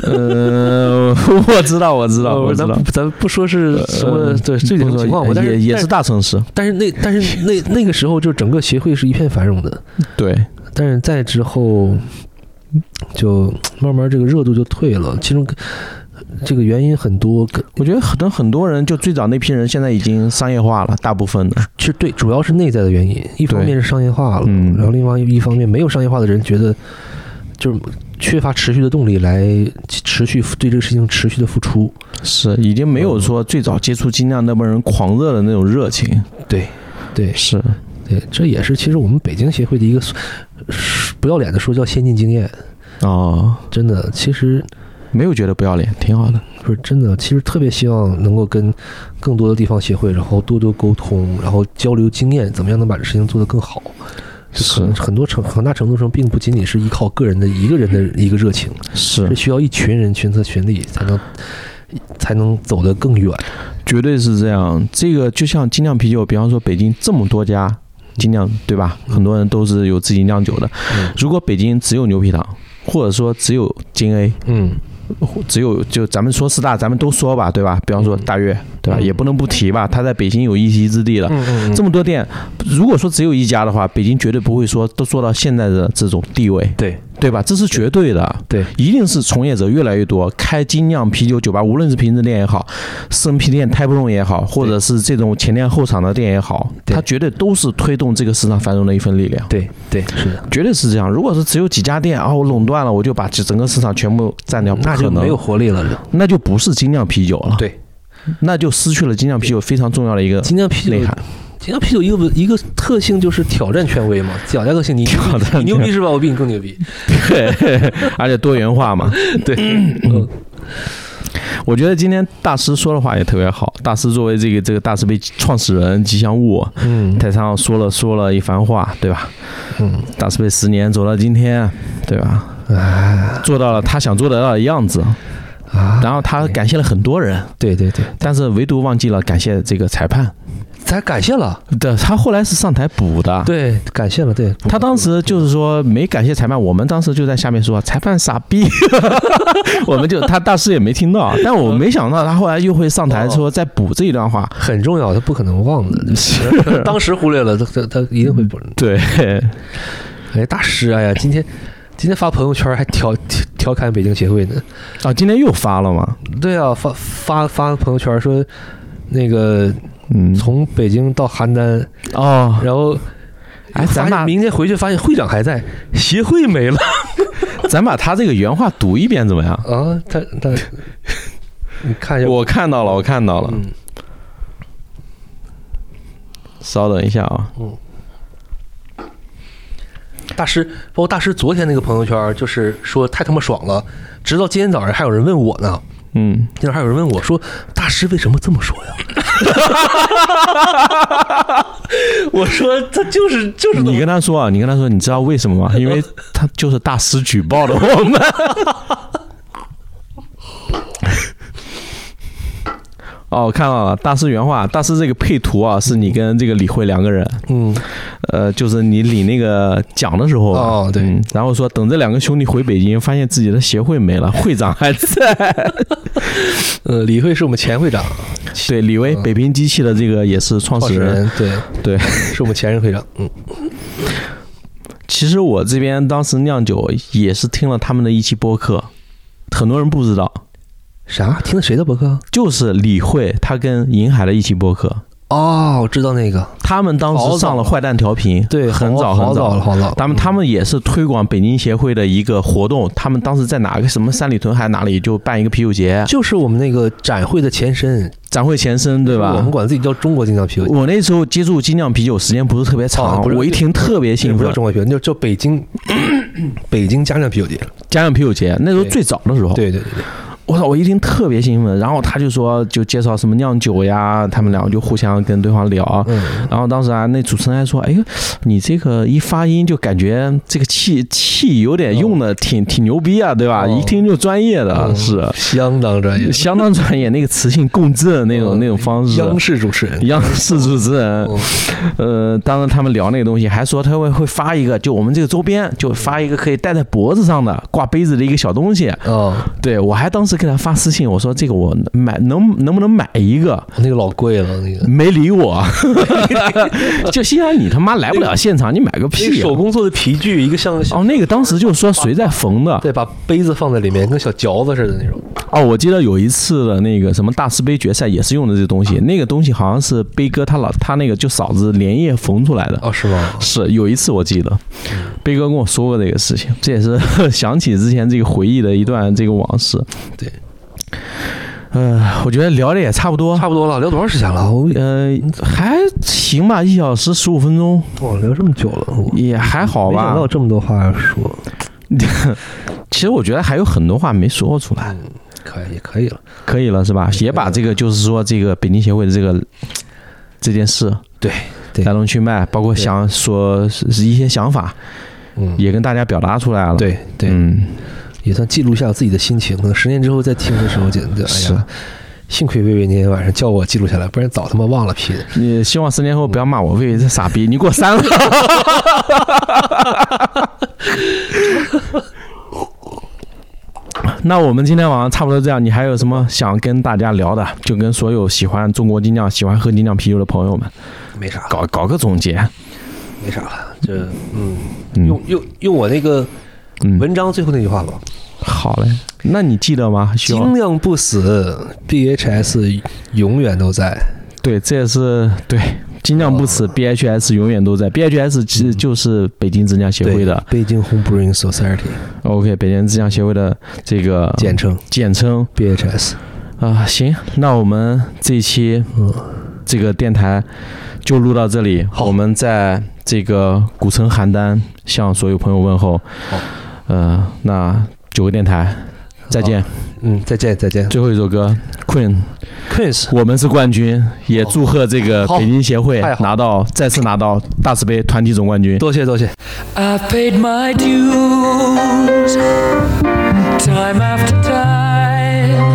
[SPEAKER 1] 呃， 我知道，我知道，我知
[SPEAKER 2] 呃咱
[SPEAKER 1] 道
[SPEAKER 2] 不。咱不说是哦什么，
[SPEAKER 1] 呃
[SPEAKER 2] 对具体什么情况，我但
[SPEAKER 1] 也
[SPEAKER 2] 是
[SPEAKER 1] 也是大城市，
[SPEAKER 2] 但是那但是那那个时候就整个协会是一片繁荣的，
[SPEAKER 1] 对，
[SPEAKER 2] 但是再之后就慢慢这个热度就退了，其中这个原因很多，跟
[SPEAKER 1] 我觉得可能很多人就最早那批人现在已经商业化了，大部分的，
[SPEAKER 2] 其实对，主要是内在的原因，一方面是商业化了，
[SPEAKER 1] 嗯
[SPEAKER 2] 然后另外一方面没有商业化的人觉得就是缺乏持续的动力来持续对这个事情持续的付出，
[SPEAKER 1] 是已经没有说最早接触精酿那帮人狂热的那种热情，
[SPEAKER 2] 对，对
[SPEAKER 1] 是，
[SPEAKER 2] 对，这也是其实我们北京协会的一个不要脸的说叫先进经验，
[SPEAKER 1] 哦，
[SPEAKER 2] 真的，其实
[SPEAKER 1] 没有觉得不要脸，挺好的，
[SPEAKER 2] 不是真的，其实特别希望能够跟更多的地方协会，然后多多沟通，然后交流经验，怎么样能把这事情做得更好。这可
[SPEAKER 1] 是
[SPEAKER 2] 能很多程很大程度上，并不仅仅是依靠个人的一个人的一个热情，
[SPEAKER 1] 是
[SPEAKER 2] 是，需要一群人群策群力才能才能走得更远。
[SPEAKER 1] 绝对是这样。这个就像精酿啤酒，比方说北京这么多家精酿，对吧？很多人都是有自己酿酒的。
[SPEAKER 2] 嗯
[SPEAKER 1] 如果北京只有牛皮糖，或者说只有金 A，
[SPEAKER 2] 嗯
[SPEAKER 1] 只有就咱们说四大，咱们都说吧，对吧？比方说大悦，对吧？
[SPEAKER 2] 嗯
[SPEAKER 1] 也不能不提吧，他在北京有一席之地了。
[SPEAKER 2] 嗯
[SPEAKER 1] 这么多店，如果说只有一家的话，北京绝对不会说都做到现在的这种地位，
[SPEAKER 2] 对
[SPEAKER 1] 对吧？这是绝对的，
[SPEAKER 2] 对
[SPEAKER 1] 一定是从业者越来越多，开精酿啤酒酒吧，无论是瓶子店也好，生啤店、太不容也好，或者是这种前店后厂的店也好，
[SPEAKER 2] 对
[SPEAKER 1] 它绝对都是推动这个市场繁荣的一份力量，
[SPEAKER 2] 对对，是的，
[SPEAKER 1] 绝对是这样。如果是只有几家店啊，我垄断了，我就把整个市场全部占掉，不
[SPEAKER 2] 那
[SPEAKER 1] 可
[SPEAKER 2] 就
[SPEAKER 1] 能
[SPEAKER 2] 没有，活力了。就
[SPEAKER 1] 那就不是精酿啤酒了，
[SPEAKER 2] 对，
[SPEAKER 1] 那就失去了精酿啤酒非常重要的一个
[SPEAKER 2] 精酿啤酒
[SPEAKER 1] 内涵。
[SPEAKER 2] 精酿啤酒一个一个特性就是挑战权威嘛，挑战个性，你
[SPEAKER 1] 挑战
[SPEAKER 2] 你牛逼是吧？我比你更牛逼。
[SPEAKER 1] 对， 而且多元化 嘛。
[SPEAKER 2] 对，嗯
[SPEAKER 1] 我觉得今天大师说的话也特别好。大师作为这个这个大师杯创始人吉祥物，
[SPEAKER 2] 嗯
[SPEAKER 1] 台上说了说了一番话，对吧？
[SPEAKER 2] 嗯，
[SPEAKER 1] 大师杯十年走到今天，对吧？
[SPEAKER 2] 哎
[SPEAKER 1] 做到了他想做得到的样子，
[SPEAKER 2] 啊，
[SPEAKER 1] 然后他感谢了很多人，
[SPEAKER 2] 对对对，
[SPEAKER 1] 但是唯独忘记了感谢这个裁判。
[SPEAKER 2] 咱感谢了，
[SPEAKER 1] 对，他后来是上台补的。
[SPEAKER 2] 对，感谢了，对
[SPEAKER 1] 他当时就是说没感谢裁判，我们当时就在下面说裁判傻逼， 我们就他大师也没听 到，但我没想到他后来又会上台说再补这一段话，
[SPEAKER 2] 很重要，他不可能忘的，嗯
[SPEAKER 1] 是
[SPEAKER 2] 当时忽略了，他他他一定会不。
[SPEAKER 1] 对，
[SPEAKER 2] 哎，大师，哎呀，今天今天发朋友圈还调调调侃北京协会呢，
[SPEAKER 1] 啊，今天又发了嘛，
[SPEAKER 2] 对啊，发发发朋友圈说那个
[SPEAKER 1] 嗯，
[SPEAKER 2] 从北京到邯郸，
[SPEAKER 1] 哦，
[SPEAKER 2] 然后。
[SPEAKER 1] 哎，咱
[SPEAKER 2] 发现
[SPEAKER 1] 把
[SPEAKER 2] 明天回去发现会长还在，协会没了
[SPEAKER 1] 咱把他这个原话读一遍怎么样？
[SPEAKER 2] 啊！他他， 你看一下，
[SPEAKER 1] 我看到了，我看到了，
[SPEAKER 2] 嗯
[SPEAKER 1] 稍等一下啊，
[SPEAKER 2] 大师，包括大师昨天那个朋友圈，就是说太他妈爽了，直到今天早上还有人问我呢，
[SPEAKER 1] 嗯，
[SPEAKER 2] 今天还有人问我说，大师为什么这么说呀？ 我说他就是 就是那
[SPEAKER 1] 你
[SPEAKER 2] 么
[SPEAKER 1] 跟他说啊，你跟他说，你知道为什 么吗？因为他就是大师举报了我们。 哦，我看到了，大师原话，大师这个配图啊，是你跟这个李慧两个人，
[SPEAKER 2] 嗯
[SPEAKER 1] 呃，就是你领那个奖的时候啊
[SPEAKER 2] 哦对
[SPEAKER 1] 嗯然后说等这两个兄弟回北京，发现自己的协会 没了，会长还在，
[SPEAKER 2] 呃，李慧是我们前会长，
[SPEAKER 1] 对，李威，北平机器的这个也是创
[SPEAKER 2] 嗯创
[SPEAKER 1] 始
[SPEAKER 2] 始
[SPEAKER 1] 人，
[SPEAKER 2] 人对，
[SPEAKER 1] 对，
[SPEAKER 2] 是我们前任会长，嗯
[SPEAKER 1] 其实我这边当时酿酒也是听了他们的一期播客，很多人不知道，
[SPEAKER 2] 啥？听的谁的博客？
[SPEAKER 1] 就是李慧她跟银海的一期播客，
[SPEAKER 2] 哦，我知道那个，
[SPEAKER 1] 他们当时上了坏蛋调频，
[SPEAKER 2] 对，
[SPEAKER 1] 很早很
[SPEAKER 2] 好好早
[SPEAKER 1] 早
[SPEAKER 2] 了，。好早了，
[SPEAKER 1] 他们他们也是推广北京协会的一个活动，他们当时在哪个什么三里屯还是哪里就办一个啤酒节
[SPEAKER 2] 就是我们那个展会的前身，
[SPEAKER 1] 展会前身，对
[SPEAKER 2] 我
[SPEAKER 1] 吧
[SPEAKER 2] 们？管自己叫中国精酿啤酒节，
[SPEAKER 1] 我那时候接触精酿啤酒时间不是特别
[SPEAKER 2] 哦
[SPEAKER 1] 长，
[SPEAKER 2] 不是
[SPEAKER 1] 我一听特别兴
[SPEAKER 2] 不
[SPEAKER 1] 奋
[SPEAKER 2] 叫。中国啤酒，就叫 北京北京家酿啤酒节。
[SPEAKER 1] 家酿啤酒节那时候
[SPEAKER 2] 对哦
[SPEAKER 1] 最早的时候，
[SPEAKER 2] 对对对对，
[SPEAKER 1] 我操！我一听特别兴奋，然后他就说就介绍什么酿酒呀，他们俩就互相跟对方聊，
[SPEAKER 2] 嗯，
[SPEAKER 1] 然后当时啊，那主持人还说：“哎呦，你这个一发音就感觉这个气气有点用的挺、挺牛逼啊，对吧？
[SPEAKER 2] 哦
[SPEAKER 1] 一听就专业的，
[SPEAKER 2] 嗯
[SPEAKER 1] 是
[SPEAKER 2] 相当专业，
[SPEAKER 1] 相当专业，那个词性共振那种、那种方式。”
[SPEAKER 2] 哦央视主哦持人，
[SPEAKER 1] 央视主持人，呃，当时他们聊那个东西，还说他会会发一个，就我们这个周边就发一个可以戴在脖子上的挂杯子的一个小东西。
[SPEAKER 2] 哦，
[SPEAKER 1] 对我还当时给他发私信，我说这个我买能能不能买一个？
[SPEAKER 2] 那个老贵了，那 个
[SPEAKER 1] 没理我， 就心想你他妈来不了现场，你买个
[SPEAKER 2] 那
[SPEAKER 1] 屁、啊
[SPEAKER 2] 手！工做的皮具，一个像
[SPEAKER 1] 哦，那个当时就说谁在缝的
[SPEAKER 2] 对，把杯子放在里面，跟小嚼子似的那种。
[SPEAKER 1] 哦，我记得有一次的那个什么大师杯决赛也是用的这东
[SPEAKER 2] 啊
[SPEAKER 1] 西，那个东西好像是杯哥他老他那个就嫂子连夜缝出来的，
[SPEAKER 2] 哦，是吗？
[SPEAKER 1] 是有一次我记得，杯哥跟我说过这个事情，这也是呃想起之前这个回忆的一段这个往事。
[SPEAKER 2] 对，
[SPEAKER 1] 呃，我觉得聊的也差不多，
[SPEAKER 2] 差不多了，聊多长时间了？啊我
[SPEAKER 1] 呃，还行吧，一小时十五分钟
[SPEAKER 2] 我聊这么久了，我
[SPEAKER 1] 也还好
[SPEAKER 2] 没
[SPEAKER 1] 吧。
[SPEAKER 2] 想到有这么多话要说。
[SPEAKER 1] 其实我觉得还有很多话没说出来，
[SPEAKER 2] 嗯，可以，可以了。
[SPEAKER 1] 可以了是吧？也把这个就是说这个北京协会的这个这件事，
[SPEAKER 2] 对对
[SPEAKER 1] 来龙去脉，包括
[SPEAKER 2] 对
[SPEAKER 1] 想说是是一些想法，
[SPEAKER 2] 嗯，
[SPEAKER 1] 也跟大家表达出来了。，
[SPEAKER 2] 对对，
[SPEAKER 1] 嗯，
[SPEAKER 2] 也算记录一下自己的心情。可能十年之后再听的时候，觉得哎
[SPEAKER 1] 是
[SPEAKER 2] 呀，幸亏薇薇那天晚上叫我记录下来，不然早他妈忘了批的。
[SPEAKER 1] 你希望十年后不要骂我，魏为这傻逼，你给我删了。 那我们今天晚上差不多这样，你还有什么想跟大家聊的？就跟所有喜欢中国精酿、喜欢喝精酿啤酒的朋友们，
[SPEAKER 2] 没啥，
[SPEAKER 1] 搞搞个总结。
[SPEAKER 2] 没啥了。这嗯，
[SPEAKER 1] 嗯
[SPEAKER 2] 用用用我那个
[SPEAKER 1] 嗯，
[SPEAKER 2] 文章最后那句话吧：
[SPEAKER 1] 好嘞，那你记得吗？希
[SPEAKER 2] 精
[SPEAKER 1] 望
[SPEAKER 2] 酿不死，BHS 永远都在。
[SPEAKER 1] 对，这也是对，精酿不
[SPEAKER 2] 哦
[SPEAKER 1] 死，BHS 永远都在。BHS 其
[SPEAKER 2] 嗯
[SPEAKER 1] 实就是北京质量协会的
[SPEAKER 2] 对北京 Home Brewing Society，
[SPEAKER 1] ，OK，北京质量协会的这个
[SPEAKER 2] 简称
[SPEAKER 1] 简称
[SPEAKER 2] BHS。
[SPEAKER 1] 啊、行，那我们这一期
[SPEAKER 2] 嗯，
[SPEAKER 1] 这个电台就录到这里，
[SPEAKER 2] 好
[SPEAKER 1] 我们在这个古城邯郸向所有朋友问候。
[SPEAKER 2] 好，
[SPEAKER 1] 呃，那九个电台再见。
[SPEAKER 2] 嗯，再见，再见
[SPEAKER 1] 最后一首歌，Queen。
[SPEAKER 2] ，Chris。
[SPEAKER 1] 我们是冠军，也祝贺这个
[SPEAKER 2] 好
[SPEAKER 1] 北京协会
[SPEAKER 2] 太好
[SPEAKER 1] 拿到再次拿到大师杯团体总冠军。
[SPEAKER 2] 多谢，多谢。
[SPEAKER 3] I've paid my dues time after time.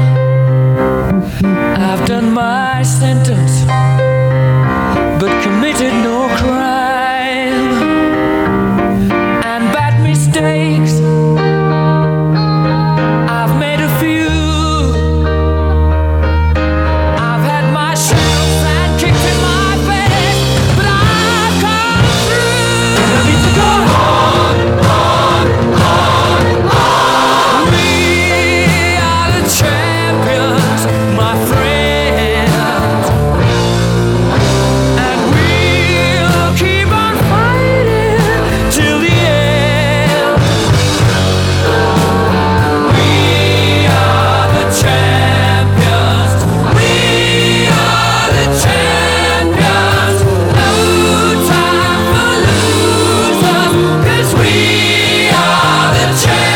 [SPEAKER 3] I've done my sentence, but committed no crime. And bad mistakes, I've made a few. I've had my shells and kicks in my face, but I've come through. And I need to go We are the champions, my friends, and we'll keep on fighting till the end. We are the champions. We are the champions. No time for losers, 'cause we are the champions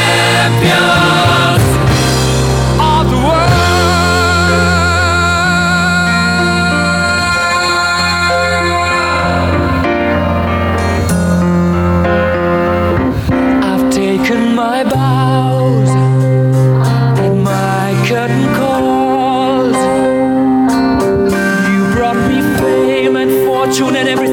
[SPEAKER 3] of the world. I've taken my bows and my curtain calls. You brought me fame and fortune and everything Oh,